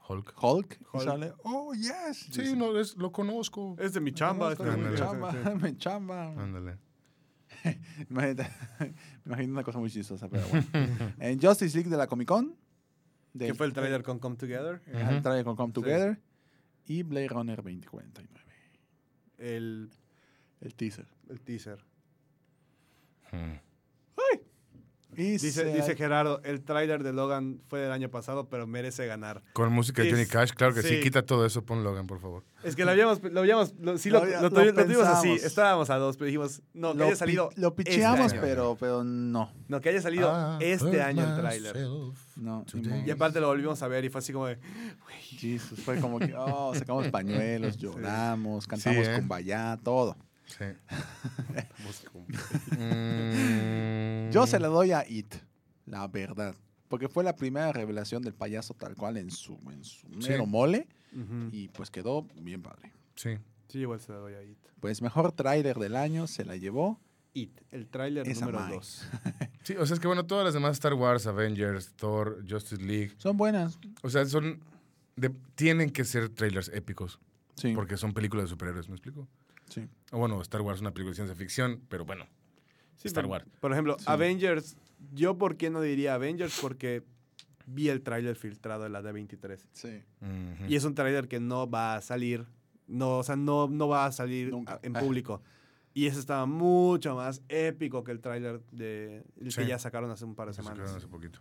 Speaker 3: Hulk.
Speaker 1: Hulk. y
Speaker 2: Hulk.
Speaker 1: sale... ¡Oh, yes!
Speaker 3: Sí, no, es, lo conozco.
Speaker 2: Es de mi chamba.
Speaker 1: Es
Speaker 2: este
Speaker 3: de
Speaker 2: güey.
Speaker 3: mi
Speaker 1: Ah, mi
Speaker 3: ándale.
Speaker 1: chamba,
Speaker 2: Sí, sí,
Speaker 1: mi chamba.
Speaker 2: sí.
Speaker 3: Ándale.
Speaker 1: Imagínate, me imagino una cosa muy chistosa, pero bueno. en Justice League de la Comic Con.
Speaker 2: ¿Qué fue el tráiler con Come Together?
Speaker 1: Ajá, el
Speaker 3: Ujú.
Speaker 1: tráiler con Come
Speaker 2: Sí.
Speaker 1: Together. Y Blade Runner 2049.
Speaker 2: El,
Speaker 1: El teaser.
Speaker 2: el teaser.
Speaker 3: Hmm.
Speaker 1: Y
Speaker 2: Dice,
Speaker 1: se-
Speaker 2: dice Gerardo, el tráiler de Logan fue del año pasado, pero merece ganar.
Speaker 3: Con música de Johnny
Speaker 2: Es-
Speaker 3: Cash, claro que sí.
Speaker 2: sí.
Speaker 3: Quita todo eso, pon Logan, por favor.
Speaker 2: Es que lo habíamos, lo habíamos, lo- sí lo,
Speaker 1: Lo había-
Speaker 2: lo
Speaker 1: lo
Speaker 2: tuvi- lo tuvimos así,
Speaker 1: pensamos.
Speaker 2: estábamos a dos, pero dijimos, no, que
Speaker 1: lo,
Speaker 2: haya
Speaker 1: pi-
Speaker 2: salido, este
Speaker 1: lo picheamos,
Speaker 2: año.
Speaker 1: pero, pero no.
Speaker 2: no, que haya salido
Speaker 3: Ah,
Speaker 2: este
Speaker 3: hurt
Speaker 2: año el
Speaker 3: myself
Speaker 2: tráiler.
Speaker 1: No, ni
Speaker 3: today.
Speaker 1: modo.
Speaker 2: Y aparte lo volvimos a ver y fue así como de,
Speaker 1: Jesus, fue como que, oh, sacamos pañuelos, lloramos, cantamos
Speaker 3: Sí, ¿eh?
Speaker 1: con Bayá, todo.
Speaker 3: Sí.
Speaker 2: "Busco".
Speaker 3: Mm.
Speaker 1: Yo se le doy a It, la verdad. Porque fue la primera revelación del payaso tal cual en su, en su
Speaker 3: Sí.
Speaker 1: mero mole.
Speaker 2: Ujú.
Speaker 1: Y pues quedó bien padre.
Speaker 3: Sí.
Speaker 2: Sí, igual se la doy a It.
Speaker 1: Pues mejor tráiler del año se la llevó.
Speaker 2: It, el tráiler
Speaker 1: Esa
Speaker 2: número
Speaker 1: madre.
Speaker 2: 2.
Speaker 3: Sí, o sea, es que bueno, todas las demás Star Wars, Avengers, Thor, Justice League,
Speaker 1: Son buenas.
Speaker 3: o sea, son. de- tienen que ser trailers épicos
Speaker 1: Sí.
Speaker 3: porque son películas de superhéroes, ¿me explico?
Speaker 1: Sí.
Speaker 3: O bueno, Star Wars es una película de ciencia ficción, pero bueno,
Speaker 2: Sí,
Speaker 3: Star
Speaker 2: por-
Speaker 3: Wars.
Speaker 2: Por ejemplo,
Speaker 1: Sí.
Speaker 2: Avengers. Yo, ¿por qué no diría Avengers? Porque vi el tráiler filtrado de la D23.
Speaker 1: Sí.
Speaker 3: ujú.
Speaker 2: Y es un tráiler que no va a salir. No, o sea, no, no va a salir
Speaker 1: Nunca.
Speaker 2: en
Speaker 1: Ah.
Speaker 2: público. Y ese estaba mucho más épico que el tráiler de el
Speaker 3: Sí.
Speaker 2: que ya sacaron hace un par de
Speaker 3: Se
Speaker 2: semanas.
Speaker 3: sacaron hace poquito.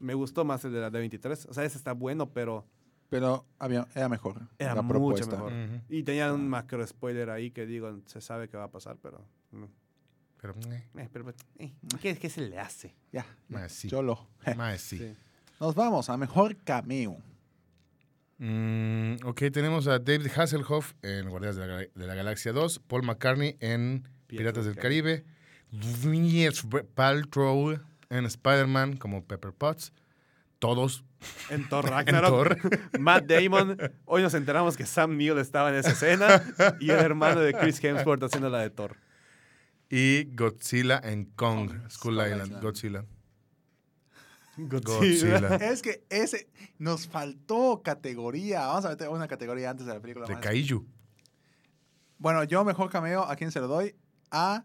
Speaker 2: Me gustó más el de la D23. O sea, ese está bueno, pero.
Speaker 1: Pero había, era mejor.
Speaker 2: Era
Speaker 1: la
Speaker 2: mucho
Speaker 1: propuesta.
Speaker 2: mejor.
Speaker 3: Ujú.
Speaker 2: Y tenían un macro spoiler ahí que digo, se sabe que va a pasar, pero. mm,
Speaker 3: Pero, eh,
Speaker 2: eh, pero, eh, ¿qué, qué se le hace?
Speaker 1: Ya. ya,
Speaker 3: más sí.
Speaker 1: Cholo.
Speaker 3: Más sí.
Speaker 2: Sí.
Speaker 1: Nos vamos a mejor cameo.
Speaker 3: Mm, ok, tenemos a David Hasselhoff en Guardias de la, Gal- de la Galaxia 2, Paul McCartney en Piratas del Caribe, Gwyneth Paltrow en Spider-Man como Pepper Potts, todos
Speaker 2: En Thor
Speaker 3: en
Speaker 2: Ragnarok.
Speaker 3: Thor.
Speaker 2: Matt Damon. Hoy nos enteramos que Sam Neill estaba en esa escena y el hermano de Chris Hemsworth haciendo la de Thor.
Speaker 3: y Godzilla en
Speaker 1: Kong,
Speaker 3: Kong, Skull
Speaker 1: Skull
Speaker 3: Island,
Speaker 1: Island.
Speaker 3: Godzilla.
Speaker 2: Godzilla.
Speaker 1: Es que ese nos faltó categoría. Vamos a meter una categoría antes de la película.
Speaker 3: De
Speaker 1: más.
Speaker 3: Kaiju.
Speaker 1: Bueno, yo mejor cameo, ¿a quién se lo doy? A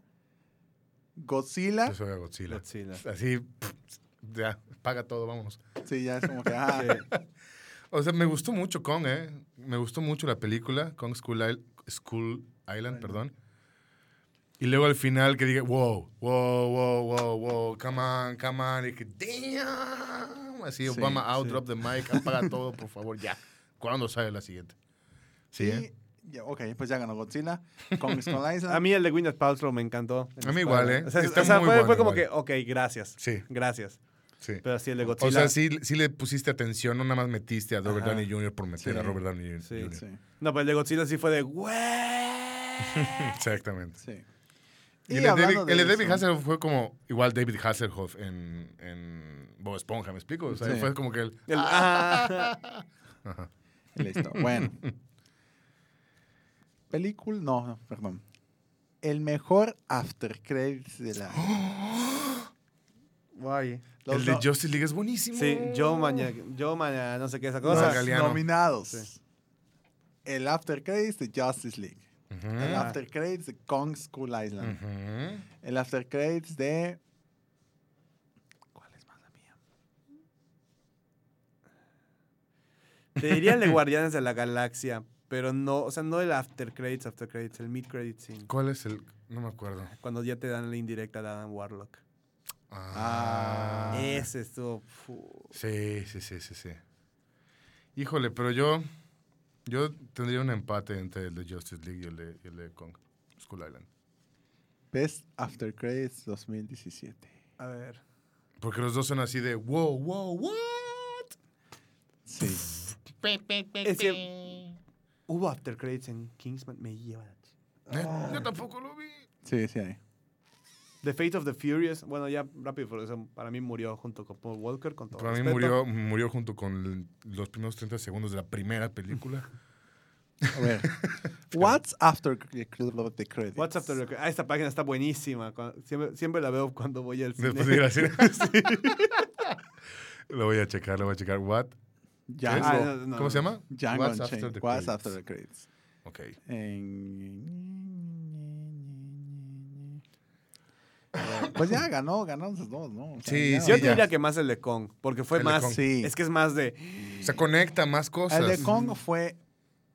Speaker 1: Godzilla.
Speaker 3: Yo soy a Godzilla.
Speaker 2: Godzilla.
Speaker 3: Así, pff, ya, paga todo, vámonos.
Speaker 1: Sí, ya es como que. ah,
Speaker 3: O sea, me gustó mucho Kong, ¿eh? Me gustó mucho la película, Kong School, Isl- School Island, perdón. Y luego al final que dije, wow, wow, wow, wow, wow, come on, come on. Y dije, damn. Así,
Speaker 1: Sí,
Speaker 3: Obama, out,
Speaker 2: sí.
Speaker 3: drop the mic, apaga todo, por favor, ya. ¿Cuándo sale la siguiente? Sí,
Speaker 1: y-
Speaker 3: ¿eh?
Speaker 1: ya, ok, pues ya ganó Godzilla. Con Skull Island.
Speaker 2: A mí el de Gwyneth Paltrow me encantó.
Speaker 3: A mí igual, ¿eh?
Speaker 2: O sea,
Speaker 3: Está
Speaker 2: o sea,
Speaker 3: muy
Speaker 2: fue,
Speaker 3: bueno
Speaker 2: fue como
Speaker 3: igual.
Speaker 2: que, ok, gracias.
Speaker 3: Sí,
Speaker 2: Gracias.
Speaker 3: sí.
Speaker 2: Pero sí, el de
Speaker 3: O
Speaker 2: Godzilla.
Speaker 3: sea, sí, sí le pusiste atención, no nada más metiste a Robert
Speaker 2: Ajá.
Speaker 3: Downey Jr. por meter
Speaker 1: Sí.
Speaker 3: a Robert Downey
Speaker 2: Sí,
Speaker 3: Jr.
Speaker 1: Sí,
Speaker 2: No, pero el de Godzilla sí fue de, güey.
Speaker 3: Exactamente.
Speaker 1: sí.
Speaker 3: Y el de David,
Speaker 1: hablando de
Speaker 3: el de David
Speaker 1: eso,
Speaker 3: Hasselhoff fue como igual David Hasselhoff en, en Bob Esponja, ¿me explico? O sea,
Speaker 1: Sí.
Speaker 3: fue como que el,
Speaker 2: El- ah.
Speaker 1: Listo. Bueno. Película. No, no, perdón. El mejor after credits de la.
Speaker 2: Guay.
Speaker 1: Los
Speaker 3: el de
Speaker 1: no-
Speaker 3: Justice League es buenísimo.
Speaker 2: Sí, yo mañana, yo mañana, no sé qué esa
Speaker 1: los
Speaker 2: cosa.
Speaker 3: Galeano.
Speaker 1: nominados.
Speaker 2: Sí.
Speaker 1: El after credits de Justice League.
Speaker 3: Ujú.
Speaker 1: El
Speaker 2: Ah.
Speaker 1: after credits de Kong School Island.
Speaker 3: Ujú.
Speaker 1: El after credits de. ¿Cuál es más la mía?
Speaker 2: Te diría el de Guardianes de la Galaxia, pero no, o sea, no el after credits, after credits, el mid credits scene.
Speaker 3: ¿Cuál es el? No me acuerdo.
Speaker 2: Cuando ya te dan la indirecta de Adam Warlock.
Speaker 3: Ah.
Speaker 2: Ese estuvo. fu-
Speaker 3: Sí, sí, sí, sí, sí. Híjole, pero yo, yo tendría un empate entre el de Justice League y el de, y el de Kong, School Island.
Speaker 1: Best After Credits 2017.
Speaker 2: A ver.
Speaker 3: Porque los dos son así de wow, wow, what.
Speaker 1: Sí.
Speaker 2: Es que hubo after credits en Kingsman, me lleva la ch-
Speaker 3: ¿Eh?
Speaker 1: Ah.
Speaker 3: Yo tampoco lo vi.
Speaker 1: Sí, sí hay.
Speaker 2: The Fate of the Furious, bueno, ya rápido, por eso para mí murió junto con Paul Walker, con todo
Speaker 3: Para mí
Speaker 2: respeto.
Speaker 3: murió, murió junto con el- los primeros 30 segundos de la primera película.
Speaker 1: A ver. What's After the Credits?
Speaker 2: What's after the- Ah, esta página está buenísima. cua- Siempre, siempre la veo cuando voy al cine.
Speaker 3: Después de ir al cine. Sí. Lo voy a checar, lo voy a checar. What?
Speaker 1: Django.
Speaker 2: Ah, no, no, no,
Speaker 3: ¿Cómo se
Speaker 2: no.
Speaker 3: llama?
Speaker 1: Django
Speaker 3: What's
Speaker 1: Unchained.
Speaker 3: After the
Speaker 1: What's
Speaker 3: Credits.
Speaker 1: After the Credits?
Speaker 3: Ok.
Speaker 1: En- Pues ya ganó, ganaron esos dos, ¿no? O sea,
Speaker 3: Sí,
Speaker 1: ya-
Speaker 3: sí,
Speaker 2: Yo
Speaker 3: ya.
Speaker 2: te diría que más el de Kong, porque fue
Speaker 3: El de
Speaker 2: más.
Speaker 3: Kong.
Speaker 1: Sí.
Speaker 2: Es que es más de.
Speaker 3: Se conecta más cosas.
Speaker 1: El de Kong fue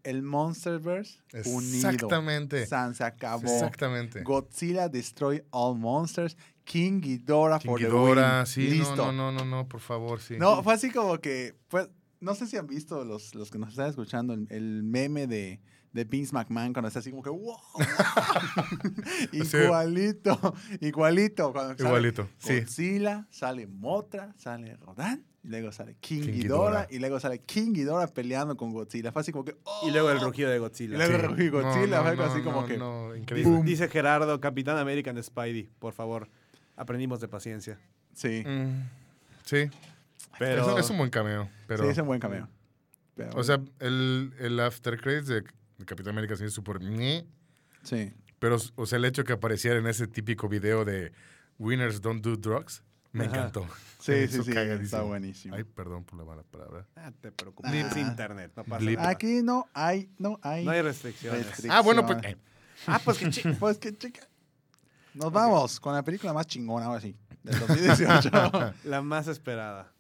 Speaker 1: el Monsterverse unido.
Speaker 3: Exactamente.
Speaker 1: San se acabó.
Speaker 3: Exactamente.
Speaker 1: Godzilla Destroy All Monsters. King Ghidorah for the
Speaker 3: Chinguidora,
Speaker 1: win.
Speaker 3: sí.
Speaker 1: Listo.
Speaker 3: No, no, no, no, no, por favor, sí.
Speaker 1: No, fue así como que, pues, no sé si han visto los, los que nos están escuchando el, el meme de, de Vince McMahon cuando está así como que, wow, igualito, igualito. Cuando sale
Speaker 3: Igualito, sí.
Speaker 1: Godzilla, sale Motra, sale Rodan, y luego sale King,
Speaker 3: King
Speaker 1: Ghidorah,
Speaker 3: Ghidorah.
Speaker 1: y luego sale King Ghidorah peleando con Godzilla. Fue así como que, oh,
Speaker 2: Y luego el rugido de
Speaker 1: y
Speaker 2: Godzilla.
Speaker 1: luego
Speaker 3: Sí.
Speaker 1: rugí Godzilla,
Speaker 3: No,
Speaker 1: fue
Speaker 3: no,
Speaker 1: así
Speaker 3: no,
Speaker 1: como
Speaker 3: no,
Speaker 1: que,
Speaker 3: no,
Speaker 2: Dice,
Speaker 3: increíble.
Speaker 1: Boom.
Speaker 2: dice Gerardo, Capitán América en Spidey, por favor. Aprendimos de paciencia.
Speaker 1: sí,
Speaker 3: Mm, Sí,
Speaker 2: Pero
Speaker 3: es, un- es un buen cameo. Pero...
Speaker 1: sí, es un buen cameo. Pero,
Speaker 3: O sea, el, el After Credits de, de Capitán América sí es súper. ñe,
Speaker 1: sí.
Speaker 3: Pero, o sea, el hecho que apareciera en ese típico video de Winners Don't Do Drugs. Me
Speaker 2: Ajá.
Speaker 3: encantó.
Speaker 1: Sí,
Speaker 3: Eso
Speaker 1: sí, sí,
Speaker 3: cagadísimo.
Speaker 1: está buenísimo.
Speaker 3: Ay, perdón por la mala palabra.
Speaker 2: Ah, te preocupes.
Speaker 1: Ah.
Speaker 2: Es internet, no pasa
Speaker 3: Blip.
Speaker 2: nada.
Speaker 1: Aquí no hay, no hay.
Speaker 2: No hay restricciones.
Speaker 1: restricciones.
Speaker 3: Ah, bueno, pues.
Speaker 1: Fricción.
Speaker 3: eh. Ah, pues que chi-
Speaker 1: Pues que chica. Nos vamos con la película más chingona ahora sí, del 2018.
Speaker 2: La más esperada.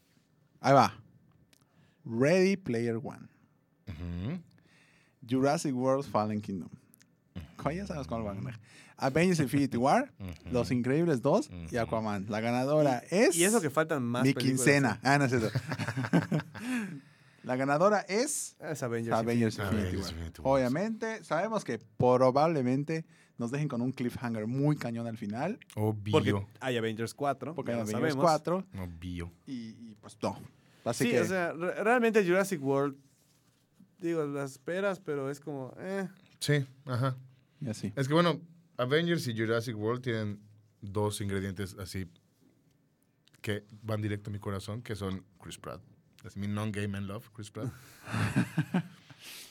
Speaker 1: Ahí va. Ready Player One.
Speaker 3: Ujú.
Speaker 1: Jurassic World Fallen Kingdom. ¿Cuál ya sabes cuál va a ganar? Avengers Infinity War,
Speaker 3: Ujú.
Speaker 1: Los Increíbles 2 y
Speaker 3: Ujú.
Speaker 1: Aquaman. La ganadora es.
Speaker 2: Y eso que faltan más
Speaker 1: Mi
Speaker 2: películas.
Speaker 1: quincena. Ah, no es eso. la ganadora es.
Speaker 2: Ah, Es Avengers.
Speaker 1: Avengers
Speaker 3: Infinity
Speaker 1: Infinity
Speaker 3: War.
Speaker 1: War.
Speaker 3: Infinity War, sí.
Speaker 1: Obviamente, sabemos que probablemente nos dejen con un cliffhanger muy cañón al final,
Speaker 3: Obvio.
Speaker 2: Porque hay Avengers 4.
Speaker 1: porque
Speaker 2: ya
Speaker 1: hay
Speaker 2: lo
Speaker 1: Avengers
Speaker 2: sabemos.
Speaker 1: 4
Speaker 3: Obvio.
Speaker 1: y, y, pues no. Así
Speaker 2: Sí,
Speaker 1: que
Speaker 2: o sea, re- realmente Jurassic World, digo, las esperas, pero es como, eh.
Speaker 3: Sí, ajá.
Speaker 1: y así.
Speaker 3: Es que bueno, Avengers y Jurassic World tienen dos ingredientes así que van directo a mi corazón, que son Chris Pratt. Es mi non-gay man love, Chris Pratt.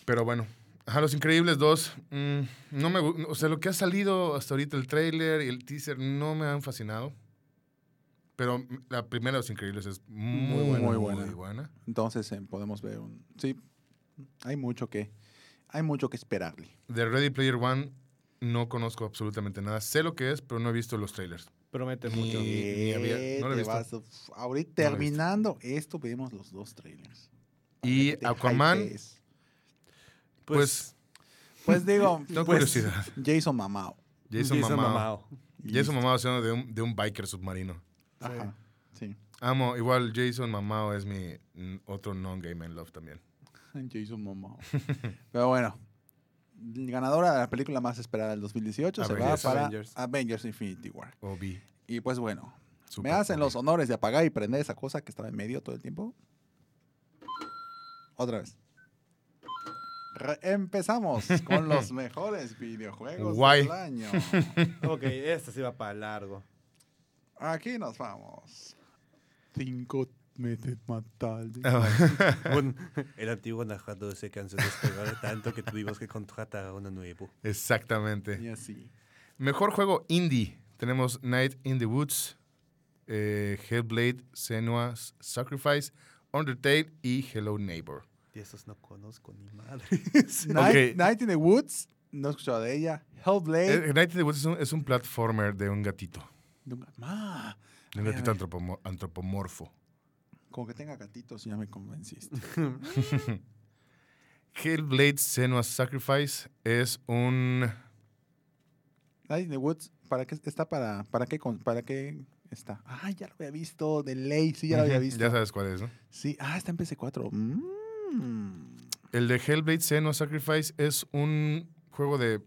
Speaker 3: Pero bueno, a Los Increíbles 2, mm, no me gu- o sea, lo que ha salido hasta ahorita, el tráiler y el teaser, no me han fascinado. Pero mm, la primera de Los Increíbles es muy,
Speaker 1: Muy,
Speaker 3: buena.
Speaker 1: muy buena.
Speaker 3: Muy buena.
Speaker 1: Entonces eh, podemos ver un... Sí, hay mucho que... Hay mucho que esperarle.
Speaker 3: De Ready Player One no conozco absolutamente nada. Sé lo que es, pero no he visto los trailers.
Speaker 2: Promete
Speaker 3: Ni-
Speaker 2: mucho.
Speaker 3: ni
Speaker 1: Eh,
Speaker 3: había-
Speaker 1: te
Speaker 3: no lo he visto.
Speaker 1: vas a- uf, ahorita
Speaker 3: No lo he visto.
Speaker 1: terminando esto, vemos los dos trailers.
Speaker 3: Y
Speaker 1: Te
Speaker 3: Aquaman,
Speaker 1: hypees.
Speaker 3: Pues,
Speaker 1: Pues digo,
Speaker 3: tengo
Speaker 1: pues,
Speaker 3: curiosidad.
Speaker 1: Jason Mamao.
Speaker 3: Jason, Momoa.
Speaker 2: Momoa.
Speaker 3: Jason Mamao haciendo de un, de un biker submarino.
Speaker 1: Ajá, sí.
Speaker 3: Amo, igual Jason Mamao es mi mm, otro non-gay man love también.
Speaker 1: Jason Momoa. Pero bueno, ganadora de la película más esperada del 2018
Speaker 3: Avengers.
Speaker 1: se va para
Speaker 2: Avengers.
Speaker 1: Avengers. Infinity War.
Speaker 3: Obi.
Speaker 1: Y pues bueno,
Speaker 3: super
Speaker 1: me hacen
Speaker 3: obi.
Speaker 1: los honores de apagar y prender esa cosa que estaba en medio todo el tiempo. Otra vez. Re- empezamos con los mejores videojuegos
Speaker 3: Guay.
Speaker 1: del año.
Speaker 2: Ok, esta sí va para largo.
Speaker 1: Aquí nos vamos. Cinco meses más tarde.
Speaker 2: Un- el antiguo Guanajuato se cansó de despegar tanto que tuvimos que contratar a uno nuevo.
Speaker 1: Y
Speaker 3: Exactamente.
Speaker 1: así.
Speaker 3: Mejor juego indie. Tenemos Night in the Woods, eh, Hellblade, Senua's Sacrifice, Undertale y Hello Neighbor.
Speaker 2: Y esos no conozco ni madre.
Speaker 1: Night,
Speaker 3: Ok.
Speaker 1: Night in the Woods, no he escuchado de ella. Hellblade.
Speaker 3: Eh, Night in the Woods es un, es un platformer de un gatito.
Speaker 1: Nunca- Ma.
Speaker 3: De un
Speaker 1: A ver,
Speaker 3: gatito
Speaker 1: a ver.
Speaker 3: antropomo- antropomorfo.
Speaker 1: Como que tenga gatitos, ya me convenciste.
Speaker 3: Hellblade Senua's Sacrifice es un
Speaker 1: Night in the Woods, ¿para qué está? ¿Para, para, qué, con- ¿Para qué está? Ah, ya lo había visto, de ley, sí, ya lo había
Speaker 3: Ujú,
Speaker 1: visto.
Speaker 3: Ya sabes cuál es, ¿no?
Speaker 1: Sí, ah, está en PC4. Mm.
Speaker 3: El de Hellblade Senua Sacrifice es un juego de.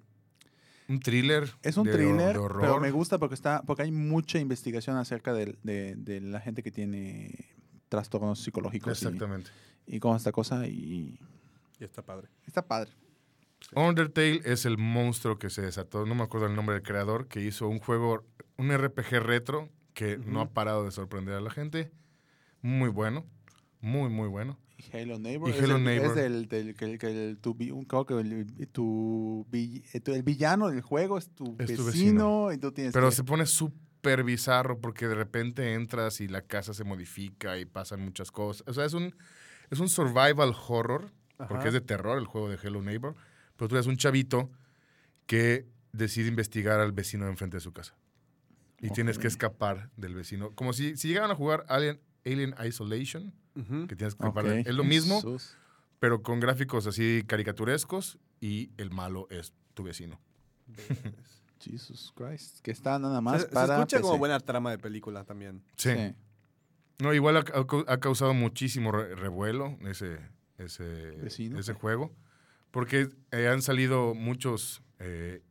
Speaker 3: un thriller.
Speaker 1: Es un
Speaker 3: de-
Speaker 1: thriller,
Speaker 3: de horror.
Speaker 1: pero me gusta porque está porque hay mucha investigación acerca del- de, de la gente que tiene trastornos psicológicos y,
Speaker 3: Exactamente.
Speaker 1: y con esta cosa y
Speaker 2: Y está padre.
Speaker 1: está padre.
Speaker 3: Undertale es el monstruo que se desató. No me acuerdo el nombre del creador, que hizo un juego, un RPG retro que
Speaker 2: Ujú.
Speaker 3: no ha parado de sorprender a la gente. Muy bueno. Muy, muy bueno.
Speaker 1: Y Hello Neighbor.
Speaker 3: Y
Speaker 1: es
Speaker 3: Hello
Speaker 1: el-
Speaker 3: Neighbor.
Speaker 1: Es del, del- que el, que el- tu, vi- un- creo que el, tu vi- eh, tu- el villano del juego es tu,
Speaker 3: Es tu
Speaker 1: vecino,
Speaker 3: vecino.
Speaker 1: y tú tienes
Speaker 3: Pero
Speaker 1: que-
Speaker 3: se pone súper bizarro porque de repente entras y la casa se modifica y pasan muchas cosas. O sea, es un, es un survival horror, porque
Speaker 2: Ajá.
Speaker 3: es de terror el juego de Hello Neighbor. Pero tú eres un chavito que decide investigar al vecino de enfrente de su casa. Y tienes que
Speaker 1: Ok.
Speaker 3: escapar del vecino. Como si, si llegaran a jugar Alien, Alien Isolation,
Speaker 2: Ujú.
Speaker 3: que tienes que escapar.
Speaker 1: Ok.
Speaker 3: de- Es lo mismo,
Speaker 1: Jesús.
Speaker 3: pero con gráficos así caricaturescos y el malo es tu vecino.
Speaker 1: Jesus Christ. Que está nada
Speaker 2: Se,
Speaker 1: más
Speaker 2: se
Speaker 1: para
Speaker 2: escucha como
Speaker 1: PC.
Speaker 2: buena trama de película también.
Speaker 3: Sí.
Speaker 1: Sí.
Speaker 3: No, igual ha, ha cau- ha causado muchísimo re- revuelo ese, ese,
Speaker 1: Vecino. pues.
Speaker 3: ese juego. Porque eh, han salido muchos, eh,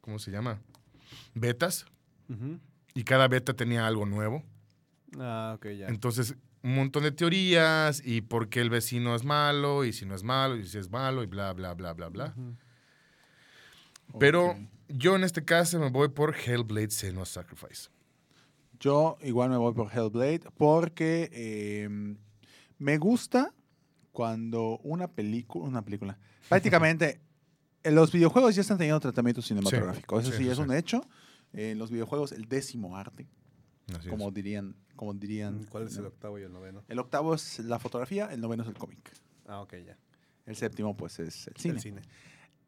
Speaker 3: ¿cómo se llama? Betas. Y cada beta tenía algo nuevo.
Speaker 2: Ah, ok, ya.
Speaker 3: Entonces, un montón de teorías y por qué el vecino es malo y si no es malo y si es malo y bla, bla, bla, bla, bla.
Speaker 2: Ujú.
Speaker 3: Pero
Speaker 1: Ok.
Speaker 3: yo en este caso me voy por Hellblade Senua Sacrifice.
Speaker 1: Yo igual me voy por Hellblade porque eh, me gusta cuando una película, una película, prácticamente eh, los videojuegos ya están teniendo tratamiento cinematográfico, eso
Speaker 3: sí,
Speaker 1: sí,
Speaker 3: sí,
Speaker 1: es
Speaker 3: sí.
Speaker 1: un hecho. Eh, los videojuegos, el décimo arte,
Speaker 3: Así es.
Speaker 1: como dirían, como dirían.
Speaker 2: ¿Cuál es el
Speaker 1: ¿no?
Speaker 2: octavo y el noveno?
Speaker 1: El octavo es la fotografía, el noveno es el cómic.
Speaker 2: Ah, ok, ya.
Speaker 1: El séptimo, pues, es el cine.
Speaker 2: El cine.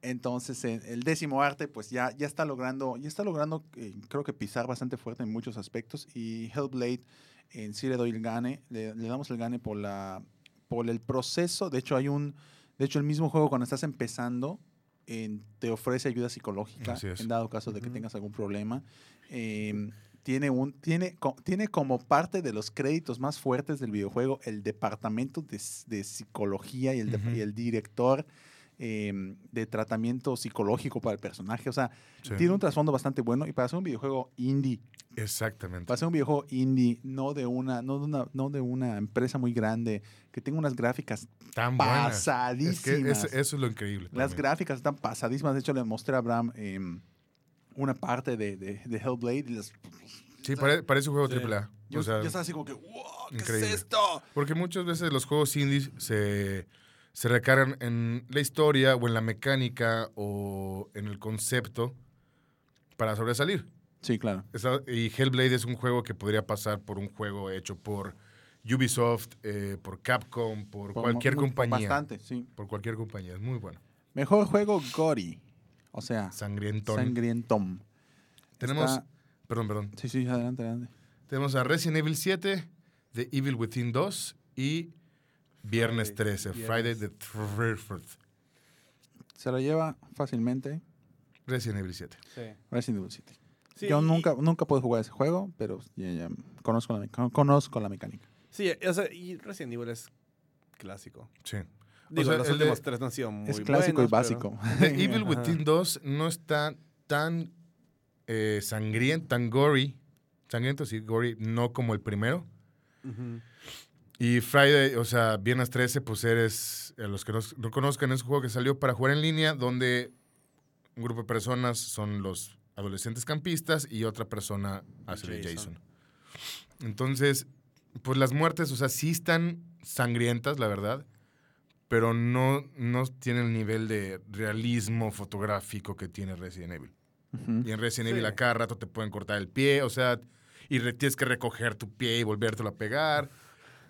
Speaker 1: Entonces, en- el décimo arte, pues ya, ya está logrando, ya está logrando, eh, creo que pisar bastante fuerte en muchos aspectos. Y Hellblade, en sí le doy el gane, le, le damos el gane por la, por el proceso. De hecho, hay un, de hecho, el mismo juego cuando estás empezando, en- te ofrece ayuda psicológica,
Speaker 3: Así es.
Speaker 1: en dado caso de que
Speaker 2: Ujú.
Speaker 1: tengas algún problema. Eh, tiene, un, tiene, co- tiene como parte de los créditos más fuertes del videojuego el departamento de, s- de psicología y el, de-
Speaker 3: Ujú.
Speaker 1: y el director eh, de tratamiento psicológico para el personaje. O sea,
Speaker 3: Sí.
Speaker 1: tiene un trasfondo bastante bueno y para hacer un videojuego indie,
Speaker 3: Exactamente.
Speaker 1: para hacer un videojuego indie, no de una, no de una, no de una empresa muy grande que tenga unas gráficas
Speaker 3: Tan buenas. Es que
Speaker 1: pasadísimas.
Speaker 3: es- eso es lo increíble.
Speaker 1: Las
Speaker 3: también.
Speaker 1: gráficas están pasadísimas. De hecho, le mostré a Abraham em, una parte de, de- de Hellblade y las-
Speaker 3: Sí, pare- parece un juego
Speaker 2: Sí.
Speaker 3: triple A.
Speaker 1: yo,
Speaker 3: O sea,
Speaker 1: yo estaba así como que, "Wow, ¿qué
Speaker 3: increíble.
Speaker 1: es esto?
Speaker 3: Porque muchas veces los juegos indies se, se recargan en la historia o en la mecánica o en el concepto para sobresalir.
Speaker 1: Sí, claro.
Speaker 3: Esa- y Hellblade es un juego que podría pasar por un juego hecho por Ubisoft, eh, por Capcom, por,
Speaker 1: Por
Speaker 3: cualquier
Speaker 1: mu- mu-
Speaker 3: compañía.
Speaker 1: Bastante, sí.
Speaker 3: Por cualquier compañía. Es muy bueno.
Speaker 1: Mejor juego Gory. O sea,
Speaker 3: Sangrientón.
Speaker 1: Sangrientom.
Speaker 3: Tenemos...
Speaker 1: Está-
Speaker 3: Perdón, perdón.
Speaker 1: Sí, sí, adelante, adelante.
Speaker 3: Tenemos a Resident Evil 7, The Evil Within 2 y Viernes
Speaker 2: Friday,
Speaker 3: 13,
Speaker 2: Viernes.
Speaker 3: Friday the 13th.
Speaker 1: Se lo lleva fácilmente
Speaker 3: Resident Evil 7.
Speaker 2: Sí.
Speaker 1: Resident Evil 7.
Speaker 2: Sí,
Speaker 1: Yo
Speaker 2: y-
Speaker 1: nunca, nunca pude jugar ese juego, pero ya, ya conozco, la, meca- con- conozco la mecánica.
Speaker 2: Sí, o sea, y Resident Evil es clásico.
Speaker 3: Sí.
Speaker 2: Digo,
Speaker 3: sea,
Speaker 2: los
Speaker 3: el de-
Speaker 2: últimos tres no han sido muy
Speaker 1: es clásico
Speaker 2: buenos,
Speaker 1: y
Speaker 2: pero-
Speaker 1: básico.
Speaker 3: The Evil
Speaker 2: Ajá.
Speaker 3: Within 2 no está tan eh, sangriento, tan gory. Sangriento, sí, gory, no como el primero.
Speaker 2: Ujú.
Speaker 3: Y Friday, o sea, Viernes 13, pues eres, a los que no, no conozcan, es un juego que salió para jugar en línea, donde un grupo de personas son los adolescentes campistas y otra persona hace de
Speaker 2: Jason.
Speaker 3: Jason. Entonces, pues las muertes, o sea, sí están sangrientas, la verdad, pero no, no tienen el nivel de realismo fotográfico que tiene Resident Evil.
Speaker 1: Ujú.
Speaker 3: Y en Resident Evil
Speaker 2: Sí.
Speaker 3: a cada rato te pueden cortar el pie, o sea, y re- tienes que recoger tu pie y volvértelo a pegar.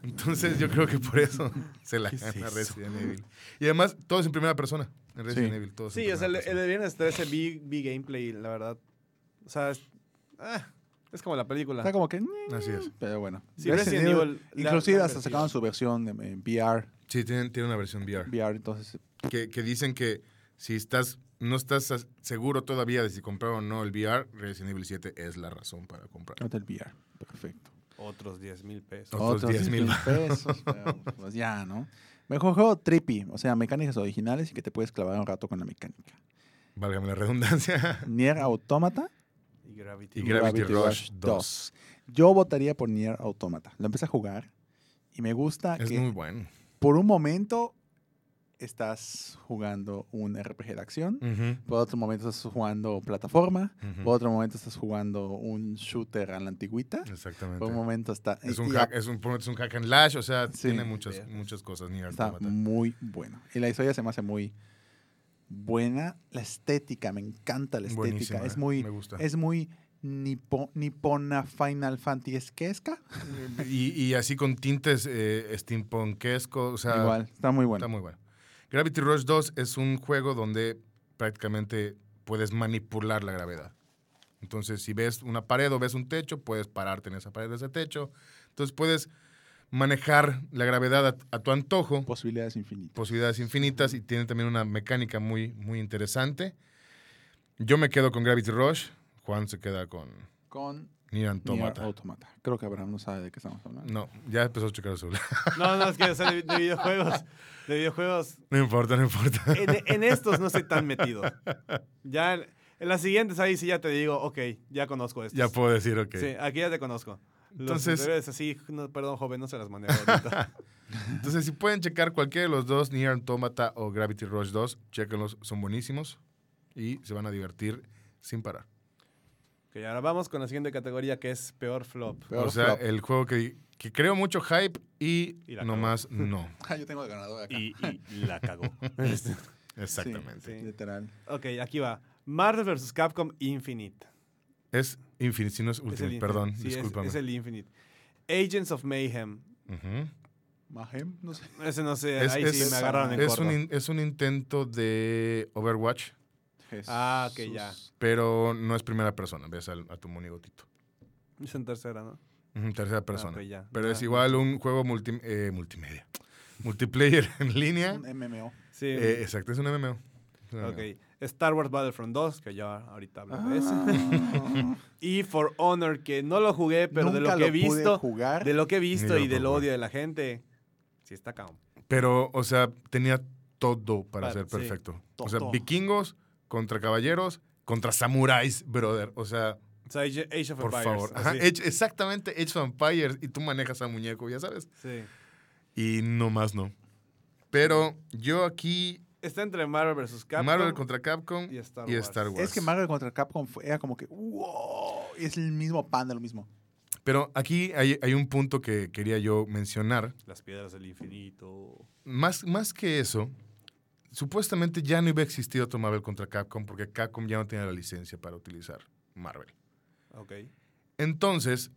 Speaker 3: Entonces yo creo que por eso se la
Speaker 2: ¿Qué es
Speaker 3: gana
Speaker 2: eso?
Speaker 3: Resident Evil. Y además, todo es en primera persona. En Resident
Speaker 1: Sí.
Speaker 3: Evil, todo es en
Speaker 2: Sí, o sea, el,
Speaker 3: primera
Speaker 2: el de Viernes 13 vi, vi gameplay, la verdad. O sea, es, ah, es como la película.
Speaker 1: Está como que... "Mm",
Speaker 3: persona. Así es.
Speaker 1: Pero bueno.
Speaker 2: Sí,
Speaker 1: Resident
Speaker 2: Resident
Speaker 1: Evil,
Speaker 2: Evil, la-
Speaker 1: inclusive
Speaker 2: la
Speaker 1: hasta
Speaker 2: versión.
Speaker 1: sacaron su versión en, en VR.
Speaker 3: Sí, tienen, tienen una versión VR.
Speaker 1: VR, entonces...
Speaker 3: Que, que dicen que si estás no estás as- seguro todavía de si comprar o no el VR, Resident Evil 7 es la razón para comprar.
Speaker 1: Ahorita el VR. Perfecto.
Speaker 2: Otros 10 mil pesos.
Speaker 3: Otros 10 mil.
Speaker 1: pesos. pero, pues ya, ¿no? Mejor juego trippy, o sea, mecánicas originales y que te puedes clavar un rato con la mecánica.
Speaker 3: Válgame la redundancia.
Speaker 1: Nier Automata
Speaker 2: Y Gravity.
Speaker 3: Y Gravity Rush
Speaker 1: 2. Yo votaría por Nier Automata. Lo empecé a jugar y me gusta
Speaker 3: es
Speaker 1: que
Speaker 3: muy bueno.
Speaker 1: por un momento estás jugando un RPG de acción,
Speaker 3: Ujú,
Speaker 1: por otro momento estás jugando plataforma,
Speaker 3: ujú.
Speaker 1: por otro momento estás jugando un shooter a la antigüita,
Speaker 3: Exactamente.
Speaker 1: por un momento está...
Speaker 3: Es
Speaker 1: y-
Speaker 3: un,
Speaker 1: y
Speaker 3: hack, es, un, es un hack and lash, o sea,
Speaker 1: Sí.
Speaker 3: tiene muchas, muchas cosas. Nier
Speaker 1: Está
Speaker 3: Automata.
Speaker 1: muy bueno. Y la historia se me hace muy buena. La estética, me encanta la estética.
Speaker 3: Buenísima, eh,
Speaker 1: Es muy,
Speaker 3: Me gusta.
Speaker 1: es muy nipo- nipona Final Fantasyesca.
Speaker 3: Y, y así con tintes eh, steampunkesco, o sea,
Speaker 1: Igual, está muy bueno.
Speaker 3: está muy bueno. Gravity Rush 2 es un juego donde prácticamente puedes manipular la gravedad. Entonces, si ves una pared o ves un techo, puedes pararte en esa pared o ese techo. Entonces, puedes manejar la gravedad a, a tu antojo.
Speaker 1: Posibilidades infinitas.
Speaker 3: posibilidades infinitas y tiene también una mecánica muy, muy interesante. Yo me quedo con Gravity Rush, Juan se queda con
Speaker 1: Con Nier
Speaker 3: Nier Automata.
Speaker 1: Automata. Creo que Abraham no sabe de qué estamos hablando.
Speaker 3: No, ya empezó a checar el celular.
Speaker 2: No, no, es que o sea, de, de videojuegos. De videojuegos.
Speaker 3: No importa, no importa.
Speaker 2: En, en estos no estoy tan metido. Ya en, en las siguientes ahí sí ya te digo, ok, ya conozco esto.
Speaker 3: Ya puedo decir, ok.
Speaker 2: Sí, aquí ya te conozco. Los
Speaker 3: Entonces-
Speaker 2: Entonces, así, no, perdón, joven, no se las manejo ahorita.
Speaker 3: Entonces, si pueden checar cualquiera de los dos, Nier Automata o Gravity Rush 2, chequenlos, son buenísimos y se van a divertir sin parar.
Speaker 2: ok, ahora vamos con la siguiente categoría que es peor flop.
Speaker 1: Peor
Speaker 3: o sea,
Speaker 1: flop.
Speaker 3: el juego que, que creó mucho hype y,
Speaker 2: Y la
Speaker 3: nomás no.
Speaker 1: Ah, yo tengo el ganador acá.
Speaker 2: Y, y la cagó.
Speaker 3: Exactamente.
Speaker 2: sí.
Speaker 1: Literal.
Speaker 2: ok, aquí va. Marvel vs. Capcom Infinite.
Speaker 3: Es Infinite, si no es
Speaker 2: Es el
Speaker 3: Ultimate,
Speaker 2: Infinite.
Speaker 3: perdón,
Speaker 2: Sí, es-
Speaker 3: discúlpame.
Speaker 2: Es, el Infinite. Agents of Mayhem.
Speaker 3: Ujú.
Speaker 1: Mahem, no sé.
Speaker 2: Ese no sé,
Speaker 3: Es-
Speaker 2: ahí sí
Speaker 3: es-
Speaker 2: me agarraron en
Speaker 3: es,
Speaker 2: corto.
Speaker 3: un in- es un intento de Overwatch,
Speaker 2: Ah, ok, ya.
Speaker 1: Jesús.
Speaker 3: pero no es primera persona, ves al- a tu monigotito.
Speaker 2: Es en tercera, ¿no?
Speaker 3: Ujú, tercera
Speaker 2: Ah,
Speaker 3: persona.
Speaker 2: ok, ya.
Speaker 3: Pero
Speaker 2: Ya.
Speaker 3: es igual un juego multi- eh, multimedia. Multiplayer en línea.
Speaker 1: Un MMO.
Speaker 2: Sí.
Speaker 3: Eh, exacto, es un MMO. Es un MMO.
Speaker 2: ok. Star Wars Battlefront 2, que ya ahorita hablo de ese.
Speaker 1: Ah.
Speaker 2: Y For Honor, que no lo jugué, pero de
Speaker 1: Nunca
Speaker 2: lo que he
Speaker 1: pude
Speaker 2: visto.
Speaker 1: jugar.
Speaker 2: De lo que he visto
Speaker 3: Ni
Speaker 2: y
Speaker 3: loco,
Speaker 2: del
Speaker 3: güey.
Speaker 2: odio de la gente. Sí, está cabrón.
Speaker 3: Pero, o sea, tenía todo para
Speaker 2: Para-
Speaker 3: ser
Speaker 2: sí.
Speaker 3: perfecto. O sea,
Speaker 1: Todo.
Speaker 3: vikingos contra caballeros contra samuráis, brother. O sea,
Speaker 2: O sea, Age Age of
Speaker 3: por
Speaker 2: Empires.
Speaker 3: favor. Ajá,
Speaker 2: así.
Speaker 3: Age- exactamente, Age of Empires. Y tú manejas a muñeco, ya sabes.
Speaker 2: Sí.
Speaker 3: Y no más no. Pero yo aquí,
Speaker 2: Está entre Marvel vs. Capcom.
Speaker 3: Marvel contra Capcom
Speaker 2: y
Speaker 3: y
Speaker 2: Star
Speaker 3: Star,
Speaker 2: Wars.
Speaker 3: Wars.
Speaker 1: Es que Marvel contra Capcom fue- era como que, wow, es el mismo panda, lo mismo.
Speaker 3: Pero aquí hay, hay un punto que quería yo mencionar.
Speaker 2: Las piedras del infinito.
Speaker 3: Más, más que eso, supuestamente ya no iba a existir otro Marvel contra Capcom porque Capcom ya no tenía la licencia para utilizar Marvel.
Speaker 2: Ok.
Speaker 3: Entonces,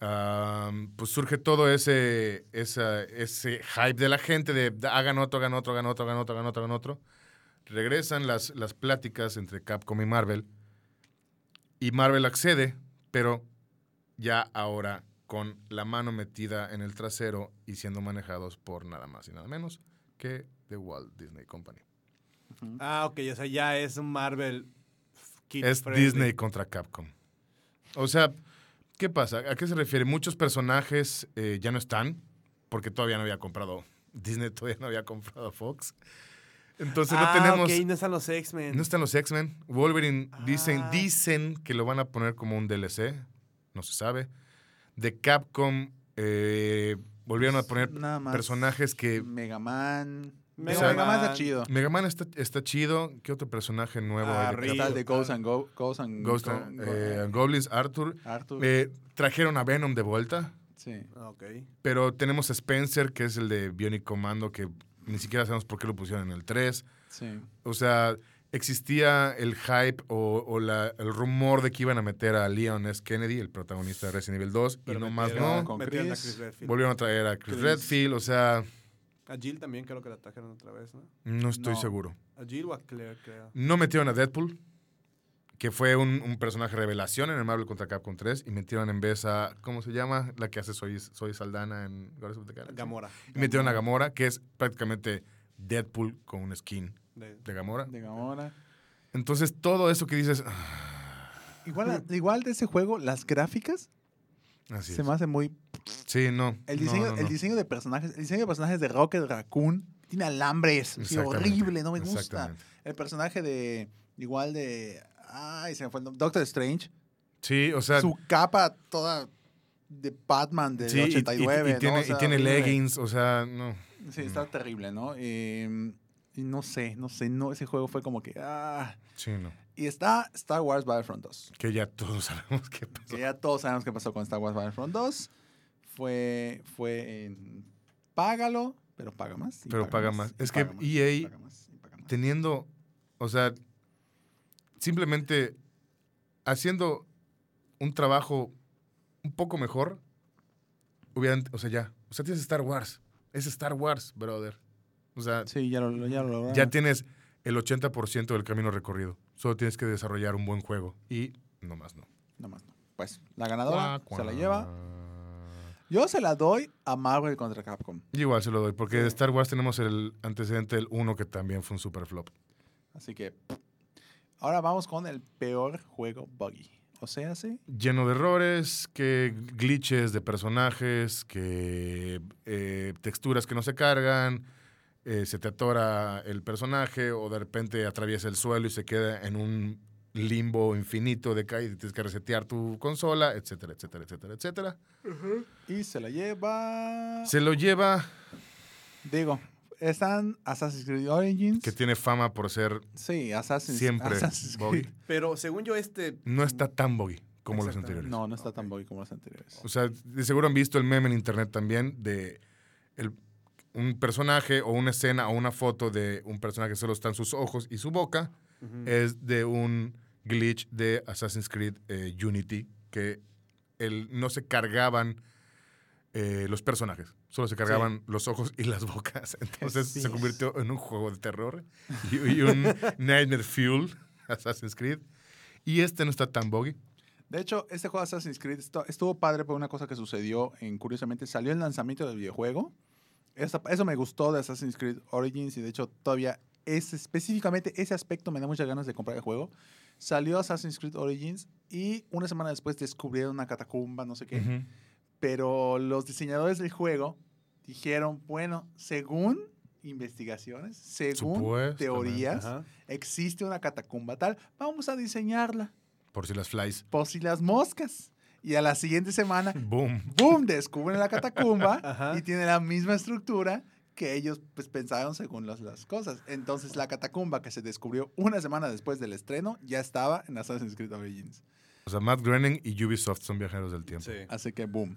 Speaker 3: am, pues surge todo ese, esa- ese hype de la gente de "Da- hagan otro, hagan otro, hagan otro, hagan otro, hagan otro, hagan otro. Regresan las, las pláticas entre Capcom y Marvel. Y Marvel accede, pero ya ahora con la mano metida en el trasero y siendo manejados por nada más y nada menos que The Walt Disney Company.
Speaker 1: Ujú.
Speaker 2: Ah, ok. O sea, ya es un Marvel kid
Speaker 3: es
Speaker 2: friendly.
Speaker 3: Disney contra Capcom. O sea, ¿qué pasa? ¿A qué se refiere? Muchos personajes eh, ya no están porque todavía no había comprado Disney, todavía no había comprado Fox. Entonces
Speaker 2: ah,
Speaker 3: no tenemos,
Speaker 2: ok. No están los X-Men.
Speaker 3: no están los X-Men. Wolverine dicen,
Speaker 2: Ah.
Speaker 3: dicen que lo van a poner como un DLC, no se sabe. De Capcom eh, volvieron
Speaker 2: Pues,
Speaker 3: a poner
Speaker 1: Nada más.
Speaker 3: personajes que
Speaker 1: Mega Man.
Speaker 2: Mega
Speaker 1: Digo, Mega Man
Speaker 2: Man.
Speaker 1: está chido.
Speaker 3: Mega Man está, está chido. ¿Qué otro personaje nuevo
Speaker 2: Ah,
Speaker 3: hay de
Speaker 2: Rick.
Speaker 1: Está
Speaker 3: Capcom?
Speaker 1: el de Ghost and Go, Ghost and
Speaker 3: Ghost,
Speaker 1: Go-
Speaker 3: and-
Speaker 1: Go-
Speaker 3: eh, and Goblins, Arthur.
Speaker 1: Arthur.
Speaker 3: Eh, trajeron a Venom de vuelta,
Speaker 1: sí.
Speaker 2: Ah, Ok.
Speaker 3: pero tenemos a Spencer, que es el de Bionic Commando, que ni siquiera sabemos por qué lo pusieron en el 3.
Speaker 1: Sí.
Speaker 3: O sea, existía el hype o, o la- el rumor de que iban a meter a Leon S. Kennedy, el protagonista de Resident Evil 2, y no más
Speaker 2: metieron-
Speaker 1: a-
Speaker 3: no.
Speaker 1: con
Speaker 2: metieron a
Speaker 1: Chris.
Speaker 2: Chris Redfield.
Speaker 3: Volvieron a traer a Chris
Speaker 1: Chris.
Speaker 3: Redfield, o sea,
Speaker 2: A Jill también creo que la trajeron otra vez, ¿no?
Speaker 3: no estoy
Speaker 1: No.
Speaker 3: seguro.
Speaker 2: A Jill o a Claire, creo.
Speaker 3: No metieron a Deadpool, que fue un, un personaje revelación en el Marvel contra Capcom 3, y metieron en vez a, ¿cómo se llama? La que hace Soy, Soy Saldana en Guardians of the Galaxy.
Speaker 2: Gamora.
Speaker 3: Y metieron a Gamora, que es prácticamente Deadpool con un skin
Speaker 2: De-
Speaker 3: de Gamora.
Speaker 1: De Gamora.
Speaker 3: Entonces, todo eso que dices, ah,
Speaker 1: Igual, igual de ese juego, las gráficas
Speaker 3: así
Speaker 1: se
Speaker 3: es.
Speaker 1: me hace muy.
Speaker 3: Sí, no.
Speaker 1: El
Speaker 3: no,
Speaker 1: diseño,
Speaker 3: no, no.
Speaker 1: el diseño de personajes, el diseño de personajes de Rocket Raccoon tiene alambres. así
Speaker 3: Exactamente,
Speaker 1: horrible, no me gusta.
Speaker 3: exactamente.
Speaker 1: El personaje de. Igual de. Ay, se me fue el nombre. Doctor Strange.
Speaker 3: Sí, o sea,
Speaker 1: su capa toda de Batman del
Speaker 3: sí, y- y-
Speaker 1: 89.
Speaker 3: y,
Speaker 1: ¿no?
Speaker 3: tiene,
Speaker 1: O sea,
Speaker 3: y tiene
Speaker 1: horrible.
Speaker 3: leggings, o sea, no.
Speaker 1: Sí, está terrible, ¿no? Eh, y no sé, no sé, no, ese juego fue como que. ah.
Speaker 3: Sí, no.
Speaker 1: Y está Star Wars Battlefront 2.
Speaker 3: Que ya todos sabemos qué pasó.
Speaker 1: Que ya todos sabemos qué pasó con Star Wars Battlefront 2. Fue, fue en. Págalo, pero paga más. y
Speaker 3: Pero paga más.
Speaker 1: y
Speaker 3: Es que E
Speaker 1: paga más,
Speaker 3: EA
Speaker 1: y paga más, y paga más.
Speaker 3: Teniendo, o sea, simplemente haciendo un trabajo un poco mejor, hubieran, o sea, ya. O sea, tienes Star Wars. Es Star Wars, brother. O sea,
Speaker 1: Sí, ya lo, lo- ya lo lograron.
Speaker 3: Ya tienes el 80% del camino recorrido. Solo tienes que desarrollar un buen juego. Y no más no.
Speaker 1: Nada más, no. Pues la ganadora
Speaker 3: Cuá,
Speaker 1: se la
Speaker 3: cuá.
Speaker 1: lleva. Yo se la doy a Marvel contra Capcom.
Speaker 3: Y Igual se lo doy, porque de
Speaker 1: Sí.
Speaker 3: Star Wars tenemos el antecedente del 1 que también fue un super flop.
Speaker 1: Así que ahora vamos con el peor juego buggy. O sea, sí.
Speaker 3: Lleno de errores, que glitches de personajes, que eh, texturas que no se cargan, eh, se te atora el personaje o de repente atraviesa el suelo y se queda en un limbo infinito de caída y tienes que resetear tu consola, etcétera, etcétera, etcétera, etcétera.
Speaker 1: Y se la lleva.
Speaker 3: Se lo lleva
Speaker 1: Digo, están Assassin's Creed Origins.
Speaker 3: que tiene fama por ser
Speaker 1: Sí, Assassin's,
Speaker 3: siempre
Speaker 1: Assassin's
Speaker 3: buggy.
Speaker 1: Creed.
Speaker 2: Pero según yo, este.
Speaker 3: No está tan buggy como los
Speaker 2: Exactamente.
Speaker 3: anteriores.
Speaker 1: No, no está tan buggy como los anteriores.
Speaker 3: O sea, de seguro han visto el meme en internet también de el- un personaje o una escena o una foto de un personaje que solo están sus ojos y su boca.
Speaker 2: Ujú.
Speaker 3: Es de un glitch de Assassin's Creed eh, Unity que el, no se cargaban eh, los personajes, solo se cargaban los ojos y las bocas. Entonces
Speaker 1: Sí.
Speaker 3: se convirtió en un juego de terror y, y un Nightmare Fuel Assassin's Creed. Y este no está tan buggy.
Speaker 1: De hecho, este juego de Assassin's Creed estu- estuvo padre por una cosa que sucedió en, curiosamente, salió el lanzamiento del videojuego. Esa- eso me gustó de Assassin's Creed Origins y de hecho todavía es, específicamente ese aspecto me da muchas ganas de comprar el juego. Salió Assassin's Creed Origins y una semana después descubrieron una catacumba, no sé qué.
Speaker 3: Ujú.
Speaker 1: Pero los diseñadores del juego dijeron, bueno, según investigaciones, según
Speaker 3: Supuestamente,
Speaker 1: teorías,
Speaker 2: Ajá.
Speaker 1: existe una catacumba tal, vamos a diseñarla
Speaker 3: Por si las flies.
Speaker 1: por si Pues, las moscas. Y a la siguiente semana,
Speaker 3: Boom.
Speaker 1: ¡boom!, descubren la catacumba
Speaker 2: Ajá.
Speaker 1: y tiene la misma estructura que ellos pues, pensaron según las, las cosas. Entonces, la catacumba que se descubrió una semana después del estreno ya estaba en Assassin's Creed Origins.
Speaker 3: O sea, Matt Groening y Ubisoft son viajeros del tiempo.
Speaker 2: Sí.
Speaker 1: Así que, ¡boom!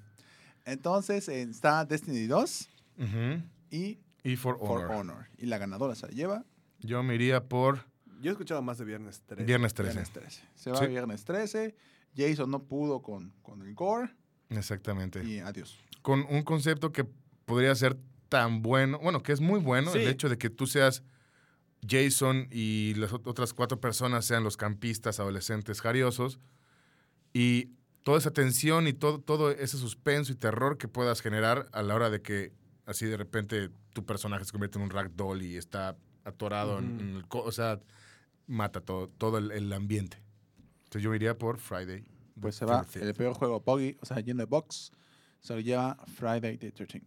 Speaker 1: Entonces, eh, está Destiny 2
Speaker 3: Ujú.
Speaker 1: y
Speaker 3: Y For
Speaker 1: For
Speaker 3: Honor.
Speaker 1: Honor. Y la ganadora se la lleva
Speaker 3: Yo me iría por
Speaker 2: Yo he escuchado más de Viernes 3.
Speaker 3: Viernes 13.
Speaker 1: Viernes 13. Se va
Speaker 3: Sí.
Speaker 1: Viernes 13. Jason no pudo con, con el gore
Speaker 3: Exactamente.
Speaker 1: y adiós.
Speaker 3: Con un concepto que podría ser tan bueno, bueno, que es muy bueno, el
Speaker 2: Sí.
Speaker 3: hecho de que tú seas Jason y las ot- otras cuatro personas sean los campistas, adolescentes, jariosos, y toda esa tensión y todo, todo ese suspenso y terror que puedas generar a la hora de que así de repente tu personaje se convierte en un ragdoll y está atorado en,
Speaker 2: Ujú.
Speaker 3: en el... co- O sea, mata todo, todo el, el ambiente. Entonces yo iría por Friday. the
Speaker 1: Pues se va
Speaker 3: 13th.
Speaker 1: el peor juego Poggy, o sea, lleno de box, se lo lleva Friday the 13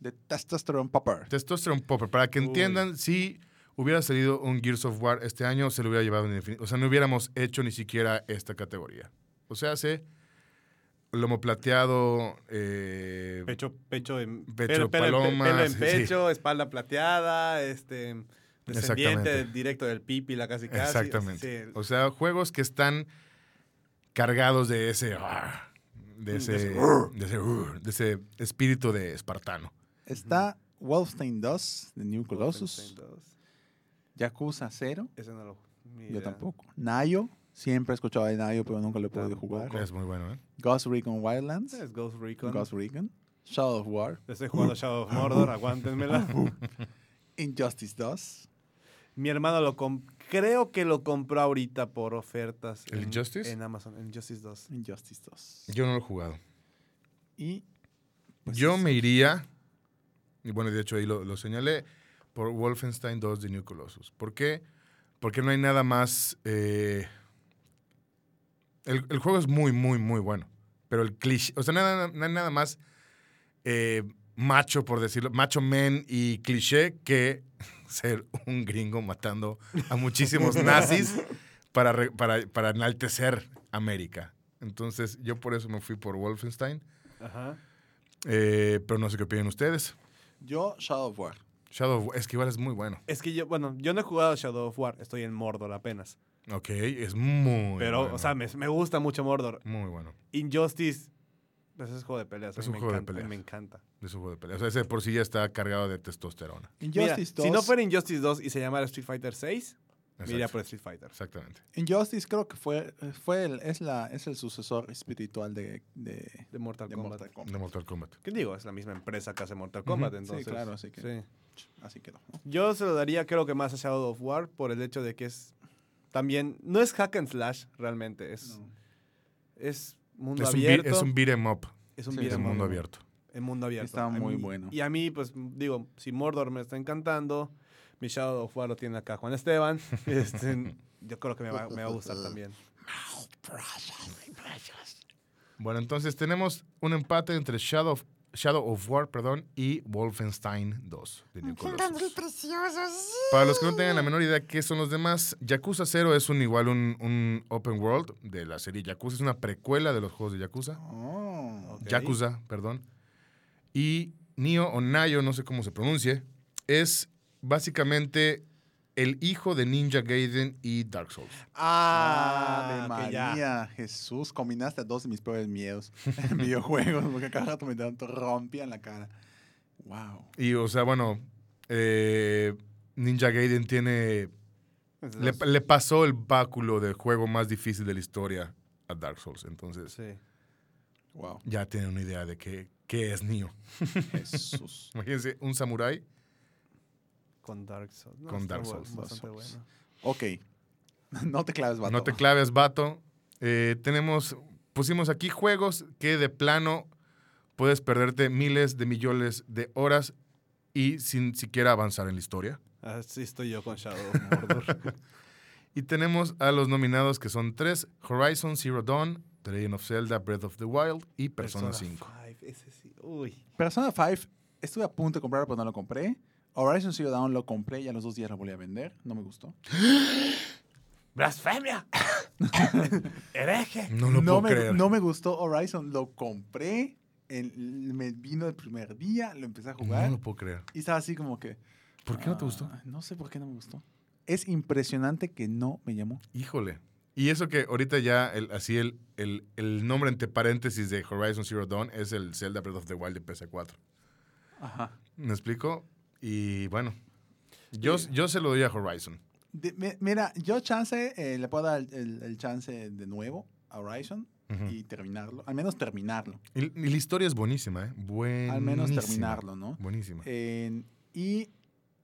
Speaker 1: The Testosterone Popper.
Speaker 3: Testosterone Popper. Para que
Speaker 2: Uy.
Speaker 3: entiendan, si hubiera salido un Gears of War este año, se lo hubiera llevado en infinito. O sea, no hubiéramos hecho ni siquiera esta categoría. O sea, hace lomo plateado, eh,
Speaker 2: Pecho, pecho en
Speaker 3: Pecho
Speaker 2: pelo- pelo en pe-
Speaker 3: paloma,
Speaker 2: pelo en
Speaker 3: sí,
Speaker 2: pecho, espalda plateada, este descendiente
Speaker 3: Exactamente.
Speaker 2: del- directo del pipi, la casi casi.
Speaker 3: Exactamente.
Speaker 2: sí.
Speaker 3: O sea, juegos que están cargados de ese. "Arr", De
Speaker 2: Mm,
Speaker 3: ese,
Speaker 2: de ese,
Speaker 3: de ese, "Arr", de ese espíritu de espartano.
Speaker 1: Está Wolfenstein 2 de New Colossus,
Speaker 2: Wolfenstein 2.
Speaker 1: Yakuza 0,
Speaker 2: Ese no lo. ni
Speaker 1: yo
Speaker 2: idea.
Speaker 1: tampoco. Nayo, siempre he escuchado de Nayo, pero nunca lo he podido jugar.
Speaker 3: Es muy bueno, ¿eh?
Speaker 1: Ghost Recon Wildlands,
Speaker 2: Es Ghost Recon.
Speaker 1: Ghost Recon, Shadow of War,
Speaker 2: Estoy jugando Shadow of Mordor, aguántenmela.
Speaker 1: Injustice 2,
Speaker 2: Mi hermano lo comp- creo que lo compró ahorita por ofertas.
Speaker 3: ¿El
Speaker 2: en-
Speaker 3: Justice?
Speaker 2: En Amazon, el Justice 2.
Speaker 1: Injustice 2.
Speaker 3: Yo no lo he jugado.
Speaker 1: Y pues,
Speaker 3: Yo
Speaker 1: es-
Speaker 3: me iría, y bueno, de hecho ahí lo, lo señalé, por Wolfenstein 2 de New Colossus. ¿Por qué? Porque no hay nada más... eh, el, el juego es muy, muy, muy bueno. Pero el cliché, o sea, nada, no hay nada más eh, macho, por decirlo, macho men y cliché que ser un gringo matando a muchísimos nazis para, re- para, para enaltecer América. Entonces, yo por eso me fui por Wolfenstein.
Speaker 2: Ajá.
Speaker 3: Eh, pero no sé qué opinan ustedes.
Speaker 1: Yo Shadow of War.
Speaker 3: Shadow of- es que igual es muy bueno.
Speaker 2: Es que yo, bueno, yo no he jugado Shadow of War, estoy en Mordor apenas.
Speaker 3: Ok, es muy
Speaker 2: pero,
Speaker 3: bueno.
Speaker 2: o sea, me, me gusta mucho Mordor.
Speaker 3: Muy bueno.
Speaker 2: Injustice, pues es juego de peleas. a
Speaker 3: Es
Speaker 2: mí me
Speaker 3: un juego de
Speaker 2: encanta, a mí
Speaker 3: peleas.
Speaker 2: Me encanta.
Speaker 3: Es un juego de pelea. O sea, ese por sí ya está cargado de testosterona.
Speaker 2: Mira,
Speaker 1: Injustice 2.
Speaker 2: si no fuera Injustice 2 y se llamara Street Fighter 6, me iría
Speaker 3: Exacto.
Speaker 2: por Street Fighter.
Speaker 3: Exactamente.
Speaker 1: Injustice creo que fue, fue el, es, la, es el sucesor espiritual de, de,
Speaker 2: De Mortal
Speaker 1: de
Speaker 2: Kombat.
Speaker 1: Mortal Kombat.
Speaker 3: De Mortal Kombat.
Speaker 2: ¿Qué digo? Es la misma empresa que hace Mortal
Speaker 3: Ujú.
Speaker 2: Kombat,
Speaker 3: Sí,
Speaker 2: entonces.
Speaker 1: claro, así que-
Speaker 2: sí.
Speaker 1: Así quedó. ¿no?
Speaker 2: Yo se lo daría, creo que más a Shadow of War, por el hecho de que es también. No es hack and slash realmente, es, es mundo
Speaker 3: Es un, beat,
Speaker 2: abierto.
Speaker 3: es un beat 'em up.
Speaker 2: es un
Speaker 1: sí,
Speaker 2: beat
Speaker 1: Beat
Speaker 3: Es un
Speaker 1: 'em
Speaker 2: em
Speaker 3: mundo
Speaker 2: up.
Speaker 3: abierto.
Speaker 2: En mundo abierto.
Speaker 1: Está
Speaker 2: A
Speaker 1: muy
Speaker 2: mí-
Speaker 1: bueno.
Speaker 2: Y a mí, pues, digo, si Mordor me está encantando, mi Shadow of War lo tiene acá Juan Esteban. este, yo creo que me va, me va a gustar también.
Speaker 3: Bueno, entonces tenemos un empate entre Shadow of, Shadow of War perdón, y Wolfenstein 2. de New
Speaker 4: Son tan
Speaker 3: Colossus.
Speaker 4: preciosos, sí.
Speaker 3: Para los que no tengan la menor idea qué son los demás, Yakuza 0 es un igual un, un open world de la serie Yakuza. Es una precuela de los juegos de Yakuza.
Speaker 1: Oh.
Speaker 2: Ok.
Speaker 3: Yakuza, perdón. Y Nio o Nayo, no sé cómo se pronuncie, es básicamente el hijo de Ninja Gaiden y Dark Souls.
Speaker 2: Ah,
Speaker 1: Ave
Speaker 2: ok, ya.
Speaker 1: María, Jesús, combinaste a dos de mis peores miedos en videojuegos, porque cada rato me dan- te rompían la cara. Wow.
Speaker 3: Y, o sea, bueno, eh, Ninja Gaiden tiene Le, le pasó el báculo del juego más difícil de la historia a Dark Souls. Entonces,
Speaker 2: Sí.
Speaker 1: Wow.
Speaker 3: ya tienen una idea de qué, qué es Nioh.
Speaker 1: Jesús.
Speaker 3: Imagínense, un samurái.
Speaker 2: Con Dark Souls. No,
Speaker 3: Con
Speaker 2: está
Speaker 3: Dark
Speaker 2: bu-
Speaker 1: Souls, Dark
Speaker 2: Bastante
Speaker 1: Souls.
Speaker 2: bueno.
Speaker 1: Ok. No te claves, vato.
Speaker 3: No te claves, vato. Eh, tenemos, pusimos aquí juegos que de plano puedes perderte miles de millones de horas y sin siquiera avanzar en la historia.
Speaker 2: Así estoy yo con Shadow of Mordor.
Speaker 3: Y tenemos a los nominados que son tres, Horizon Zero Dawn, The Legend of Zelda, Breath of the Wild y Persona 5.
Speaker 2: 5, ese sí. Uy.
Speaker 1: Persona 5, estuve a punto de comprarlo, pero no lo compré. Horizon Zero Dawn lo compré y a los dos días lo volví a vender. No me gustó.
Speaker 2: ¡Blasfemia! ¡Hereje!
Speaker 3: No lo puedo
Speaker 1: me,
Speaker 3: creer.
Speaker 1: no me gustó Horizon. Lo compré. el- me vino el primer día. Lo empecé a jugar.
Speaker 3: No lo puedo creer.
Speaker 1: y estaba así como que.
Speaker 3: ¿Por qué no te
Speaker 1: ah,
Speaker 3: gustó?
Speaker 1: No sé por qué no me gustó. Es impresionante que no me llamó.
Speaker 3: Híjole. Y eso que ahorita ya, el, así el, el, el nombre entre paréntesis de Horizon Zero Dawn es el Zelda Breath of the Wild de PS4.
Speaker 1: Ajá.
Speaker 3: ¿Me explico? Y bueno, yo, yo se lo doy a Horizon.
Speaker 1: De- mi- mira, yo chance, eh, le puedo dar el, el- el chance de nuevo a Horizon
Speaker 3: Ujú.
Speaker 1: y terminarlo. Al menos terminarlo.
Speaker 3: Y, y la historia es buenísima, ¿eh? Buenísima.
Speaker 1: Al menos terminarlo, ¿no? Eh,
Speaker 3: Buenísima.
Speaker 1: En- y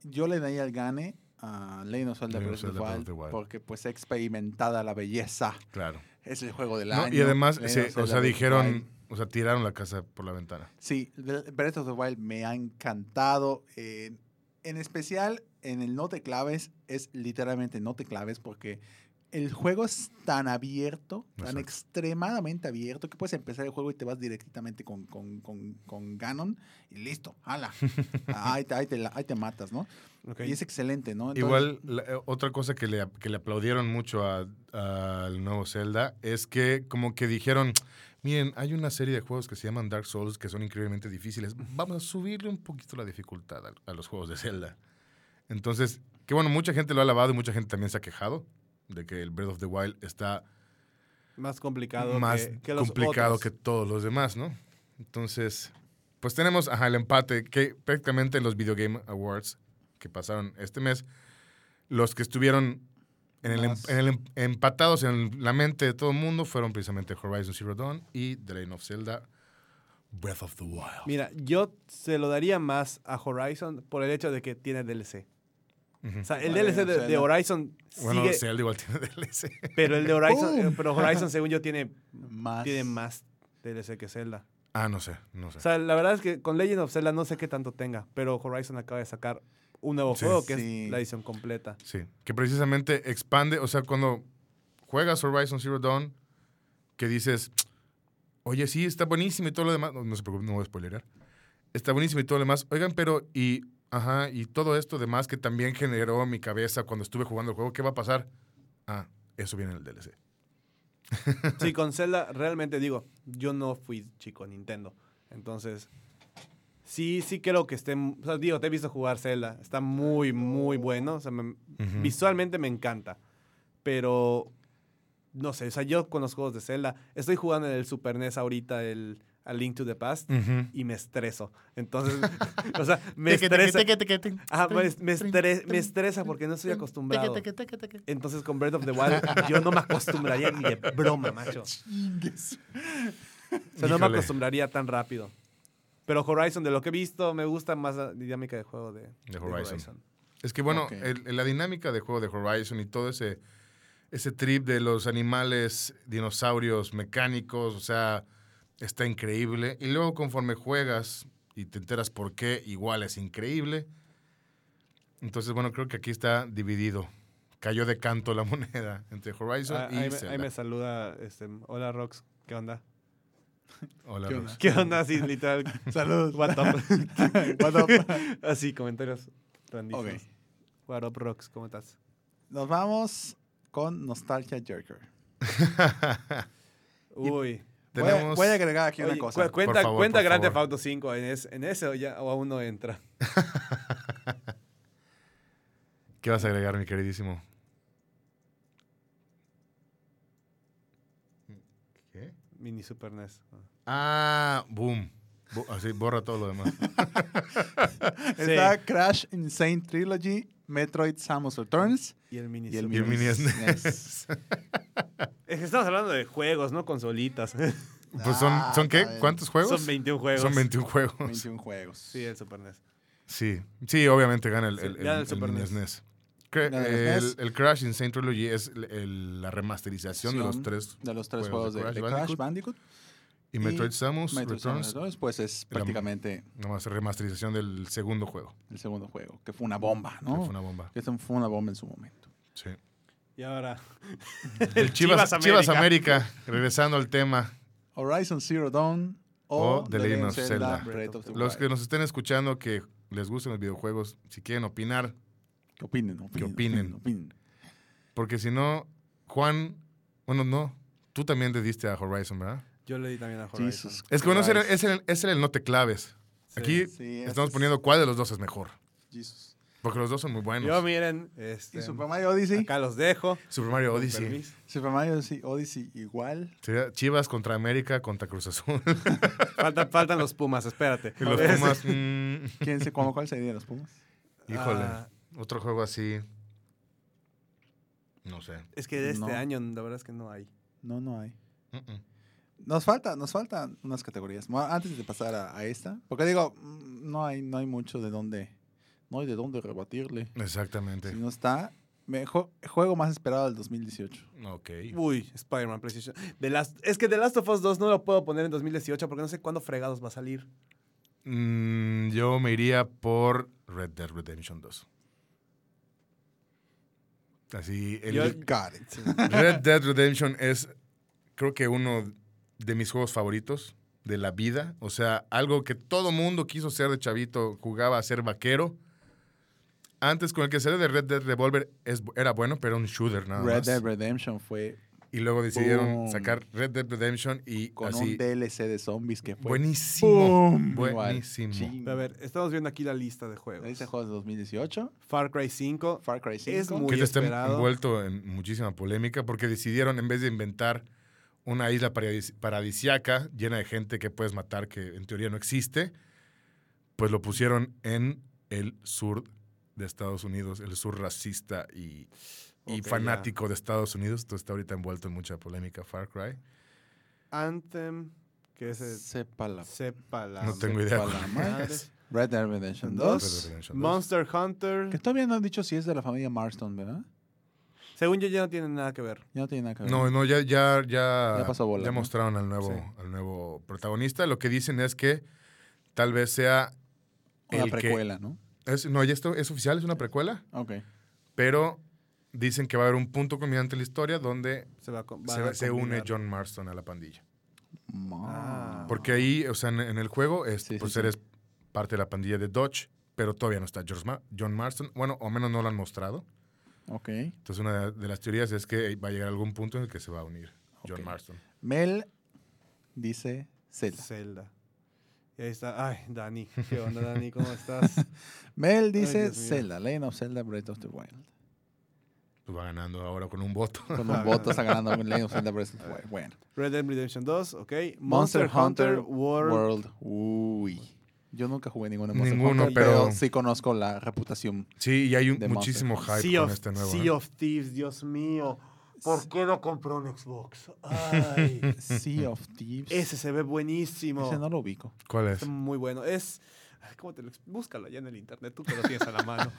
Speaker 1: yo le daría el gane a Legend of Zelda
Speaker 3: Legend
Speaker 1: Breath
Speaker 3: of
Speaker 1: of the
Speaker 3: Zelda Breath of
Speaker 1: Wild
Speaker 3: the Wild.
Speaker 1: porque pues he experimentada la belleza.
Speaker 3: claro.
Speaker 1: Es el juego del
Speaker 3: No,
Speaker 1: año.
Speaker 3: y además,
Speaker 1: Legend
Speaker 3: se-
Speaker 1: of Zelda
Speaker 3: o sea,
Speaker 1: Breath of the
Speaker 3: dijeron,
Speaker 1: Wild.
Speaker 3: o sea, tiraron la casa por la ventana.
Speaker 1: Sí, Bre- Breath of the Wild me ha encantado. en- en especial en el no te claves, es literalmente no te claves porque el juego es tan abierto, tan
Speaker 3: Exacto.
Speaker 1: extremadamente abierto, que puedes empezar el juego y te vas directamente con, con, con- con Ganon y listo, hala. ahí, te, ahí te la- ahí te matas, ¿no?
Speaker 2: Ok.
Speaker 1: Y es excelente, ¿no? Entonces-
Speaker 3: Igual, la- eh, otra cosa que le, que le aplaudieron mucho a- al nuevo Zelda es que como que dijeron, miren, hay una serie de juegos que se llaman Dark Souls que son increíblemente difíciles. Vamos a subirle un poquito la dificultad a, a los juegos de Zelda. Entonces, que bueno, mucha gente lo ha alabado y mucha gente también se ha quejado de que el Breath of the Wild está
Speaker 2: Más complicado
Speaker 3: más
Speaker 2: que, que los
Speaker 3: complicado
Speaker 2: otros.
Speaker 3: que todos los demás, ¿no? Entonces, pues tenemos ajá, el empate que prácticamente en los Video Game Awards que pasaron este mes, los que estuvieron en el, em-
Speaker 1: Más.
Speaker 3: en el em- empatados en la mente de todo el mundo fueron precisamente Horizon Zero Dawn y The Legend of Zelda Breath of the Wild.
Speaker 2: Mira, yo se lo daría más a Horizon por el hecho de que tiene DLC.
Speaker 3: Ujú.
Speaker 2: O sea, el
Speaker 1: Vale,
Speaker 2: DLC
Speaker 1: o
Speaker 2: de,
Speaker 1: sea,
Speaker 2: de
Speaker 1: no-
Speaker 2: Horizon
Speaker 3: Bueno,
Speaker 2: sigue,
Speaker 3: Zelda igual tiene DLC.
Speaker 2: pero el de Horizon,
Speaker 1: ¡Pum!
Speaker 2: eh, pero Horizon según yo tiene,
Speaker 1: Más.
Speaker 2: tiene más DLC que Zelda.
Speaker 3: Ah, no sé, no sé.
Speaker 2: O sea, la verdad es que con Legend of Zelda no sé qué tanto tenga, pero Horizon acaba de sacar un nuevo
Speaker 3: Sí.
Speaker 2: juego que
Speaker 1: Sí.
Speaker 2: es la edición completa.
Speaker 3: Sí, que precisamente expande, o sea, cuando juegas Horizon Zero Dawn, que dices, oye, sí, está buenísimo y todo lo demás, no, no se preocupen, no voy a spoilerar, está buenísimo y todo lo demás, oigan, pero, y, ajá, y todo esto demás que también generó mi cabeza cuando estuve jugando el juego, ¿qué va a pasar? Ah, eso viene en el DLC.
Speaker 2: Sí, con Zelda realmente digo, yo no fui chico Nintendo. Entonces, sí, sí creo que esté, o sea, digo, te he visto jugar Zelda, está muy, muy bueno, o sea, me- visualmente me encanta, pero no sé, o sea, yo con los juegos de Zelda, estoy jugando en el Super NES ahorita el A Link to the Past
Speaker 3: Ujú.
Speaker 2: y me estreso. Entonces, o sea, me estresa. Ajá, me, me estre- me estresa porque no estoy acostumbrado. Entonces con Breath of the Wild yo no me acostumbraría ni de broma, macho.
Speaker 1: Chingues.
Speaker 2: O sea, no me
Speaker 3: Híjole.
Speaker 2: acostumbraría tan rápido. Pero Horizon, de lo que he visto, me gusta más la dinámica de juego de, de
Speaker 3: Horizon. Es que bueno,
Speaker 1: Ok.
Speaker 3: el- la dinámica de juego de Horizon y todo ese, ese trip de los animales, dinosaurios, mecánicos, o sea, está increíble. Y luego conforme juegas y te enteras por qué, igual es increíble. Entonces, bueno, creo que aquí está dividido. Cayó de canto la moneda entre Horizon
Speaker 2: Ah,
Speaker 3: y
Speaker 2: ahí, me- ahí
Speaker 3: Zelda.
Speaker 2: me saluda, este, hola Rox, ¿qué onda?
Speaker 3: Hola,
Speaker 1: ¿Qué
Speaker 3: Rox.
Speaker 1: onda?
Speaker 2: ¿Qué onda? Así, literal,
Speaker 1: Saludos.
Speaker 2: what up.
Speaker 1: What up?
Speaker 2: Así, comentarios randísimos.
Speaker 1: Ok.
Speaker 2: What up, Rox, ¿cómo estás?
Speaker 1: Nos vamos con Nostalgia Jerker.
Speaker 2: Uy.
Speaker 1: Voy a-
Speaker 3: Tenemos-
Speaker 1: Voy a, agregar aquí una
Speaker 2: Oye,
Speaker 1: cosa.
Speaker 2: cu- cuenta
Speaker 3: favor,
Speaker 2: cuenta
Speaker 3: por
Speaker 2: Grand Theft
Speaker 3: favor.
Speaker 2: Auto 5 en, es- en ese o ya o aún no entra.
Speaker 3: ¿Qué vas a agregar, mi queridísimo? ¿Qué?
Speaker 2: Mini Super E NES.
Speaker 3: Ah, boom. Bo- así borra todo lo demás.
Speaker 1: Está Crash Insane Trilogy, Metroid Samus Returns
Speaker 2: Y el mini.
Speaker 1: y el
Speaker 2: Sub.
Speaker 3: Y el
Speaker 1: Mini
Speaker 3: Mini
Speaker 1: SNES.
Speaker 2: Es que estamos hablando de juegos, no consolitas.
Speaker 3: Pues son,
Speaker 1: Ah,
Speaker 3: ¿son qué?
Speaker 1: está bien.
Speaker 3: ¿Cuántos juegos?
Speaker 2: Son 21 juegos.
Speaker 3: Son 21 juegos.
Speaker 1: 21 juegos.
Speaker 2: Sí, el Super E NES.
Speaker 3: Sí, sí, obviamente gana el,
Speaker 2: Sí,
Speaker 3: el, el,
Speaker 2: gana el
Speaker 3: el
Speaker 2: Super E
Speaker 3: Mini
Speaker 2: NES.
Speaker 3: SNES. Cre-
Speaker 1: Gana el
Speaker 3: el,
Speaker 1: SNES.
Speaker 3: el Crash Insane Trilogy es el- el- la remasterización de los tres.
Speaker 1: de los tres
Speaker 3: juegos
Speaker 1: juegos de de
Speaker 3: de Crash
Speaker 1: Crash,
Speaker 3: Bandicoot.
Speaker 1: Bandicoot.
Speaker 3: Y Metroid
Speaker 1: y
Speaker 3: Samus
Speaker 1: Metroid Samus
Speaker 3: Returns,
Speaker 1: Returns, pues es
Speaker 3: la-
Speaker 1: prácticamente
Speaker 3: nomás remasterización del segundo juego.
Speaker 1: el segundo juego, que fue una bomba,
Speaker 3: que
Speaker 1: ¿no?
Speaker 3: fue una bomba.
Speaker 1: Que esto fue una bomba en su momento.
Speaker 3: Sí.
Speaker 2: Y ahora.
Speaker 3: El Chivas, Chivas América. regresando al tema.
Speaker 1: Horizon Zero Dawn o
Speaker 3: O
Speaker 1: The Legend of Zelda, Breath of the
Speaker 3: Los que
Speaker 1: Wild.
Speaker 3: nos estén escuchando que les gusten los videojuegos, si quieren opinar,
Speaker 1: Que opinen, opinen,
Speaker 3: opinen. porque si no, Juan, bueno, no, tú también le diste a Horizon, ¿verdad?
Speaker 2: Yo le di también a Horizon.
Speaker 1: Jesus
Speaker 3: Es que bueno, ese era,
Speaker 1: Christ.
Speaker 3: ese era- ese era el no te claves.
Speaker 2: Sí.
Speaker 3: Aquí
Speaker 1: Sí, ese
Speaker 3: estamos
Speaker 1: es-
Speaker 3: poniendo cuál de los dos es mejor,
Speaker 1: Jesus.
Speaker 3: porque los dos son muy buenos.
Speaker 2: Yo, miren. Este,
Speaker 1: Y Super Mario Odyssey.
Speaker 2: Acá los dejo.
Speaker 3: Super Mario
Speaker 2: Con
Speaker 3: Odyssey.
Speaker 2: permiso.
Speaker 1: Super Mario Odyssey, Odyssey igual.
Speaker 3: Sería Chivas contra América contra Cruz Azul.
Speaker 2: Faltan, faltan los Pumas, espérate.
Speaker 3: Y los
Speaker 2: Es-
Speaker 3: Pumas, mm,
Speaker 1: ¿Quién se cómo cuál sería de los Pumas?
Speaker 3: híjole.
Speaker 2: Ah,
Speaker 3: Otro juego así. No sé.
Speaker 2: es que de este
Speaker 1: No.
Speaker 2: año, la verdad es que no hay.
Speaker 1: No, no hay.
Speaker 3: Mm, mm.
Speaker 1: Nos falta, nos faltan unas categorías. Ma- Antes de pasar a, a esta, porque digo, mm, no hay, no hay mucho de dónde, no hay de dónde rebatirle.
Speaker 3: Exactamente.
Speaker 1: Si no está, mejor, juego más esperado del 2018.
Speaker 3: Ok.
Speaker 2: Uy, Spider-Man Precision. The Last- es que The Last of Us 2 no lo puedo poner en 2018 porque no sé cuándo fregados va a salir.
Speaker 3: Mm, yo me iría por Red Dead Redemption 2. Así, el
Speaker 2: Yo-
Speaker 1: Got it.
Speaker 3: Red Dead Redemption es, creo que uno de mis juegos favoritos de la vida. O sea, algo que todo mundo quiso ser de chavito, jugaba a ser vaquero. Antes, con el que salió de Red Dead Revolver, es, era bueno, pero era un shooter nada
Speaker 1: Red
Speaker 3: más.
Speaker 1: Dead Redemption fue
Speaker 3: Y luego decidieron
Speaker 1: Boom.
Speaker 3: sacar Red Dead Redemption y
Speaker 1: con
Speaker 3: así.
Speaker 1: un DLC de zombies que fue
Speaker 3: Buenísimo.
Speaker 1: ¡pum!
Speaker 3: Buenísimo.
Speaker 1: Igual, chingo.
Speaker 2: A ver, estamos viendo aquí la lista de juegos.
Speaker 1: Ahí está juegos de 2018,
Speaker 2: Far Cry 5.
Speaker 1: Far Cry 5.
Speaker 2: muy-
Speaker 3: que te está
Speaker 2: esperado.
Speaker 3: envuelto en muchísima polémica porque decidieron, en vez de inventar una isla paradis- paradisiaca llena de gente que puedes matar, que en teoría no existe, pues lo pusieron en el sur de Estados Unidos, el sur racista y, y
Speaker 2: Ok, ya.
Speaker 3: fanático de Estados Unidos. Entonces está ahorita envuelto en mucha polémica Far Cry.
Speaker 2: Anthem, que es el-
Speaker 1: Sepa la
Speaker 2: sepa la
Speaker 3: No tengo idea.
Speaker 1: sepa la madre. Red Dead Redemption 2.
Speaker 3: Red Dead Redemption 2.
Speaker 2: Monster
Speaker 1: Que
Speaker 2: Hunter.
Speaker 1: todavía no han dicho si es de la familia Marston, ¿verdad?
Speaker 2: Según yo ya no tienen nada que ver.
Speaker 1: Ya no tiene nada que ver.
Speaker 3: No, no, ya, ya, ya,
Speaker 1: Ya pasó bola,
Speaker 3: ya
Speaker 1: ¿no?
Speaker 3: mostraron al nuevo,
Speaker 2: Sí.
Speaker 3: al nuevo protagonista. Lo que dicen es que tal vez sea
Speaker 1: Una
Speaker 3: el que-
Speaker 1: precuela, ¿no?
Speaker 3: Es- no, ya esto es oficial, es una precuela,
Speaker 1: Ok.
Speaker 3: pero dicen que va a haber un punto culminante en la historia donde
Speaker 2: Se, va a co- va
Speaker 3: se,
Speaker 2: a
Speaker 3: se une
Speaker 2: combinar.
Speaker 3: John Marston a la pandilla.
Speaker 1: Ma-
Speaker 3: Porque ahí, o sea, en, en el juego, es,
Speaker 1: Sí, sí,
Speaker 3: pues
Speaker 1: sí.
Speaker 3: eres parte de la pandilla de Dodge, pero todavía no está George Ma- John Marston. Bueno, o menos no lo han mostrado.
Speaker 1: Ok.
Speaker 3: Entonces, una de las teorías es que va a llegar algún punto en el que se va a unir
Speaker 1: Ok.
Speaker 3: John Marston.
Speaker 1: Mel dice Zelda.
Speaker 2: Zelda. Y ahí está. Ay, Dani. ¿Qué onda, Dani? ¿Cómo estás?
Speaker 1: Mel dice
Speaker 2: Dios mío.
Speaker 1: Zelda. Legend of Zelda Breath of the Wild.
Speaker 3: Pues va ganando ahora con un voto.
Speaker 1: Con un voto está ganando Legend of Zelda Breath of the Wild. Bueno.
Speaker 2: Red Dead Redemption 2, ok.
Speaker 1: Monster
Speaker 2: Monster, Hunter,
Speaker 1: Hunter
Speaker 2: World.
Speaker 1: World. Uy. Yo nunca jugué ninguno de Monster
Speaker 3: Ninguno,
Speaker 1: Hunter, pero...
Speaker 3: pero-
Speaker 1: sí conozco la reputación.
Speaker 3: Sí, y hay un,
Speaker 1: De
Speaker 3: muchísimo hype
Speaker 2: Sea,
Speaker 3: con
Speaker 2: of,
Speaker 3: este nuevo.
Speaker 2: Sea
Speaker 3: ¿eh?
Speaker 2: of Thieves, Dios mío. ¿Por qué no compró un Xbox? Ay,
Speaker 1: Sea of Thieves.
Speaker 2: ese se ve buenísimo.
Speaker 1: Ese no lo ubico.
Speaker 3: ¿Cuál es?
Speaker 2: Está muy bueno. Es. ay, ¿Cómo te lo exp- Búscalo ya en el internet, tú que lo tienes a la mano.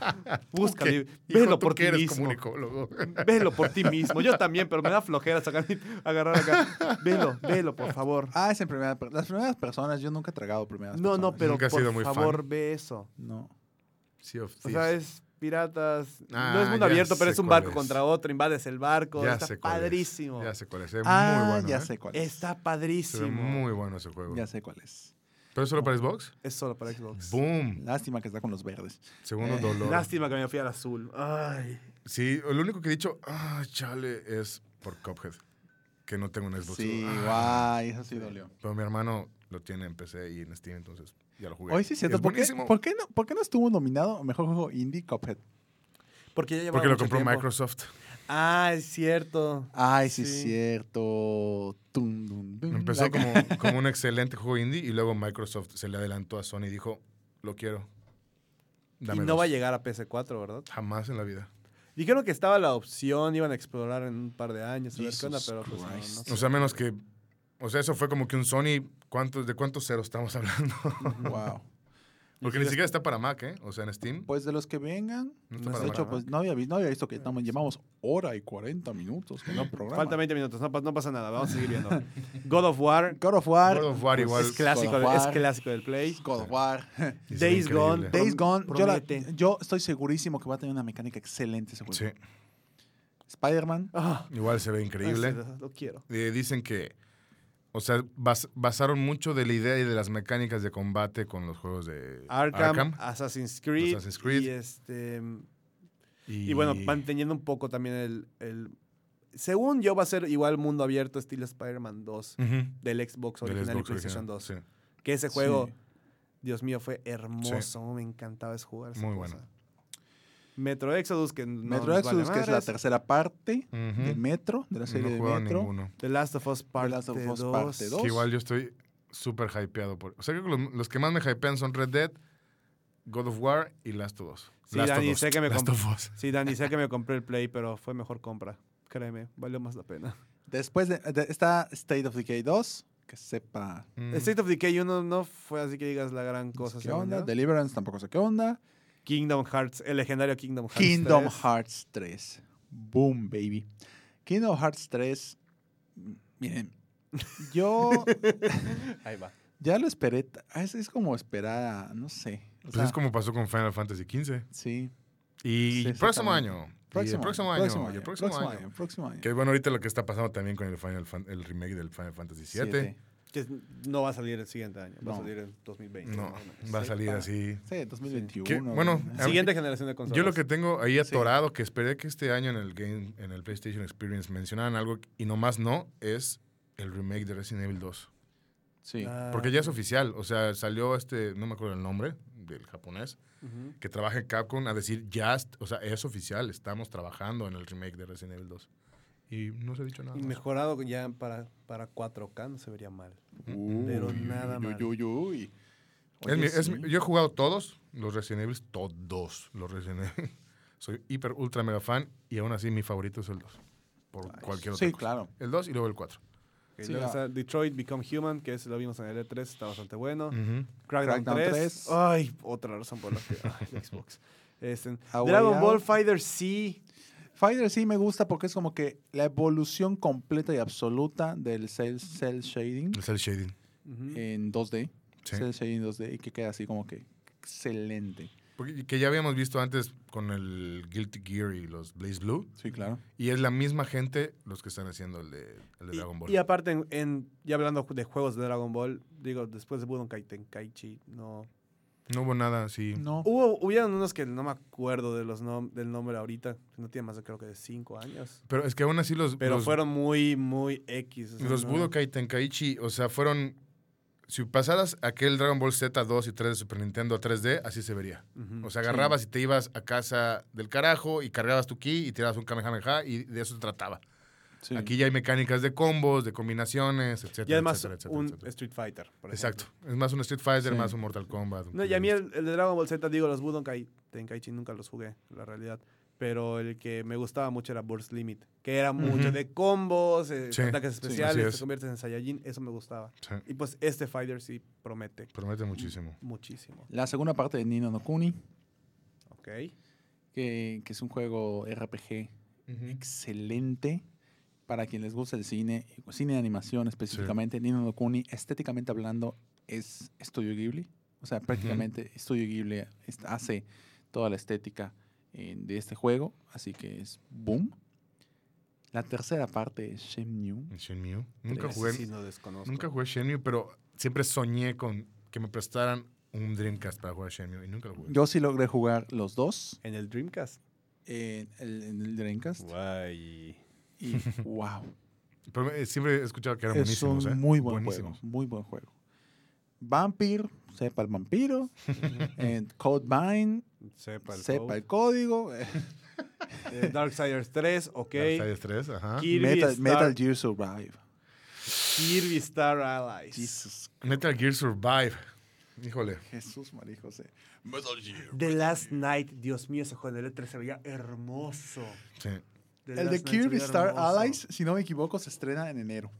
Speaker 2: Búscalo. y
Speaker 3: Ok. Hijo,
Speaker 2: Velo
Speaker 3: tú
Speaker 2: por
Speaker 3: que
Speaker 2: ti
Speaker 3: eres
Speaker 2: mismo.
Speaker 3: comunicólogo.
Speaker 2: Velo por ti mismo. Yo también, pero me da flojera sacar, mi- agarrar acá. Velo, velo, por favor.
Speaker 1: Ah, es en primera. per- Las primeras personas, yo nunca he tragado primeras
Speaker 2: No,
Speaker 1: personas.
Speaker 2: no, pero
Speaker 3: Nunca
Speaker 2: por
Speaker 3: has sido muy fan.
Speaker 2: favor, ve eso.
Speaker 1: No.
Speaker 3: Sea of
Speaker 2: O
Speaker 3: Thieves.
Speaker 2: sea, es piratas. no
Speaker 3: Ah,
Speaker 2: es mundo
Speaker 3: ya
Speaker 2: abierto, pero
Speaker 3: sé
Speaker 2: es un
Speaker 3: cuál
Speaker 2: barco
Speaker 3: es.
Speaker 2: contra otro. Invades el barco.
Speaker 3: Ya
Speaker 2: está
Speaker 3: sé cuál es.
Speaker 2: padrísimo.
Speaker 3: Ya sé cuál es. Se ve
Speaker 1: ah,
Speaker 3: muy bueno.
Speaker 1: ya
Speaker 3: ¿eh?
Speaker 1: sé cuál es.
Speaker 2: Está
Speaker 3: Se ve
Speaker 2: padrísimo.
Speaker 3: muy bueno ese juego.
Speaker 1: Ya sé cuál es.
Speaker 3: ¿Pero es solo para Xbox?
Speaker 2: Es solo para Xbox.
Speaker 3: ¡Boom!
Speaker 1: Lástima que está con los verdes.
Speaker 3: Segundo
Speaker 1: Eh,
Speaker 3: dolor.
Speaker 2: Lástima que me fui al azul. Ay.
Speaker 3: Sí, lo único que he dicho, ah, chale, es por Cuphead. Que no tengo un Xbox.
Speaker 1: Sí,
Speaker 3: Ah.
Speaker 1: guay, eso sí dolió.
Speaker 3: Pero mi hermano lo tiene en PC y en Steam, entonces ya lo jugué.
Speaker 1: Hoy sí es cierto.
Speaker 3: Es
Speaker 1: ¿por, qué,
Speaker 3: buenísimo.
Speaker 1: por qué no, por qué no estuvo nominado a mejor juego indie Cuphead?
Speaker 2: Porque ya llevaba
Speaker 3: Porque lo
Speaker 2: mucho
Speaker 3: compró
Speaker 2: tiempo.
Speaker 3: Microsoft.
Speaker 2: Ah, es cierto.
Speaker 1: Ay, sí, es
Speaker 2: Sí.
Speaker 1: cierto. Tum, dum, dum.
Speaker 3: Empezó
Speaker 1: La-
Speaker 3: como, como un excelente juego indie y luego Microsoft se le adelantó a Sony y dijo, lo quiero. Dame
Speaker 2: y no
Speaker 3: dos.
Speaker 2: va a llegar a PS4, ¿verdad?
Speaker 3: Jamás en la vida.
Speaker 2: Dijeron que estaba la opción, iban a explorar en un par de años, a ver qué onda,
Speaker 1: Jesus
Speaker 2: pero pues no, no
Speaker 1: Christ.
Speaker 2: sé.
Speaker 3: O sea, menos que. O sea, eso fue como que un Sony. ¿cuántos, ¿De cuántos ceros estamos hablando?
Speaker 1: Wow.
Speaker 3: Porque ni siquiera está para Mac, ¿eh? O sea, en Steam.
Speaker 1: Pues de los que vengan.
Speaker 3: No está
Speaker 1: Pues,
Speaker 3: para
Speaker 1: de hecho,
Speaker 3: Mac.
Speaker 1: pues no había, vi- no había visto que estamos, llevamos hora y 40 minutos con el programa.
Speaker 2: Falta 20 minutos, no, pa- no pasa nada, vamos a seguir viendo. God of War,
Speaker 1: God of War.
Speaker 3: God of War igual.
Speaker 2: pues, es clásico,
Speaker 1: God of
Speaker 2: es
Speaker 1: War.
Speaker 2: clásico del Play.
Speaker 1: God of War.
Speaker 3: Es
Speaker 2: Days
Speaker 3: increíble.
Speaker 2: Gone, Day-
Speaker 1: Days Gone. Yo, la-
Speaker 2: Promete.
Speaker 1: yo estoy segurísimo que va a tener una mecánica excelente ese juego.
Speaker 3: Sí,
Speaker 1: Spider-Man.
Speaker 2: Ah,
Speaker 3: igual se ve increíble.
Speaker 2: ese, Ah, Lo quiero.
Speaker 3: Eh, dicen que, o sea, bas- basaron mucho de la idea y de las mecánicas de combate con los juegos de
Speaker 2: Arkham, Assassin's, Creed,
Speaker 3: Assassin's Creed.
Speaker 2: Y este. Y, bueno, manteniendo un poco también el, el- Según yo, va a ser igual mundo abierto, estilo Spider-Man 2
Speaker 3: Ujú,
Speaker 2: del Xbox
Speaker 3: Mm. del
Speaker 2: original y
Speaker 3: Xbox
Speaker 2: PlayStation
Speaker 3: original,
Speaker 2: 2.
Speaker 3: sí.
Speaker 2: Que ese juego,
Speaker 1: Sí.
Speaker 2: Dios mío, fue hermoso. Me encantaba ese jugar. esa
Speaker 3: Muy
Speaker 2: cosa.
Speaker 3: bueno.
Speaker 2: Metro Exodus, que no
Speaker 1: Metro
Speaker 2: nos
Speaker 1: Exodus,
Speaker 2: vale
Speaker 1: que es la
Speaker 2: madres.
Speaker 1: tercera parte
Speaker 3: Ujú.
Speaker 1: de Metro, de la
Speaker 3: No
Speaker 1: serie
Speaker 3: he
Speaker 1: de
Speaker 3: jugado
Speaker 1: Metro.
Speaker 3: ninguno.
Speaker 2: The Last of Us Parte
Speaker 1: Last of Us
Speaker 2: 2.
Speaker 1: Parte 2.
Speaker 3: Que igual yo estoy súper hypeado. Por, o sea, creo que los, los que más me hypean son Red Dead, God of War y Last of Us.
Speaker 2: Sí,
Speaker 3: Last of
Speaker 2: Dani,
Speaker 3: Us,
Speaker 2: sé que me
Speaker 3: Last
Speaker 2: comp-
Speaker 3: of Us.
Speaker 2: Sí, Dani, sé que me compré el Play, pero fue mejor compra. Créeme, valió más la pena.
Speaker 1: Después de, de- está State of Decay 2, que sepa
Speaker 3: Mm.
Speaker 2: State of Decay 1 no fue así que digas la gran cosa.
Speaker 1: qué
Speaker 2: según
Speaker 1: onda.
Speaker 2: yo.
Speaker 1: Deliverance tampoco sé qué onda.
Speaker 2: Kingdom Hearts, el legendario Kingdom Hearts.
Speaker 1: Kingdom
Speaker 2: 3.
Speaker 1: Hearts 3. Boom, baby. Kingdom Hearts 3. mm, Miren, yo
Speaker 2: Ahí va.
Speaker 1: ya lo esperé. t- ah, Es, es como esperar a, no sé. o
Speaker 3: Pues
Speaker 1: sea,
Speaker 3: es como pasó con Final Fantasy XV.
Speaker 1: Sí. Sí,
Speaker 3: Y próximo
Speaker 1: exactamente.
Speaker 3: año. y el próximo año.
Speaker 1: próximo
Speaker 3: y el
Speaker 1: año,
Speaker 3: próximo
Speaker 1: próximo
Speaker 3: año.
Speaker 1: año, próximo año.
Speaker 3: Que bueno, ahorita lo que está pasando también con el, Final Fan- el remake del Final Fantasy VII.
Speaker 1: Siete.
Speaker 2: Que es- no va a salir el siguiente año, va a
Speaker 1: No.
Speaker 2: salir en 2020.
Speaker 3: No,
Speaker 2: más o menos.
Speaker 3: va a salir
Speaker 1: sepa.
Speaker 3: así.
Speaker 1: Sí, 2021.
Speaker 3: Que, bueno,
Speaker 1: ¿no?
Speaker 3: a-
Speaker 2: Siguiente generación de consolas.
Speaker 3: Yo lo que tengo ahí
Speaker 1: Sí.
Speaker 3: atorado, que esperé que este año en el game, en el PlayStation Experience mencionaran algo y nomás no, es el remake de Resident Evil 2.
Speaker 1: Sí.
Speaker 2: Ah,
Speaker 3: Porque ya es oficial, o sea, salió este, no me acuerdo el nombre, del japonés,
Speaker 2: ujú.
Speaker 3: que trabaja en Capcom a decir, ya, est- o sea, es oficial, estamos trabajando en el remake de Resident Evil 2. Y no se ha dicho nada.
Speaker 2: Y
Speaker 3: más.
Speaker 2: mejorado ya para, para 4K no se vería mal. Pero nada
Speaker 1: uy,
Speaker 2: mal.
Speaker 1: uy, uy.
Speaker 3: Es
Speaker 1: Oye,
Speaker 3: mi- es
Speaker 1: sí.
Speaker 3: mi- yo he jugado todos los Resident Evil, todos los Resident Evil. Soy hiper, ultra, mega fan y aún así mi favorito es el 2. Por cualquier otro.
Speaker 1: Sí, claro.
Speaker 3: El 2 y luego el 4.
Speaker 2: Que
Speaker 1: Sí,
Speaker 2: luego
Speaker 1: ah.
Speaker 2: está Detroit Become Human, que ese lo vimos en el E3, está bastante
Speaker 1: Ah.
Speaker 2: bueno.
Speaker 3: Mm.
Speaker 2: Crackdown,
Speaker 1: Crackdown
Speaker 2: 3.
Speaker 1: 3.
Speaker 2: Ay, otra razón por la que. Ay, el Xbox. Este,
Speaker 1: A Way
Speaker 2: Dragon Ball
Speaker 1: Out.
Speaker 2: Fighter C.
Speaker 1: Fighter sí me gusta porque es como que la evolución completa y absoluta del cel, cel shading
Speaker 3: Es el shading.
Speaker 2: Ujú.
Speaker 1: en 2D.
Speaker 3: Sí.
Speaker 1: Cel shading 2D y que queda así como que excelente.
Speaker 3: Porque- que ya habíamos visto antes con el Guilty Gear y los Blaze Blue.
Speaker 1: Sí, claro.
Speaker 3: Y es la misma gente los que están haciendo el de, el de
Speaker 2: Y-
Speaker 3: Dragon Ball.
Speaker 2: Y, aparte, en, en- ya hablando ju- de juegos de Dragon Ball, digo, después de Budokai Tenkaichi, no.
Speaker 3: no hubo nada así.
Speaker 1: No.
Speaker 2: Hubo, hubieron unos que no me acuerdo de los nom- del nombre ahorita, no tiene más de creo que de 5 años.
Speaker 3: Pero es que aún así los,
Speaker 2: Pero
Speaker 3: los,
Speaker 2: fueron muy, muy X. o sea,
Speaker 3: los
Speaker 2: no-
Speaker 3: Budokai Tenkaichi, o sea, fueron... Si pasaras aquel Dragon Ball Z 2 y 3 de Super Nintendo a 3D, así se vería.
Speaker 2: Ujú.
Speaker 3: O sea, agarrabas y te ibas a casa del carajo y cargabas tu ki y tirabas un kamehameha y de eso se trataba.
Speaker 1: Sí.
Speaker 3: Aquí ya hay mecánicas de combos, de combinaciones, etcétera,
Speaker 2: y además,
Speaker 3: etcétera, etcétera,
Speaker 2: un
Speaker 3: etcétera.
Speaker 2: Street Fighter. por ejemplo.
Speaker 3: Exacto. Es más un Street Fighter,
Speaker 1: Sí.
Speaker 3: más un Mortal Kombat. un
Speaker 2: No, y a mí
Speaker 3: Killer
Speaker 2: el, el de Dragon Ball Z, digo, los Budokai Tenkaichi nunca los jugué, la realidad. Pero el que me gustaba mucho era Burst Limit, que era mucho
Speaker 3: Ujú.
Speaker 2: de combos, eh,
Speaker 3: Sí,
Speaker 2: ataques
Speaker 3: sí,
Speaker 2: especiales,
Speaker 3: así
Speaker 2: te
Speaker 3: es.
Speaker 2: conviertes en Saiyajin, eso me gustaba.
Speaker 3: Instinct. Sí,
Speaker 2: Y pues este Fighter sí promete
Speaker 3: promete muchísimo.
Speaker 2: muchísimo.
Speaker 1: La segunda parte de Nino no Kuni,
Speaker 2: Ok.
Speaker 1: que, que es un juego RPG
Speaker 3: Ex-
Speaker 1: excelente para quien les gusta el cine, cine de animación específicamente. Nino no Kuni, estéticamente hablando, es Studio Ghibli. O sea, prácticamente Studio Ghibli es- hace toda la estética eh, de este juego, así que es boom. La tercera parte es Shenmue.
Speaker 3: Shenmue. Nunca
Speaker 1: Pero
Speaker 3: jugué,
Speaker 2: Ese sí no desconozco.
Speaker 3: nunca jugué Shenmue, pero siempre soñé con que me prestaran un Dreamcast para jugar Shenmue y nunca lo jugué.
Speaker 1: Yo sí logré jugar los dos eh,
Speaker 2: En el Dreamcast.
Speaker 1: en el, en el Dreamcast
Speaker 2: Guay.
Speaker 1: y wow,
Speaker 3: Pero eh, siempre he escuchado que eran
Speaker 1: es un
Speaker 3: buenísimos, ¿eh?
Speaker 1: muy buen
Speaker 3: Buenísimos.
Speaker 1: juego, muy buen juego. Vampir, sepa el vampiro, en Codebine,
Speaker 2: Sepa el
Speaker 1: sepa
Speaker 2: code.
Speaker 1: el código, eh,
Speaker 2: Eh, Darksiders 3, ok.
Speaker 3: Darksiders 3, ajá.
Speaker 2: Kirby,
Speaker 1: Metal,
Speaker 2: Star,
Speaker 1: Metal Gear Survive.
Speaker 2: Kirby Star Allies.
Speaker 1: Jesus.
Speaker 3: Metal Gear Survive. Híjole.
Speaker 1: Jesús, María José.
Speaker 4: The Last Night, Dios mío, ese juego de letra se veía hermoso.
Speaker 3: Sí.
Speaker 4: The Last
Speaker 1: El de
Speaker 4: Night se
Speaker 1: Kirby
Speaker 4: veía
Speaker 1: Star
Speaker 4: hermoso.
Speaker 1: Allies, si no me equivoco, se estrena en enero.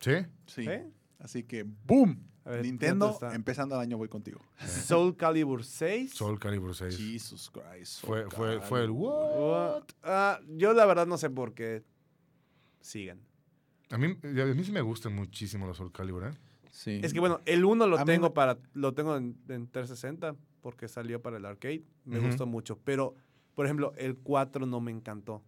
Speaker 3: ¿Sí?
Speaker 1: Sí.
Speaker 2: ¿Sí?
Speaker 1: Así que, ¡boom!
Speaker 2: ¿Eh? A ver, ¿cuánto
Speaker 1: Nintendo,
Speaker 2: está?
Speaker 1: empezando el año voy contigo.
Speaker 2: Soul Calibur 6.
Speaker 3: Soul Calibur 6.
Speaker 1: Jesus Christ.
Speaker 3: Fue,
Speaker 1: oh,
Speaker 3: fue,
Speaker 1: caray.
Speaker 3: fue el wow.
Speaker 2: What? Ah, yo la verdad no sé por qué. Sigan.
Speaker 3: A mí, a mí sí me gustan muchísimo los Soul Calibur, ¿eh?
Speaker 1: Sí.
Speaker 2: Es que bueno, el 1
Speaker 1: A
Speaker 2: lo
Speaker 1: mí
Speaker 2: tengo
Speaker 1: me-
Speaker 2: para lo tengo en, en 360 porque salió para el arcade, me
Speaker 3: Ujú.
Speaker 2: gustó mucho, pero por ejemplo, el 4 no me encantó.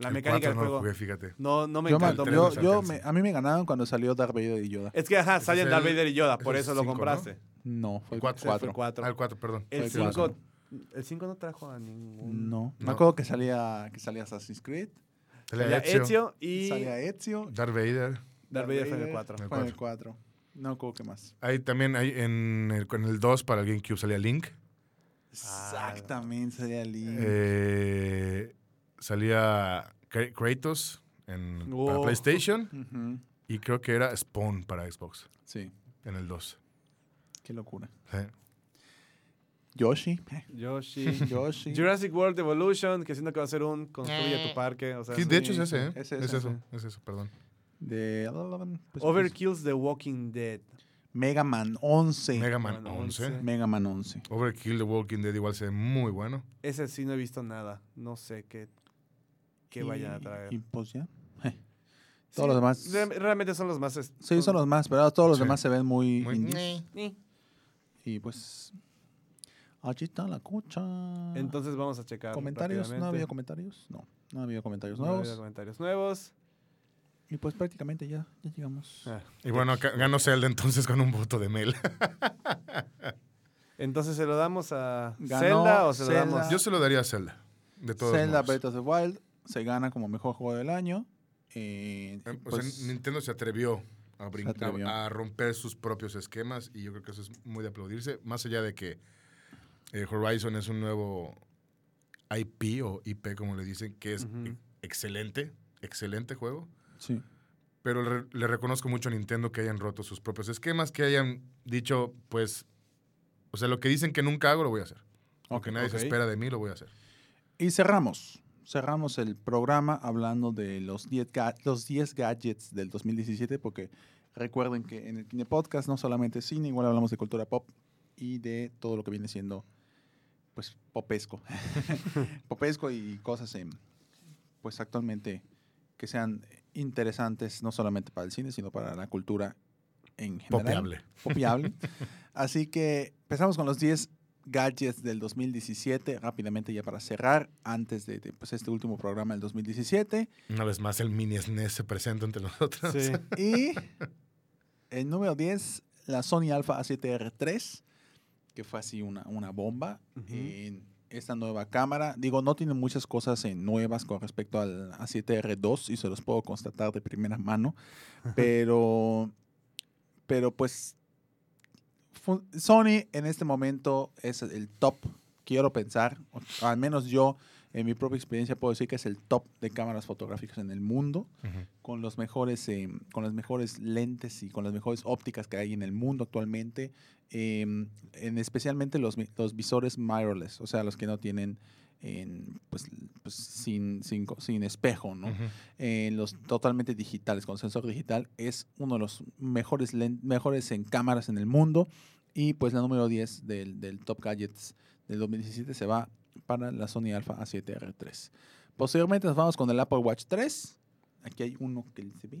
Speaker 2: La
Speaker 3: El
Speaker 2: mecánica
Speaker 3: cuatro
Speaker 2: del
Speaker 3: no lo
Speaker 2: juego
Speaker 3: jugué, fíjate.
Speaker 2: no no me
Speaker 1: yo,
Speaker 2: encantó.
Speaker 1: me-
Speaker 3: tres
Speaker 1: yo-
Speaker 3: nos
Speaker 1: yo
Speaker 3: alcanza.
Speaker 1: me- a mí me ganaron cuando salió Darth Vader y Yoda.
Speaker 2: Es que ajá,
Speaker 3: Ese
Speaker 2: salen
Speaker 3: es
Speaker 2: Darth
Speaker 3: el-
Speaker 2: Vader y Yoda,
Speaker 3: ese
Speaker 2: por
Speaker 3: es
Speaker 2: eso
Speaker 3: el
Speaker 2: lo
Speaker 3: cinco, ¿no?
Speaker 2: compraste.
Speaker 1: No, fue
Speaker 3: Cuatro.
Speaker 2: Ese
Speaker 1: 4.
Speaker 2: fue el 4.
Speaker 3: Ah, el 4, perdón.
Speaker 2: El
Speaker 1: fue el
Speaker 2: 5 el 5 no trajo a ningún
Speaker 1: No. Me
Speaker 3: No.
Speaker 1: acuerdo que salía, que salía Assassin's Creed,
Speaker 3: Salía
Speaker 2: Salía
Speaker 3: Ezio,
Speaker 2: Ezio y
Speaker 1: salía Ezio.
Speaker 3: Darth Vader.
Speaker 2: Darth Vader fue en el 4.
Speaker 3: el
Speaker 1: Fue en el 4. No me acuerdo qué más.
Speaker 3: Ahí también, ahí en el, en el 2 para el GameCube salía Link.
Speaker 2: Ah.
Speaker 1: Exactamente, salía Link.
Speaker 3: Eh, salía Kra- Kratos en, para
Speaker 2: Oh.
Speaker 3: PlayStation.
Speaker 1: Ujú.
Speaker 3: Y creo que era Spawn para Xbox
Speaker 1: Sí,
Speaker 3: en el 2.
Speaker 1: qué locura.
Speaker 3: Sí.
Speaker 1: Yoshi. eh,
Speaker 2: Yoshi.
Speaker 1: Yoshi.
Speaker 2: Jurassic World Evolution, que siento que va a ser un construye tu parque, o sea,
Speaker 3: Sí,
Speaker 2: sí.
Speaker 3: de hecho es ese, ¿eh?
Speaker 1: es
Speaker 3: Es,
Speaker 1: ese,
Speaker 3: eso, es eso, perdón.
Speaker 1: De. pues, pues,
Speaker 2: Overkill's The Walking Dead.
Speaker 1: Mega Man 11. Mega,
Speaker 3: Mega Man
Speaker 2: Bueno,
Speaker 3: 11.
Speaker 2: once.
Speaker 1: Man 11.
Speaker 3: Overkill The Walking Dead igual se ve muy bueno.
Speaker 2: Ese sí no he visto nada. No sé qué, qué
Speaker 1: Y-
Speaker 2: vayan a traer.
Speaker 1: Y pues ya. eh.
Speaker 2: Sí,
Speaker 1: todos los demás-
Speaker 2: re- Realmente son los más. es-
Speaker 1: Sí, son los más, pero todos los
Speaker 3: Sí.
Speaker 1: demás se ven muy.
Speaker 3: Muy-
Speaker 1: indies.
Speaker 2: Sí.
Speaker 1: Y pues. Allí está la cucha.
Speaker 2: Entonces vamos a checar.
Speaker 1: ¿Comentarios? ¿No
Speaker 2: rápidamente.
Speaker 1: había comentarios? No, no había comentarios
Speaker 2: No ha
Speaker 1: nuevos.
Speaker 2: habido comentarios nuevos.
Speaker 1: Y pues prácticamente ya, ya llegamos.
Speaker 2: Ah,
Speaker 3: Y bueno, acá ganó Zelda entonces con un voto de Mel.
Speaker 2: Entonces se lo damos a
Speaker 1: Ganó
Speaker 2: Zelda o se
Speaker 1: Zelda.
Speaker 2: lo damos.
Speaker 3: Yo se lo daría a Zelda. De todos
Speaker 1: Zelda
Speaker 3: modos.
Speaker 1: Breath of the Wild se gana como mejor juego del año. Eh,
Speaker 3: Eh, o
Speaker 1: pues,
Speaker 3: sea, Nintendo se atrevió a brincar,
Speaker 1: atrevió.
Speaker 3: a romper sus propios esquemas y yo creo que eso es muy de aplaudirse. Más allá de que eh, Horizon es un nuevo IP o IP, como le dicen, que es
Speaker 2: Ujú.
Speaker 3: e- excelente, excelente juego.
Speaker 1: sí.
Speaker 3: Pero le, le reconozco mucho a Nintendo que hayan roto sus propios esquemas, que hayan dicho, pues, o sea, lo que dicen que nunca hago, lo voy a hacer. Lo que nadie
Speaker 2: ok.
Speaker 3: se espera de mí, lo voy a hacer.
Speaker 1: Y cerramos. Cerramos el programa hablando de los 10 ga- los 10 gadgets del 2017, porque recuerden que en el Kine Podcast no solamente es cine, igual hablamos de cultura pop y de todo lo que viene siendo pues popesco. popesco y cosas em, pues actualmente que sean interesantes no solamente para el cine, sino para la cultura en general.
Speaker 3: Popeable.
Speaker 1: Popeable. Así que empezamos con los 10 gadgets del 2017, rápidamente ya para cerrar, antes de, de, pues, este último programa del 2017.
Speaker 3: Una vez más, el mini SNES se presenta entre nosotros.
Speaker 2: Sí.
Speaker 1: Y el número 10, la Sony Alpha A7R3, que fue así una, una bomba.
Speaker 2: Ujú.
Speaker 1: en esta nueva cámara, digo, no tiene muchas cosas eh, nuevas con respecto al A7R2 y se los puedo constatar de primera mano, pero, pero pues fu- Sony en este momento es el top, quiero pensar, o al menos yo en mi propia experiencia puedo decir que es el top de cámaras fotográficas en el mundo
Speaker 3: Ujú.
Speaker 1: con los mejores eh, con las mejores lentes y con las mejores ópticas que hay en el mundo actualmente eh, en especialmente los, vi- los visores mirrorless o sea los que no tienen en, pues, pues, sin, sin co- sin espejo no
Speaker 3: Ujú.
Speaker 1: eh, los totalmente digitales, con sensor digital, es uno de los mejores, len- mejores en cámaras en el mundo. Y pues la número 10 del, del Top Gadgets del 2017 se va para la Sony Alpha A7R3. Posteriormente nos vamos con el Apple Watch 3. Aquí hay uno que se ve.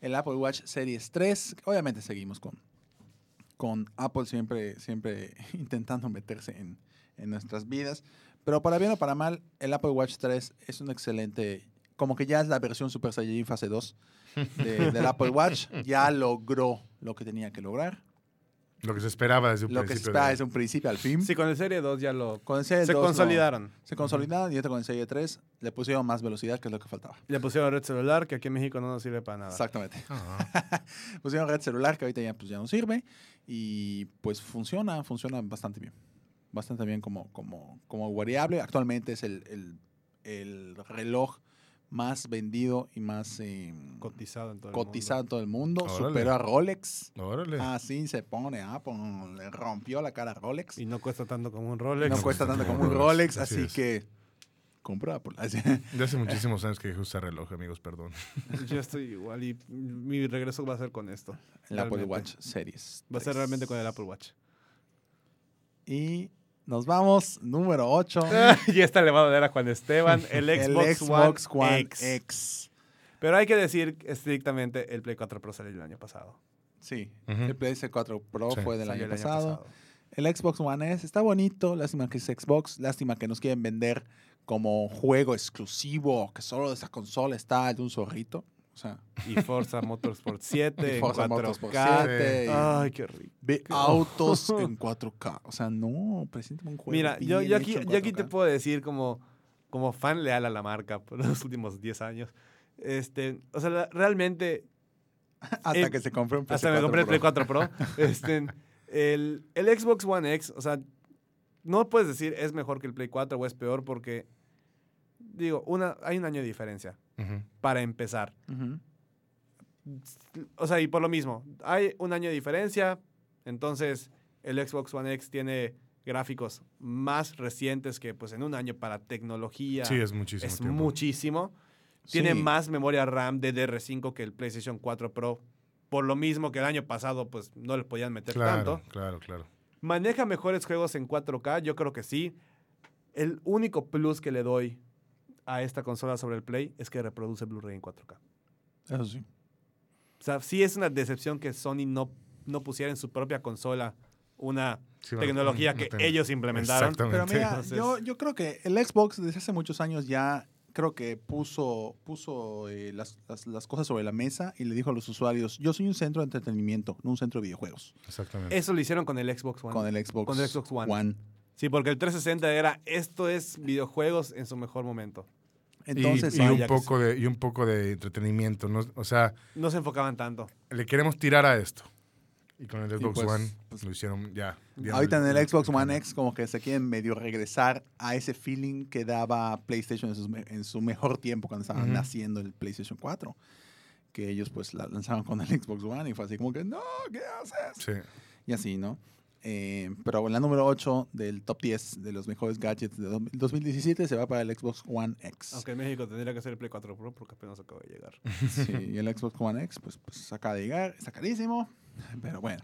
Speaker 1: el Apple Watch Series 3. Obviamente seguimos con, con Apple siempre, siempre intentando meterse en, en nuestras vidas. Pero para bien o para mal, el Apple Watch 3 es un excelente, como que ya es la versión Super Saiyajin fase 2 de- del Apple Watch. Ya logró lo que tenía que lograr.
Speaker 3: Lo que se esperaba desde un
Speaker 1: Lo que se
Speaker 3: principio.
Speaker 1: espera
Speaker 3: de-
Speaker 1: desde un principio al fin.
Speaker 2: Sí, con el Serie 2 ya lo.
Speaker 1: Con el Serie
Speaker 2: se
Speaker 1: 2 lo-
Speaker 2: consolidaron.
Speaker 1: se consolidaron y ahorita con el Serie 3 le pusieron más velocidad, que es lo que faltaba.
Speaker 2: Le pusieron red celular, que aquí en México no nos sirve para nada.
Speaker 1: Exactamente.
Speaker 3: Ah,
Speaker 1: Pusieron red celular, que ahorita pues, ya, pues, ya no sirve. Y pues funciona, funciona bastante bien. Bastante bien como, como, como variable. Actualmente es el, el- el reloj más vendido y más eh,
Speaker 2: Cotizado en todo el mundo.
Speaker 1: cotizado en todo el mundo.
Speaker 3: Órale.
Speaker 1: Superó a Rolex.
Speaker 3: Órale.
Speaker 1: Así se pone Apple. Le rompió la cara a Rolex.
Speaker 2: Y no cuesta tanto como un Rolex.
Speaker 1: No cuesta tanto como un
Speaker 3: Rolex,
Speaker 1: Rolex,
Speaker 3: así
Speaker 1: así
Speaker 3: es.
Speaker 1: que compra Apple. Así-
Speaker 3: De hace muchísimos años que dejé de usar reloj, amigos, perdón.
Speaker 2: Yo estoy igual y mi regreso va a ser con esto.
Speaker 1: El Apple
Speaker 2: Realmente.
Speaker 1: Watch Series.
Speaker 2: Va a ser
Speaker 1: 3.
Speaker 2: realmente con el Apple Watch.
Speaker 1: Y nos vamos, número 8.
Speaker 2: y esta le va a doler a Juan Esteban, el Xbox,
Speaker 1: el Xbox
Speaker 2: One,
Speaker 1: One
Speaker 2: X.
Speaker 1: X.
Speaker 2: Pero hay que decir estrictamente, el Play 4 Pro salió el año pasado.
Speaker 1: Sí,
Speaker 3: Ujú.
Speaker 1: el PS4 Pro
Speaker 3: Sí.
Speaker 1: fue del
Speaker 2: Salió
Speaker 1: año pasado. El Xbox One S está bonito. Lástima que es Xbox. Lástima que nos quieren vender como juego exclusivo, que solo de esa consola está el de un zorrito. O sea,
Speaker 2: Y Forza Motorsport 7,
Speaker 1: y Forza
Speaker 2: en 4K.
Speaker 1: Motorsport 7, y
Speaker 2: Ay, qué rico.
Speaker 1: ve autos en 4K. O sea, no, preséntame un juego.
Speaker 2: Mira, yo,
Speaker 1: bien
Speaker 2: yo aquí,
Speaker 1: hecho en
Speaker 2: yo aquí te
Speaker 1: 4K.
Speaker 2: puedo decir como, como fan leal a la marca por los últimos 10 años. Este, o sea, la- realmente
Speaker 1: Hasta
Speaker 2: eh,
Speaker 1: que se compre un PS4.
Speaker 2: Hasta me compré el Play
Speaker 1: Pro.
Speaker 2: 4 Pro. Este, el, el Xbox One X, o sea, no puedes decir es mejor que el Play 4 o es peor porque, digo, una, hay un año de diferencia
Speaker 3: Ujú.
Speaker 2: para empezar.
Speaker 1: Ujú.
Speaker 2: O sea, y por lo mismo, hay un año de diferencia, entonces el Xbox One X tiene gráficos más recientes que pues en un año para tecnología.
Speaker 3: Sí, es muchísimo
Speaker 2: es
Speaker 3: tiempo.
Speaker 2: muchísimo. Tiene
Speaker 1: Sí.
Speaker 2: más memoria RAM DDR5 que el PlayStation 4 Pro. Por lo mismo que el año pasado, pues no le podían meter
Speaker 3: Claro,
Speaker 2: tanto.
Speaker 3: claro, claro.
Speaker 2: ¿Maneja mejores juegos en 4K? Yo creo que sí. El único plus que le doy a esta consola sobre el Play es que reproduce Blu-ray en 4K.
Speaker 1: Eso sí.
Speaker 2: O sea, sí es una decepción que Sony no, no pusiera en su propia consola una
Speaker 3: Sí, bueno,
Speaker 2: tecnología
Speaker 3: no
Speaker 2: que
Speaker 3: tengo-
Speaker 2: ellos implementaron.
Speaker 1: Pero
Speaker 3: Exactamente.
Speaker 1: mira,
Speaker 2: Entonces-
Speaker 1: yo, yo creo que el Xbox desde hace muchos años ya creo que puso, puso eh, las, las- las cosas sobre la mesa y le dijo a los usuarios, yo soy un centro de entretenimiento, no un centro de videojuegos,
Speaker 3: Exactamente.
Speaker 2: Eso lo hicieron con el Xbox One.
Speaker 1: con el Xbox,
Speaker 2: Con el Xbox One. Sí, porque el 360 era esto es videojuegos en su mejor momento.
Speaker 1: Entonces,
Speaker 3: y, y un
Speaker 2: vaya que
Speaker 3: poco de, y un poco de entretenimiento. ¿no? O sea,
Speaker 2: No se enfocaban tanto.
Speaker 3: le queremos tirar a esto. Y con el Xbox
Speaker 1: pues,
Speaker 3: One
Speaker 1: pues,
Speaker 3: lo hicieron ya. dieron
Speaker 1: ahorita en el Xbox One X como que se quieren medio regresar a ese feeling que daba PlayStation en, sus me- en su mejor tiempo cuando estaban
Speaker 3: Ujú.
Speaker 1: naciendo el PlayStation 4, que ellos pues la lanzaron con el Xbox One y fue así como que, no, ¿qué haces?
Speaker 3: Sí.
Speaker 1: Y así, ¿no? Eh, pero la número 8 del top 10 de los mejores gadgets de do- 2017 se va para el Xbox One X.
Speaker 2: Aunque en México tendría que ser el Play 4 Pro porque apenas acaba de llegar.
Speaker 1: Sí, y el Xbox One X, pues, pues acaba de llegar, está carísimo, pero bueno.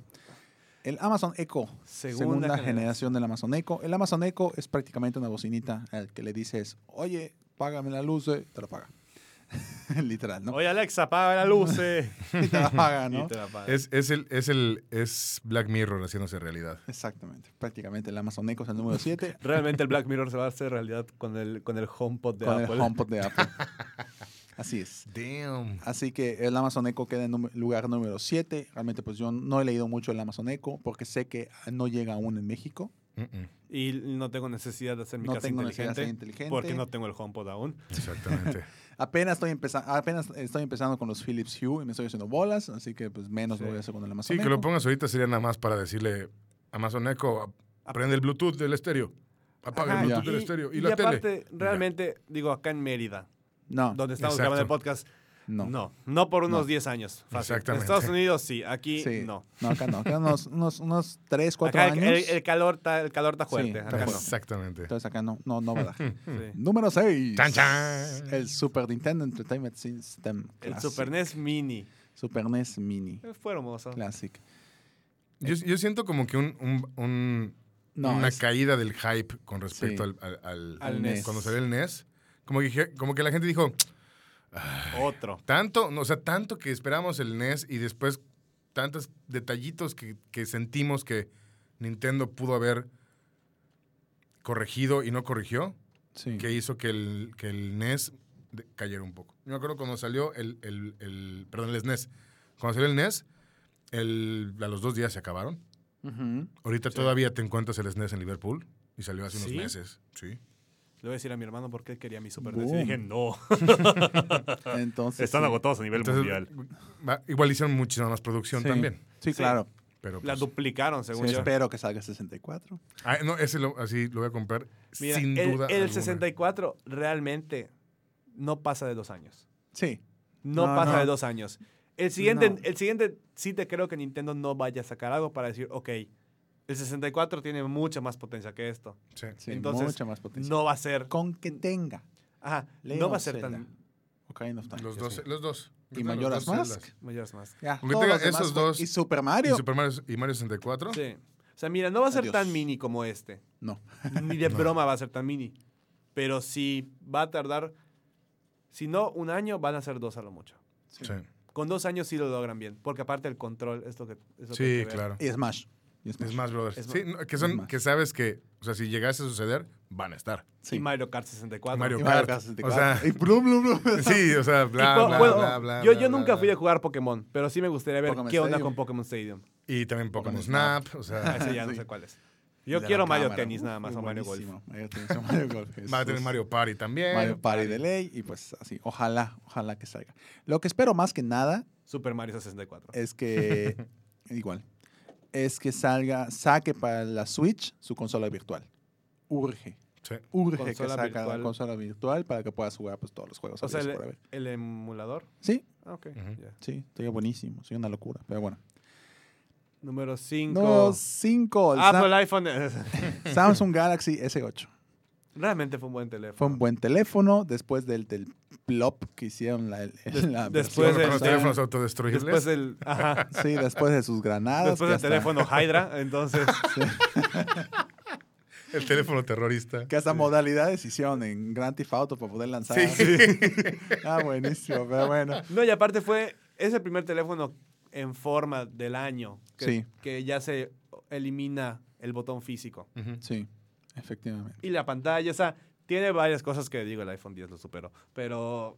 Speaker 1: El Amazon Echo,
Speaker 2: Segunda
Speaker 1: segunda,
Speaker 2: generación.
Speaker 1: generación. del Amazon Echo. El Amazon Echo es prácticamente una bocinita al que le dices, oye, págame la luz, eh", te la paga. Literal, ¿no?
Speaker 2: Oye, Alexa, apaga la luz. eh.
Speaker 1: Y te la paga, ¿no?
Speaker 2: Y te la apaga.
Speaker 3: Es, es, el, es, el, es Black Mirror haciéndose realidad.
Speaker 1: Exactamente, prácticamente el Amazon Echo es el número 7.
Speaker 2: Realmente el Black Mirror se va a hacer realidad con el, con el HomePod de
Speaker 1: con
Speaker 2: Apple.
Speaker 1: el HomePod de Apple. Así es.
Speaker 3: Damn.
Speaker 1: Así que el Amazon Echo queda en num- lugar número 7. Realmente, pues yo no he leído mucho el Amazon Echo porque sé que no llega aún en México.
Speaker 3: Mm, mm,
Speaker 2: Y no tengo necesidad de hacer mi
Speaker 1: No
Speaker 2: casa
Speaker 1: tengo necesidad de
Speaker 2: inteligente,
Speaker 1: ser inteligente.
Speaker 2: porque no tengo el HomePod aún.
Speaker 3: Exactamente.
Speaker 1: Apenas estoy, empeza- apenas estoy empezando con los Philips Hue y me estoy haciendo bolas, así que pues menos lo voy a hacer con el Amazon
Speaker 3: sí, que lo
Speaker 1: Echo.
Speaker 3: pongas ahorita sería nada más para decirle Amazon Echo, aprende el Bluetooth del estéreo. Apaga
Speaker 2: Ajá,
Speaker 3: el
Speaker 1: ya.
Speaker 3: Bluetooth del estéreo. Y,
Speaker 2: y
Speaker 3: la
Speaker 2: aparte,
Speaker 3: tele.
Speaker 2: realmente, digo, acá en Mérida,
Speaker 1: No,
Speaker 2: donde estamos
Speaker 3: Exacto.
Speaker 2: grabando el podcast,
Speaker 1: no,
Speaker 2: no. No, por unos
Speaker 1: No.
Speaker 2: 10 años. Fácil. En
Speaker 3: Exactamente.
Speaker 2: Estados Unidos sí, aquí
Speaker 1: Sí.
Speaker 2: no.
Speaker 1: No, acá no. Acá unos, unos, unos 3, 4
Speaker 2: Acá el,
Speaker 1: años.
Speaker 2: el- el calor está el calor está fuerte.
Speaker 1: Sí,
Speaker 2: acá no.
Speaker 3: Exactamente.
Speaker 1: Entonces acá no, no, no va a dar.
Speaker 2: Sí.
Speaker 1: Número 6.
Speaker 3: Chan, chan.
Speaker 1: El Super Nintendo Entertainment System.
Speaker 2: El
Speaker 1: Classic.
Speaker 2: Super NES Mini.
Speaker 1: Super NES Mini.
Speaker 2: Eh, Fue hermoso.
Speaker 1: Classic.
Speaker 3: Yo, yo siento como que un, un- un-
Speaker 1: No,
Speaker 3: una
Speaker 1: es-
Speaker 3: caída del hype con respecto
Speaker 1: Sí.
Speaker 3: al, al- al-
Speaker 2: Al
Speaker 1: NES.
Speaker 3: Cuando salió el NES. Como que, dije- como que la gente dijo,
Speaker 2: Otro.
Speaker 3: tanto, no, o sea, tanto que esperamos el NES y después tantos detallitos que, que sentimos que Nintendo pudo haber corregido y no corrigió,
Speaker 1: sí.
Speaker 3: que hizo que el, que el NES de- cayera un poco. Yo me acuerdo cuando salió el, el- el- perdón, el SNES. Cuando salió el NES, el- a los dos días se acabaron.
Speaker 1: Ujú.
Speaker 3: Ahorita
Speaker 2: Sí.
Speaker 3: todavía te encuentras el SNES en Liverpool y salió hace unos
Speaker 2: ¿Sí?
Speaker 3: meses. Sí.
Speaker 2: Le voy a decir a mi hermano por qué quería mi Super
Speaker 1: Boom.
Speaker 2: NES. Y dije, no.
Speaker 3: Ah,
Speaker 1: Entonces,
Speaker 2: Están
Speaker 1: sí.
Speaker 2: agotados a nivel
Speaker 3: Entonces,
Speaker 2: mundial.
Speaker 3: va- igual hicieron muchísima más producción
Speaker 1: Sí.
Speaker 3: también.
Speaker 1: Sí,
Speaker 2: Sí.
Speaker 1: claro.
Speaker 3: Pero
Speaker 2: La
Speaker 3: pues-
Speaker 2: duplicaron, según
Speaker 1: Sí,
Speaker 2: yo.
Speaker 1: espero que salga 64.
Speaker 3: Ah, no, ese lo- así lo voy a comprar
Speaker 2: Mira,
Speaker 3: sin
Speaker 2: el,
Speaker 3: duda.
Speaker 2: el
Speaker 3: alguna.
Speaker 2: 64 realmente no pasa de dos años.
Speaker 1: Sí.
Speaker 2: No,
Speaker 1: No,
Speaker 2: pasa
Speaker 1: no.
Speaker 2: de dos años. El siguiente,
Speaker 1: No.
Speaker 2: el siguiente sí te creo que Nintendo no vaya a sacar algo para decir, ok, el 64 tiene mucha más potencia que esto.
Speaker 3: Sí.
Speaker 1: Sí,
Speaker 2: Entonces,
Speaker 1: mucha más potencia.
Speaker 2: No va a ser...
Speaker 1: Con que tenga.
Speaker 2: Ajá, no va a ser tan...
Speaker 1: Ocarina of Time.
Speaker 3: Los
Speaker 1: yo
Speaker 3: dos,
Speaker 1: sé.
Speaker 3: los dos.
Speaker 1: Y
Speaker 3: Los
Speaker 1: Mayoras
Speaker 3: dos
Speaker 1: Mask.
Speaker 3: Zeldas.
Speaker 2: Mayores más.
Speaker 1: Ya,
Speaker 3: Aunque
Speaker 1: todos
Speaker 3: tenga
Speaker 1: los demás
Speaker 3: esos
Speaker 1: fue-
Speaker 3: dos
Speaker 1: Y Super
Speaker 3: Y
Speaker 1: Mario.
Speaker 3: Super Mario y Mario 64.
Speaker 2: Sí. O sea, mira, no va a ser
Speaker 1: Adiós.
Speaker 2: tan mini como este.
Speaker 1: No.
Speaker 2: Ni de
Speaker 3: No.
Speaker 2: broma va a ser tan mini. Pero sí va a tardar. Si no, un año van a ser dos a lo mucho.
Speaker 3: Sí,
Speaker 2: Con dos años sí lo logran bien. Porque aparte el control es lo que. es lo que
Speaker 3: Sí,
Speaker 2: hay que ver.
Speaker 3: claro.
Speaker 1: Y Smash. Y Smash.
Speaker 3: Es más, brothers.
Speaker 2: Es
Speaker 3: sí, no, que, son,
Speaker 1: Smash.
Speaker 3: que sabes que, o sea, si llegase a suceder, van a estar.
Speaker 1: Sí.
Speaker 2: Y Mario Kart 64.
Speaker 3: Mario
Speaker 1: Y Mario
Speaker 3: Kart.
Speaker 1: Kart 64.
Speaker 3: O sea-
Speaker 1: y blum, blum, blum.
Speaker 3: Sí, o sea,
Speaker 2: Y
Speaker 3: bla,
Speaker 2: po-
Speaker 3: bla,
Speaker 2: bueno,
Speaker 3: bla, bla.
Speaker 2: yo
Speaker 3: bla,
Speaker 2: yo
Speaker 3: bla,
Speaker 2: nunca
Speaker 3: bla.
Speaker 2: fui a jugar Pokémon, pero sí me gustaría ver
Speaker 1: Pokémon
Speaker 2: qué onda
Speaker 1: Stadium.
Speaker 2: con Pokémon Stadium.
Speaker 3: Y también Pokémon
Speaker 1: Pokémon
Speaker 3: Snap, o
Speaker 2: Ah,
Speaker 3: sea,
Speaker 2: ese ya no
Speaker 1: Sí.
Speaker 2: sé cuál es. Yo
Speaker 3: La
Speaker 2: quiero Mario
Speaker 1: Cámara.
Speaker 2: Tennis nada más
Speaker 1: Muy
Speaker 2: o Mario Golf.
Speaker 1: buenísimo. Mario Tennis o Mario Golf.
Speaker 3: va a tener
Speaker 1: Jesús.
Speaker 3: Mario Party también.
Speaker 1: Mario Party de ley y pues así. Ojalá, ojalá que salga. Lo que espero más que nada
Speaker 2: Super Mario 64.
Speaker 1: es que igual es que salga saque para la Switch su consola virtual. Urge,
Speaker 3: Sí.
Speaker 1: urge que
Speaker 2: Consola
Speaker 1: saque
Speaker 2: virtual.
Speaker 1: la consola virtual para que puedas jugar pues todos los juegos.
Speaker 2: o sea,
Speaker 1: habidos y
Speaker 2: el,
Speaker 1: por haber.
Speaker 2: el emulador.
Speaker 1: Sí,
Speaker 2: Ah, ok.
Speaker 3: Ujú.
Speaker 2: ya.
Speaker 1: sí, estoy buenísimo, soy una locura, pero bueno.
Speaker 2: Número 5.
Speaker 1: Número 5, el Sam-
Speaker 2: Apple iPhone.
Speaker 1: Samsung Galaxy S8.
Speaker 2: Realmente fue un buen teléfono.
Speaker 1: Fue un buen teléfono después del, del plop que hicieron la, la
Speaker 3: Bueno,
Speaker 1: versión
Speaker 2: después del-
Speaker 3: con los
Speaker 1: pasada.
Speaker 3: teléfonos autodestruibles.
Speaker 2: Después del, ajá,
Speaker 1: Sí, después de sus granadas.
Speaker 2: después
Speaker 1: que
Speaker 2: del
Speaker 1: hasta-
Speaker 2: teléfono Hydra, entonces
Speaker 3: El teléfono terrorista.
Speaker 1: Que hasta modalidades hicieron en Grand Theft Auto para poder lanzar.
Speaker 3: Sí.
Speaker 1: Ah, buenísimo, pero bueno.
Speaker 2: no y aparte fue ese primer teléfono en forma del año que,
Speaker 1: Sí.
Speaker 2: que ya se elimina el botón físico
Speaker 3: Ujú.
Speaker 1: Sí, efectivamente.
Speaker 2: y la pantalla, o sea, tiene varias cosas que digo el iPhone 10 lo superó, pero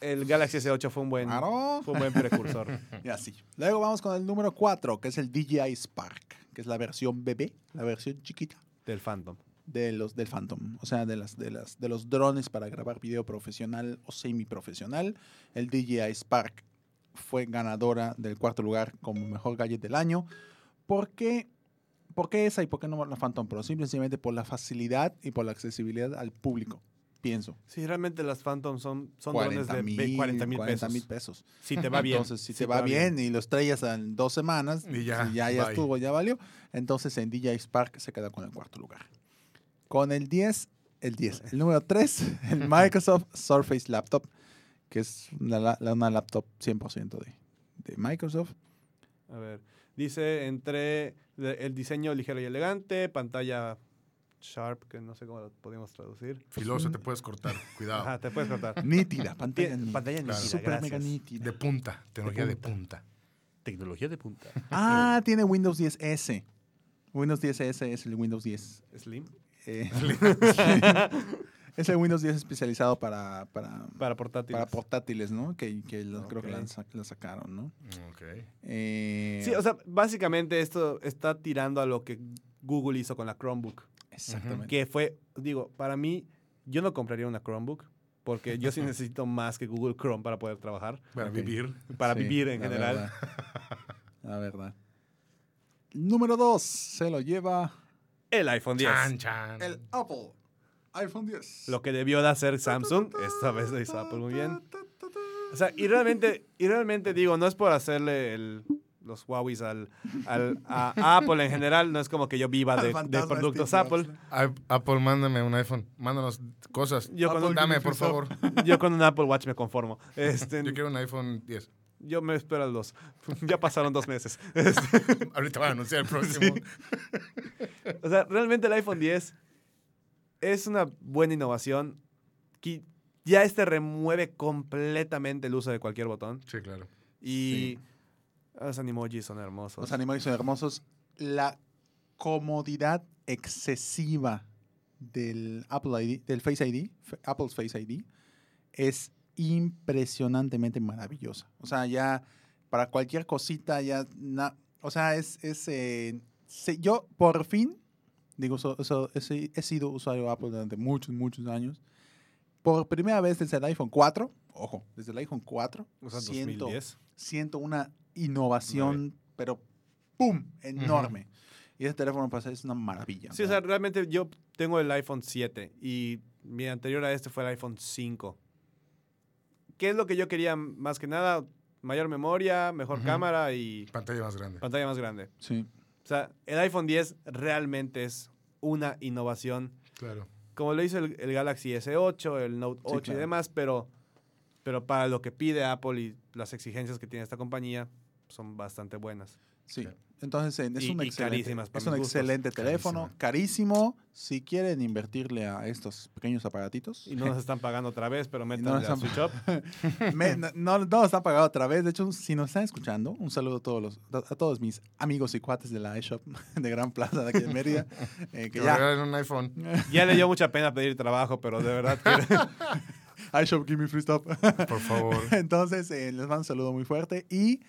Speaker 2: el Galaxy S8 fue un buen
Speaker 1: Claro.
Speaker 2: fue un buen precursor.
Speaker 1: Y así. Luego vamos con el número 4, que es el DJI Spark, que es la versión bebé, la versión chiquita
Speaker 2: del Phantom.
Speaker 1: de los del Phantom, o sea, de las de las de los drones para grabar video profesional o semiprofesional. El DJI Spark fue ganadora del cuarto lugar como mejor gadget del año. ¿Por qué? ¿Por qué esa y por qué no la Phantom Pro? Simple y Sencillamente por la facilidad y por la accesibilidad al público, pienso.
Speaker 2: Sí, realmente las Phantom son son drones
Speaker 1: 40
Speaker 2: de
Speaker 1: mil,
Speaker 2: ve- 40 mil pesos.
Speaker 1: pesos.
Speaker 2: Si te va bien.
Speaker 1: Entonces, si te va, bien, y los traías en dos semanas,
Speaker 3: Y ya,
Speaker 1: si ya, ya
Speaker 3: bye.
Speaker 1: estuvo, ya valió. Entonces en DJ Spark se queda con el cuarto lugar. Con el 10, el 10, el número 3, el Microsoft Surface Laptop, que es una, la- la- una laptop 100% de, de Microsoft.
Speaker 2: A ver, dice entre de- el diseño ligero y elegante, pantalla sharp, que no sé cómo lo podemos traducir.
Speaker 3: Filoso, te puedes cortar. Cuidado.
Speaker 2: Ajá, te puedes cortar.
Speaker 1: Nítida, pantalla
Speaker 2: Tie-
Speaker 1: nítida.
Speaker 2: pantalla nítida,
Speaker 1: Super mega
Speaker 2: gracias.
Speaker 3: De
Speaker 1: nítida.
Speaker 3: punta. Tecnología de punta.
Speaker 2: Tecnología de punta.
Speaker 1: Ah, tiene Windows 10S. Windows 10S es el Windows 10.
Speaker 2: Slim,
Speaker 1: eh, es el Windows 10 especializado para- para,
Speaker 2: para portátiles.
Speaker 1: Para portátiles, ¿no? Que, que los- creo que
Speaker 2: Ok.
Speaker 1: la, sa- la sacaron, ¿no?
Speaker 3: Ok.
Speaker 1: Eh,
Speaker 2: sí, o sea, básicamente esto está tirando a lo que Google hizo con la Chromebook,
Speaker 1: exactamente.
Speaker 2: que fue, digo, para mí, yo no compraría una Chromebook, porque yo sí necesito más que Google Chrome para poder trabajar,
Speaker 3: Para
Speaker 1: Ok.
Speaker 3: vivir.
Speaker 2: para
Speaker 1: Sí,
Speaker 2: vivir en
Speaker 1: la
Speaker 2: general.
Speaker 1: verdad. La verdad. Número 2 se lo lleva
Speaker 2: El iPhone 10.
Speaker 3: Chan, chan.
Speaker 1: el Apple iPhone 10.
Speaker 2: Mm. Lo que debió de hacer Samsung, esta vez lo hizo Apple muy bien. O sea, y realmente, y realmente digo, no es por hacerle el- los Huawei al, al- a Apple en general, no es como que yo viva de, de
Speaker 1: este
Speaker 2: productos Apple.
Speaker 3: Ap- Apple, mándame un iPhone. Mándanos cosas.
Speaker 2: Yo con,
Speaker 3: Apple,
Speaker 2: un,
Speaker 3: dame, por favor.
Speaker 2: yo con un Apple Watch me conformo. Este,
Speaker 3: Yo quiero un iPhone 10.
Speaker 2: yo me espero al dos. Ya pasaron dos meses. Este,
Speaker 3: Ahorita van a anunciar el próximo.
Speaker 2: o sea, realmente el iPhone 10 es una buena innovación que ya este remueve completamente el uso de cualquier botón.
Speaker 3: Sí, claro.
Speaker 2: Y los animojis son hermosos.
Speaker 1: Los animales son hermosos. La comodidad excesiva del Apple ID, del Face ID, F- Apple's Face ID, es impresionantemente maravillosa. O sea, ya para cualquier cosita, ya. na- o sea, es. es eh, se- yo por fin, digo, so- so- he si- he sido usuario de Apple durante muchos, muchos años. Por primera vez desde el iPhone 4, ojo, desde el iPhone 4,
Speaker 2: O sea,
Speaker 1: siento
Speaker 2: 2010.
Speaker 1: siento una innovación, pero ¡pum! enorme. Y ese teléfono pues, es una maravilla.
Speaker 2: Sí, o sea, realmente yo tengo el iPhone 7 y mi anterior a este fue el iPhone 5. ¿Qué es lo que yo quería más que nada? Mayor memoria, mejor
Speaker 3: Ujú.
Speaker 2: cámara y
Speaker 3: Pantalla más grande.
Speaker 2: pantalla más grande.
Speaker 1: Sí.
Speaker 2: O sea, el iPhone 10 realmente es una innovación
Speaker 3: Claro.
Speaker 2: como lo hizo el, el Galaxy S8, el Note 8
Speaker 1: claro.
Speaker 2: y demás, pero, pero para lo que pide Apple y las exigencias que tiene esta compañía son bastante buenas.
Speaker 1: Sí.
Speaker 3: Ok.
Speaker 1: Entonces eh, es
Speaker 2: Y-
Speaker 1: un,
Speaker 2: y
Speaker 1: excelente,
Speaker 2: carísimas para
Speaker 1: es un
Speaker 2: mis gustos.
Speaker 1: excelente teléfono, carísimo. Si quieren invertirle a estos pequeños aparatitos,
Speaker 2: Y no nos están pagando otra vez, pero
Speaker 1: no
Speaker 2: métanle
Speaker 1: nos
Speaker 2: a
Speaker 1: han-
Speaker 2: Switch Up.
Speaker 1: me- no, no nos han pagado otra vez. De hecho, si nos están escuchando, un saludo a todos, los, a todos mis amigos y cuates de la eShop de Gran Plaza de aquí de Mérida. eh,
Speaker 3: Que
Speaker 1: que ya,
Speaker 3: regalen un iPhone.
Speaker 2: Ya le dio mucha pena pedir trabajo, pero de verdad que
Speaker 1: iShop, give me free stuff.
Speaker 3: Por favor.
Speaker 1: Entonces, eh, les mando un saludo muy fuerte. Y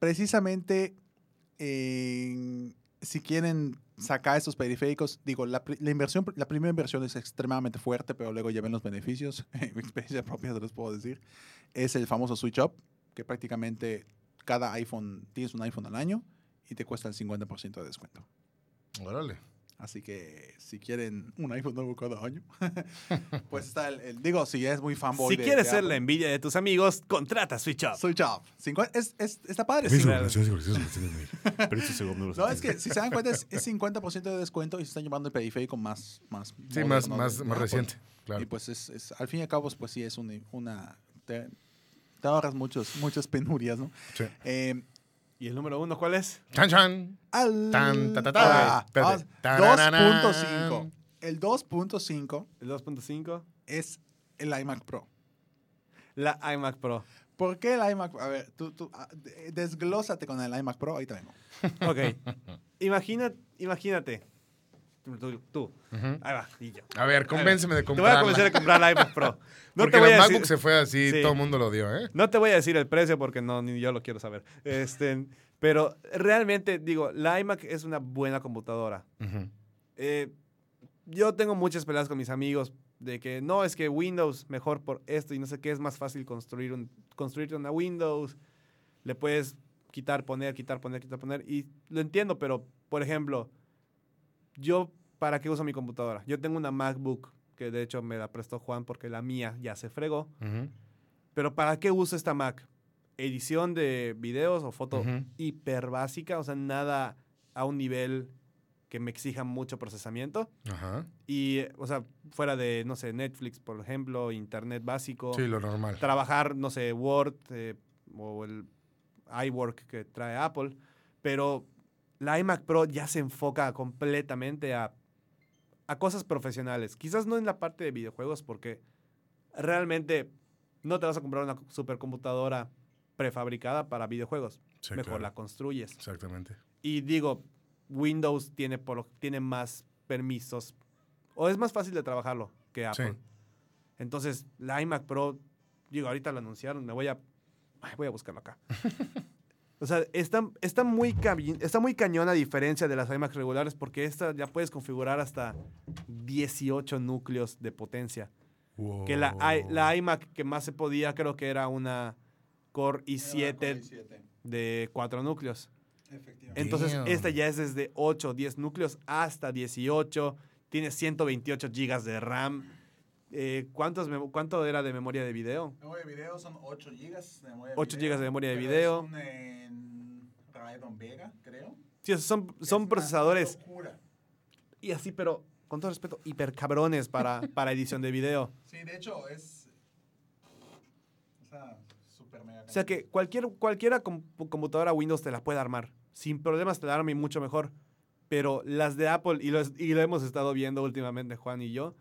Speaker 1: precisamente, en- si quieren sacar estos periféricos, digo, la, pri- la inversión, la primera inversión es extremadamente fuerte, pero luego ya ven los beneficios. En mi experiencia propia se los puedo decir. Es el famoso switch up, que prácticamente cada iPhone, tienes un iPhone al año y te cuesta el 50% de descuento.
Speaker 3: Órale.
Speaker 1: Así que si quieren un iPhone nuevo cada año, pues está el, el- digo, si ya es muy fanboy.
Speaker 2: si
Speaker 1: de-
Speaker 2: quieres
Speaker 1: de
Speaker 2: ser
Speaker 1: Apple.
Speaker 2: la envidia de tus amigos, contrata Switch Up.
Speaker 1: Soy Chop. Cincu- Es, es- está padre. sí. No, es que si se dan cuenta, es, es 50% de descuento y se están llevando el periférico más. más
Speaker 3: Sí,
Speaker 1: moderno
Speaker 3: más,
Speaker 1: de-
Speaker 3: más,
Speaker 1: de
Speaker 3: más
Speaker 1: Apple.
Speaker 3: reciente. Claro.
Speaker 1: Y pues, es, es- al fin y al cabo, pues sí, es un- una. Te, te ahorras muchos, muchas penurias, ¿no?
Speaker 2: pues,
Speaker 3: Sí.
Speaker 1: Eh,
Speaker 2: ¿Y el número uno cuál es?
Speaker 3: Chan, chan.
Speaker 1: al-
Speaker 3: Tan, ta, ta, ta.
Speaker 1: ah,
Speaker 3: Espérate.
Speaker 1: ah,
Speaker 3: Tarararán.
Speaker 1: 2.5. El 2.5
Speaker 2: ¿El 2.5?
Speaker 1: es el iMac Pro.
Speaker 2: La iMac Pro.
Speaker 1: ¿Por qué el iMac? A ver, tú, tú ah, de- desglósate con el iMac Pro. Ahí te vengo.
Speaker 2: Ok. Imagina, imagínate. Tú, tú, tú.
Speaker 3: Ujú.
Speaker 2: Ahí va, y yo.
Speaker 3: A ver, convénceme de
Speaker 2: Te voy a
Speaker 3: comprarla.
Speaker 2: convencer a comprar la iMac Pro. No
Speaker 3: Porque
Speaker 2: te voy
Speaker 3: la
Speaker 2: a
Speaker 3: MacBook
Speaker 2: decir-
Speaker 3: se fue así,
Speaker 2: Sí.
Speaker 3: todo el mundo lo dio, ¿eh?
Speaker 2: No te voy a decir el precio porque no, ni yo lo quiero saber. Este, pero realmente, digo, la iMac es una buena computadora.
Speaker 3: Ujú.
Speaker 2: Eh, yo tengo muchas peleas con mis amigos de que no, es que Windows mejor por esto y no sé qué, es más fácil construir un, construirte una Windows. Le puedes quitar, poner, quitar, poner, quitar, poner. Y lo entiendo, pero, por ejemplo, yo, ¿para qué uso mi computadora? Yo tengo una MacBook que de hecho me la prestó Juan porque la mía ya se fregó.
Speaker 3: Ujú.
Speaker 2: Pero ¿para qué uso esta Mac? Edición de videos o foto
Speaker 3: Ujú.
Speaker 2: hiper básica, o sea, nada a un nivel que me exija mucho procesamiento.
Speaker 3: Ajá.
Speaker 2: Y, eh, o sea, fuera de, no sé, Netflix, por ejemplo, internet básico.
Speaker 3: Sí, lo normal.
Speaker 2: Trabajar, no sé, Word eh, o el iWork que trae Apple. Pero la iMac Pro ya se enfoca completamente a, a cosas profesionales. Quizás no en la parte de videojuegos, porque realmente no te vas a comprar una supercomputadora prefabricada para videojuegos.
Speaker 3: Sí,
Speaker 2: Mejor
Speaker 3: claro.
Speaker 2: la construyes.
Speaker 3: Exactamente.
Speaker 2: Y digo, Windows tiene, por, lo- tiene más permisos. O es más fácil de trabajarlo que Apple.
Speaker 3: Sí.
Speaker 2: Entonces, la iMac Pro, digo, ahorita lo anunciaron, me voy a. ay, voy a buscarlo acá. o sea, está, está, muy cabi- está muy cañón a diferencia de las iMac regulares, porque esta ya puedes configurar hasta 18 núcleos de potencia. Que la, i-
Speaker 3: Oh.
Speaker 2: la iMac que más se podía, creo que era una Core i7 de 4 núcleos.
Speaker 1: Efectivamente.
Speaker 2: Entonces,
Speaker 3: Damn.
Speaker 2: esta ya es desde 8, 10 núcleos hasta 18. Tiene 128 gigas de RAM. Eh, ¿cuántos mem- ¿Cuánto era de memoria de video?
Speaker 1: Memoria de video son 8 GB de memoria de
Speaker 2: 8
Speaker 1: video,
Speaker 2: gigas de memoria de
Speaker 1: pero
Speaker 2: video.
Speaker 1: Es un en Radeon Vega, creo.
Speaker 2: Sí, o sea, son,
Speaker 1: Es
Speaker 2: son
Speaker 1: una
Speaker 2: procesadores.
Speaker 1: locura.
Speaker 2: Y así, pero con todo respeto, hiper cabrones para, para edición de video.
Speaker 1: Sí, de hecho es. O sea, super mega.
Speaker 2: O sea que cualquier, cualquiera com- computadora Windows te la puede armar. Sin problemas te la arma y mucho mejor. Pero las de Apple, y lo, es- y lo hemos estado viendo últimamente Juan y yo,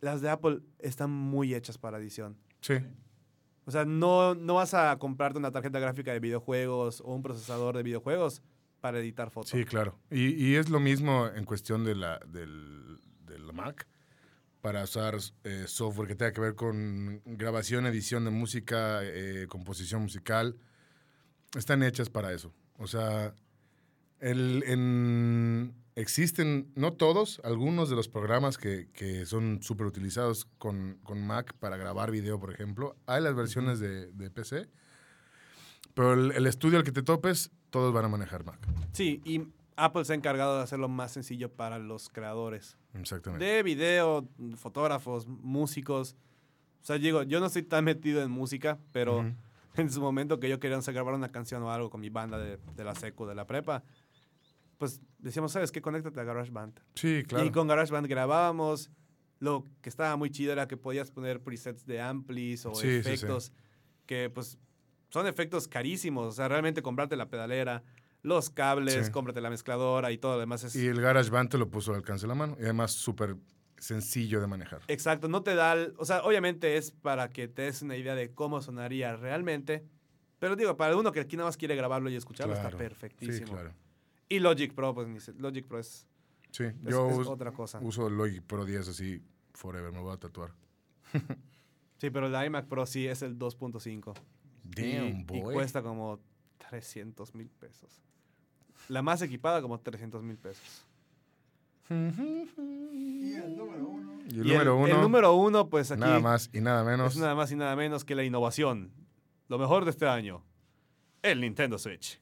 Speaker 2: las de Apple están muy hechas para edición.
Speaker 3: Sí.
Speaker 2: O sea, no, no vas a comprarte una tarjeta gráfica de videojuegos o un procesador de videojuegos para editar fotos.
Speaker 3: Sí, claro. Y, y es lo mismo en cuestión de la, del, del Mac para usar eh, software que tenga que ver con grabación, edición de música, eh, composición musical. Están hechas para eso. O sea, el, en- existen, no todos, algunos de los programas que, que son súper utilizados con, con Mac para grabar video, por ejemplo. Hay las versiones de, de PC, pero el, el estudio al que te topes, todos van a manejar Mac.
Speaker 2: Sí, y Apple se ha encargado de hacerlo más sencillo para los creadores
Speaker 3: Exactamente.
Speaker 2: de video, fotógrafos, músicos. O O sea, digo, yo no estoy tan metido en música, pero
Speaker 3: Ujú.
Speaker 2: en su momento que yo quería no sé, grabar una canción o algo con mi banda de, de la secu, de la prepa, pues decíamos, ¿sabes qué? Conéctate a GarageBand.
Speaker 3: Sí, claro.
Speaker 2: Y con GarageBand grabábamos. Lo que estaba muy chido era que podías poner presets de amplis o
Speaker 3: Sí, sí, sí.
Speaker 2: efectos que, pues, son efectos carísimos. O sea, realmente comprarte la pedalera, los cables,
Speaker 3: Sí.
Speaker 2: cómprate la mezcladora y todo lo demás es...
Speaker 3: Y el GarageBand te lo puso al alcance de la mano. Y además súper sencillo de manejar.
Speaker 2: Exacto, no te da... el- O sea, obviamente es para que te des una idea de cómo sonaría realmente. Pero digo, para uno que aquí nada más quiere grabarlo y escucharlo,
Speaker 3: Claro.
Speaker 2: está perfectísimo.
Speaker 3: Sí, claro.
Speaker 2: Y Logic Pro, pues, ni se- Logic Pro es,
Speaker 3: Sí,
Speaker 2: es-
Speaker 3: yo
Speaker 2: es
Speaker 3: us-
Speaker 2: otra cosa.
Speaker 3: uso Logic Pro 10 así forever. Me voy a tatuar.
Speaker 2: Sí, pero el iMac Pro sí es el 2.5.
Speaker 3: Damn,
Speaker 2: y, y
Speaker 3: boy.
Speaker 2: cuesta como 300 mil pesos. La más equipada como 300 mil pesos.
Speaker 1: Y el número uno.
Speaker 3: Y el
Speaker 2: Y
Speaker 3: número uno,
Speaker 2: El número uno, pues aquí
Speaker 3: nada más y nada menos.
Speaker 2: es nada más y nada menos que la innovación. Lo mejor de este año. El Nintendo Switch.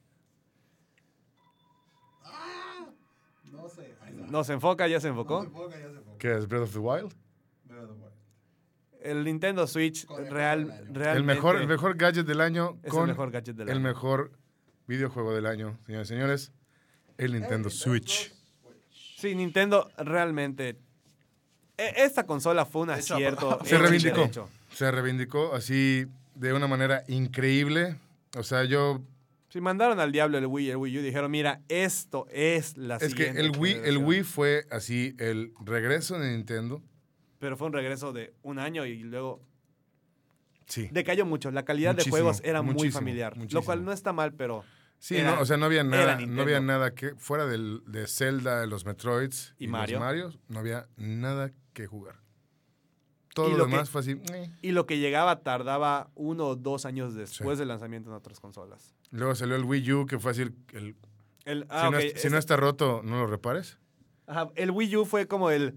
Speaker 1: No sé. ahí está.
Speaker 2: ¿Nos enfoca? ¿Ya se
Speaker 1: No
Speaker 2: enfocó?
Speaker 1: se enfoca, ya se enfocó.
Speaker 3: ¿Qué es Breath of the Wild?
Speaker 1: Breath of the Wild.
Speaker 2: El Nintendo Switch
Speaker 1: Con el
Speaker 2: real,
Speaker 1: mejor del año.
Speaker 2: realmente
Speaker 3: el, mejor, el mejor gadget del año
Speaker 2: es
Speaker 3: con
Speaker 2: el mejor gadget del
Speaker 3: el
Speaker 2: año.
Speaker 3: mejor videojuego del año, señores y señores. El Nintendo Switch.
Speaker 2: Sí, Nintendo realmente... e- Esta consola fue un
Speaker 1: De hecho,
Speaker 2: acierto.
Speaker 1: aparte-
Speaker 3: Se
Speaker 2: hecho y
Speaker 3: reivindicó.
Speaker 2: derecho.
Speaker 3: Se reivindicó así de una manera increíble. O sea, yo
Speaker 2: Si mandaron al diablo el Wii, el Wii U, dijeron, mira, esto es la
Speaker 3: Es que
Speaker 2: siguiente
Speaker 3: el Wii, el
Speaker 2: generación".
Speaker 3: Wii fue así el regreso de Nintendo.
Speaker 2: Pero fue un regreso de un año y luego
Speaker 3: Sí.
Speaker 2: decayó mucho. La calidad
Speaker 3: Muchísimo,
Speaker 2: de juegos era muy
Speaker 3: muchísimo,
Speaker 2: familiar,
Speaker 3: muchísimo.
Speaker 2: lo cual no está mal, pero...
Speaker 3: Sí,
Speaker 2: era-
Speaker 3: no, o sea, no había nada,
Speaker 2: Nintendo.
Speaker 3: no había nada que fuera del, de Zelda, de los Metroids
Speaker 2: Y
Speaker 3: los
Speaker 2: Mario.
Speaker 3: Marios, no había nada que jugar. Todo
Speaker 2: Y
Speaker 3: lo,
Speaker 2: lo que-
Speaker 3: demás fue así. "Eh".
Speaker 2: Y lo que llegaba tardaba uno o dos años después del lanzamiento en otras consolas.
Speaker 3: Luego salió el Wii U que fue así el, el-
Speaker 2: El,
Speaker 3: si,
Speaker 2: ah,
Speaker 3: no,
Speaker 2: ok,
Speaker 3: es- si no
Speaker 2: es-
Speaker 3: está roto, no lo repares.
Speaker 2: ajá, el Wii U fue como el...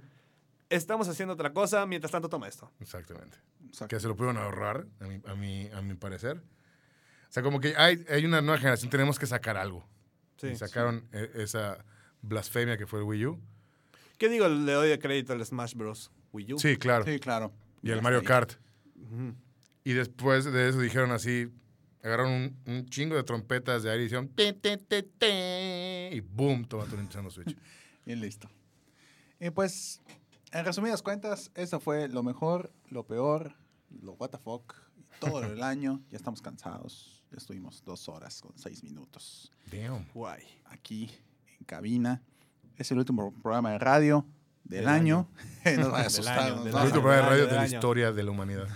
Speaker 2: Estamos haciendo otra cosa, mientras tanto toma esto.
Speaker 3: Exactamente.
Speaker 1: Exacto.
Speaker 3: Que se lo pudieron ahorrar, a mi, a mi, a mi parecer. O sea, como que hay, hay una nueva generación, tenemos que sacar algo.
Speaker 2: Sí.
Speaker 3: y sacaron eh, esa blasfemia que fue el Wii U.
Speaker 2: ¿Qué digo? Le doy de crédito al Smash Bros. Wii U.
Speaker 3: Sí, claro.
Speaker 1: Sí, claro.
Speaker 3: Y
Speaker 1: Ya
Speaker 3: el Mario
Speaker 1: está ahí.
Speaker 3: Kart.
Speaker 2: Ujú.
Speaker 3: Y después de eso dijeron así, agarraron un, un chingo de trompetas de aire y hicieron... "Tin, tin, tin, tin", y boom, toma tu Nintendo Switch.
Speaker 1: Y listo. Y pues, en resumidas cuentas, eso fue lo mejor, lo peor, lo what the fuck, todo el año. Ya estamos cansados. Ya Estuvimos dos horas con seis minutos
Speaker 3: Damn.
Speaker 2: Guay.
Speaker 1: aquí en cabina. Es el último programa de radio del,
Speaker 2: Del
Speaker 1: año. nos va a
Speaker 2: Del
Speaker 1: asustar.
Speaker 2: año,
Speaker 1: nos
Speaker 2: del
Speaker 1: va
Speaker 3: El
Speaker 1: a-
Speaker 2: año.
Speaker 3: último programa de radio
Speaker 2: del
Speaker 3: de la
Speaker 2: año.
Speaker 3: historia de la humanidad.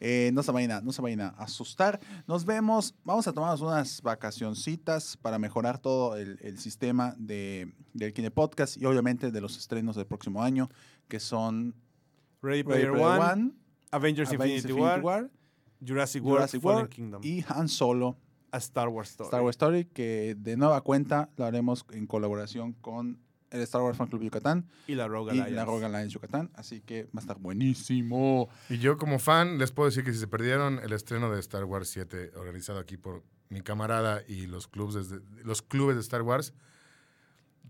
Speaker 1: Eh, no se vayan a, no se vayan a asustar. Nos vemos. Vamos a tomarnos unas vacacioncitas para mejorar todo el, el sistema de, del Kine Podcast y obviamente de los estrenos del próximo año, que son Ready
Speaker 2: Ready Player,
Speaker 1: Player
Speaker 2: One,
Speaker 1: One,
Speaker 2: Avengers,
Speaker 1: Avengers
Speaker 2: Infinity,
Speaker 1: Infinity
Speaker 2: War,
Speaker 1: War,
Speaker 2: Jurassic World,
Speaker 1: Jurassic
Speaker 2: Fallen
Speaker 1: World
Speaker 2: Kingdom,
Speaker 1: y Han Solo,
Speaker 2: a Star Wars Story.
Speaker 1: Star Wars Story, que de nueva cuenta lo haremos en colaboración con el Star Wars Fan Club Yucatán
Speaker 2: y la Rogue
Speaker 1: y
Speaker 2: Alliance.
Speaker 1: la Rogue Alliance Yucatán. Así que va a estar buenísimo.
Speaker 3: Y yo como fan les puedo decir que si se perdieron el estreno de Star Wars 7 organizado aquí por mi camarada y los clubes de, los clubes de Star Wars,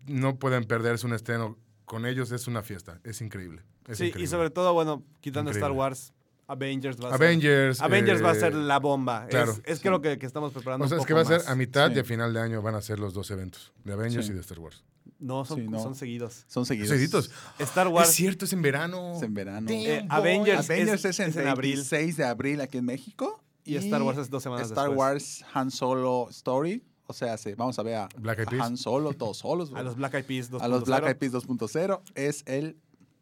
Speaker 3: no pueden perderse un estreno. Con ellos es una fiesta. Es increíble. Es
Speaker 2: sí,
Speaker 3: increíble.
Speaker 2: y sobre todo, bueno, quitando
Speaker 3: Increíble.
Speaker 2: Star Wars, Avengers va a
Speaker 3: Avengers.
Speaker 2: ser... Avengers va a ser
Speaker 3: eh,
Speaker 2: la bomba.
Speaker 3: claro.
Speaker 2: es es que lo que, que estamos preparando
Speaker 3: O sea,
Speaker 2: un
Speaker 3: es que va
Speaker 2: poco
Speaker 3: a ser a
Speaker 2: más.
Speaker 3: mitad
Speaker 1: Sí.
Speaker 3: y a final de año van a ser los dos eventos, de Avengers
Speaker 1: Sí.
Speaker 3: y de Star Wars.
Speaker 2: No, son,
Speaker 1: Sí, no.
Speaker 2: son seguidos.
Speaker 3: Pues
Speaker 1: Son seguidos.
Speaker 3: Seguiditos.
Speaker 2: Star
Speaker 3: Es
Speaker 2: Wars...
Speaker 3: cierto, es en verano.
Speaker 1: Es en verano.
Speaker 3: Damn,
Speaker 2: Eh,
Speaker 3: boy.
Speaker 2: Avengers-
Speaker 1: Avengers es,
Speaker 2: es-
Speaker 1: en,
Speaker 2: es en abril.
Speaker 1: 6 de abril aquí en México.
Speaker 2: Y Star Wars es dos semanas
Speaker 1: Star
Speaker 2: después.
Speaker 1: Wars Han Solo Story. O sea, se- vamos a ver a,
Speaker 3: Black Eyed
Speaker 1: a
Speaker 3: Peas.
Speaker 1: Han Solo, todos solos.
Speaker 2: A los Black Eyed Peas 2.0.
Speaker 1: a los Black Eyed Peas 2.0. Es el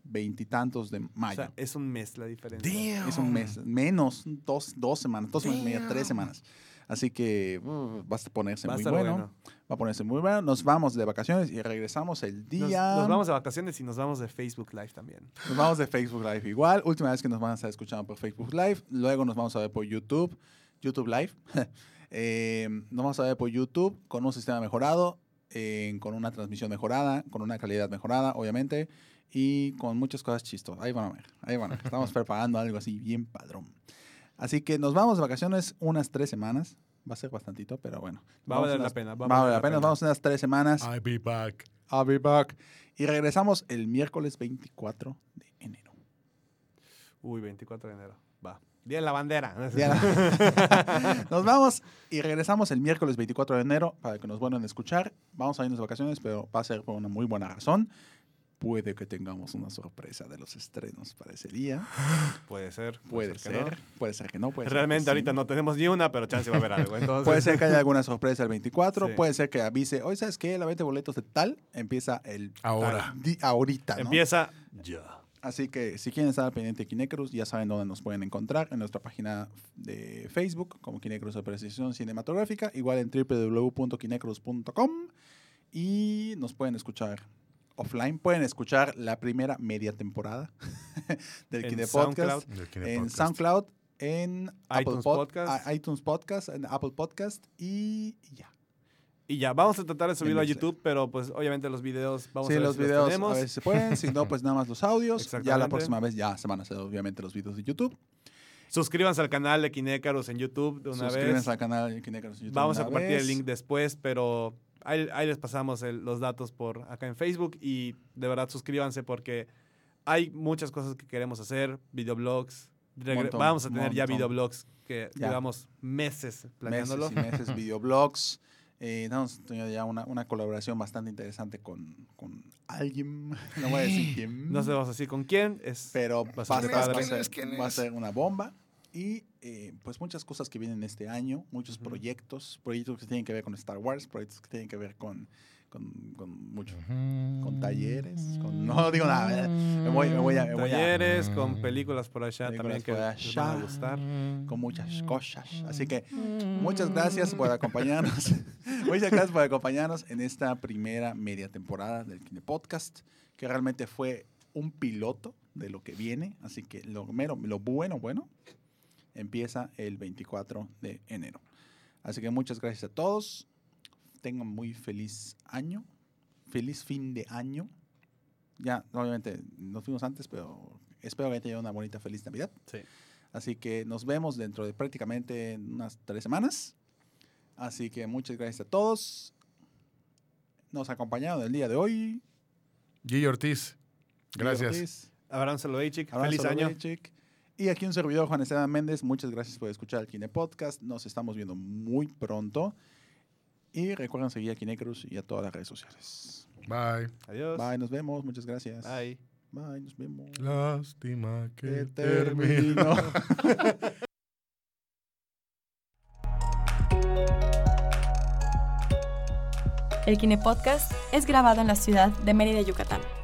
Speaker 1: veintitantos de
Speaker 2: O
Speaker 1: mayo.
Speaker 2: sea, es un mes la diferencia.
Speaker 3: Damn.
Speaker 1: es un mes, menos dos, dos semanas, dos semanas y media, tres
Speaker 3: Damn.
Speaker 1: semanas. Así que uh, va a ponerse
Speaker 2: Va a
Speaker 1: muy
Speaker 2: estar
Speaker 1: bueno.
Speaker 2: bueno.
Speaker 1: Va a ponerse muy bueno. Nos vamos de vacaciones y regresamos el
Speaker 2: Nos,
Speaker 1: día.
Speaker 2: nos vamos de vacaciones y nos vamos de Facebook Live también.
Speaker 1: Nos vamos de Facebook Live igual. Última vez que nos van a estar escuchando por Facebook Live. Luego nos vamos a ver por YouTube. YouTube Live. Eh, nos vamos a ver por YouTube con un sistema mejorado, eh, con una transmisión mejorada, con una calidad mejorada, obviamente, y con muchas cosas chistosas. Ahí van a ver. Ahí van a ver. Estamos preparando algo así bien padrón. Así que nos vamos de vacaciones unas tres semanas. Va a ser bastantito, pero bueno.
Speaker 2: Va a
Speaker 1: Vamos
Speaker 2: valer la
Speaker 1: unas-
Speaker 2: pena.
Speaker 1: Va a valer la pena. Nos vamos unas tres semanas.
Speaker 3: I'll be back.
Speaker 1: I'll be back. Y regresamos el miércoles 24 de enero.
Speaker 2: Uy, 24 de enero. Va. Día de la bandera.
Speaker 1: Ya la- nos vamos y regresamos el miércoles 24 de enero para que nos vuelvan a escuchar. Vamos a irnos de vacaciones, pero va a ser por una muy buena razón. Puede que tengamos una sorpresa de los estrenos para ese día.
Speaker 2: Puede ser.
Speaker 1: Puede
Speaker 2: que no.
Speaker 1: ser, puede ser que no. Puede ser que
Speaker 2: Realmente
Speaker 1: Pues sí.
Speaker 2: ahorita no tenemos ni una, pero chance va a haber algo. Entonces,
Speaker 1: Puede ser que haya alguna sorpresa el 24,
Speaker 2: Sí.
Speaker 1: puede ser que avise, hoy sabes qué, la venta de boletos de tal empieza el
Speaker 3: Ahora.
Speaker 1: tal di- ahorita, ¿no?
Speaker 2: Empieza ya.
Speaker 1: Así que si quieren estar al pendiente de Kinecruz, ya saben dónde nos pueden encontrar en nuestra página de Facebook como Kinecruz de Precisión Cinematográfica, igual en www.kinecruz.com y nos pueden escuchar offline, pueden escuchar la primera media temporada del
Speaker 2: En
Speaker 1: Kine
Speaker 2: SoundCloud.
Speaker 1: Podcast
Speaker 3: Del Kine
Speaker 1: en
Speaker 3: Podcast.
Speaker 1: SoundCloud, en Apple
Speaker 2: iTunes
Speaker 1: Pod-
Speaker 2: Podcast.
Speaker 1: a- iTunes Podcast, en Apple Podcast y ya.
Speaker 2: Y ya, vamos a tratar de subirlo a
Speaker 1: Denle
Speaker 2: YouTube, pero pues obviamente los videos vamos
Speaker 1: sí,
Speaker 2: a ver
Speaker 1: los
Speaker 2: si
Speaker 1: videos
Speaker 2: tenemos.
Speaker 1: a ver si se pueden, si no, pues nada más los audios. Ya la
Speaker 2: Exactamente.
Speaker 1: próxima vez ya se van a hacer obviamente los videos de YouTube.
Speaker 2: Suscríbanse al canal de Kinécaros en YouTube de una vez.
Speaker 1: Suscríbanse al canal de Kinecarus en YouTube
Speaker 2: Vamos a
Speaker 1: una
Speaker 2: compartir
Speaker 1: vez.
Speaker 2: el link después, pero ahí, ahí les pasamos el- los datos por acá en Facebook y de verdad suscríbanse porque hay muchas cosas que queremos hacer, videoblogs. regre-
Speaker 1: Montón,
Speaker 2: vamos a tener ya
Speaker 1: montón.
Speaker 2: videoblogs que
Speaker 1: Ya.
Speaker 2: llevamos meses planeándolo.
Speaker 1: Meses y meses, videoblogs. Eh, hemos tenido ya una, una colaboración bastante interesante con, con alguien. No voy a decir quién.
Speaker 2: No sabemos así con quién, es
Speaker 1: Pero va a,
Speaker 2: Bastante
Speaker 1: estar-
Speaker 2: padre.
Speaker 1: va a
Speaker 3: ¿Quién
Speaker 1: ser,
Speaker 3: es? ¿Quién
Speaker 1: va a
Speaker 3: es?
Speaker 1: ser una bomba. Y eh, pues muchas cosas que vienen este año, muchos proyectos, proyectos que tienen que ver con Star Wars, proyectos que tienen que ver con, con, con mucho.
Speaker 3: Mm.
Speaker 1: Con talleres, con- no digo nada, ¿verdad? Me voy, me voy a, me voy a-
Speaker 2: Eh, talleres con películas por allá
Speaker 1: Películas
Speaker 2: también que
Speaker 1: por
Speaker 2: les van
Speaker 1: allá.
Speaker 2: a gustar.
Speaker 1: con muchas cosas. Así que muchas gracias por acompañarnos. muchas gracias por acompañarnos en esta primera media temporada del Kine Podcast, que realmente fue un piloto de lo que viene. Así que lo, mero- lo bueno, bueno, empieza el 24 de enero. Así que muchas gracias a todos. Tengan muy feliz año. Feliz fin de año. Ya, obviamente, nos fuimos antes, pero espero que hayan tenido una bonita, feliz Navidad.
Speaker 2: Sí.
Speaker 1: Así que nos vemos dentro de prácticamente unas tres semanas. Así que muchas gracias a todos. Nos acompañaron el día de hoy.
Speaker 3: Gigi Ortiz, gracias.
Speaker 2: Abránzalo, Eichik.
Speaker 1: Abrazo,
Speaker 2: Feliz año.
Speaker 1: Belichick. Y aquí un servidor, Juan Esteban Méndez. Muchas gracias por escuchar el Kine Podcast. Nos estamos viendo muy pronto. Y recuerden seguir a Kinecruz y a todas las redes sociales.
Speaker 3: Bye.
Speaker 2: Adiós.
Speaker 1: Bye, nos vemos. Muchas gracias.
Speaker 2: Bye.
Speaker 1: Bye, nos vemos.
Speaker 3: Lástima que
Speaker 1: Que
Speaker 3: terminó.
Speaker 1: terminó.
Speaker 5: El Kine Podcast es grabado en la ciudad de Mérida, Yucatán,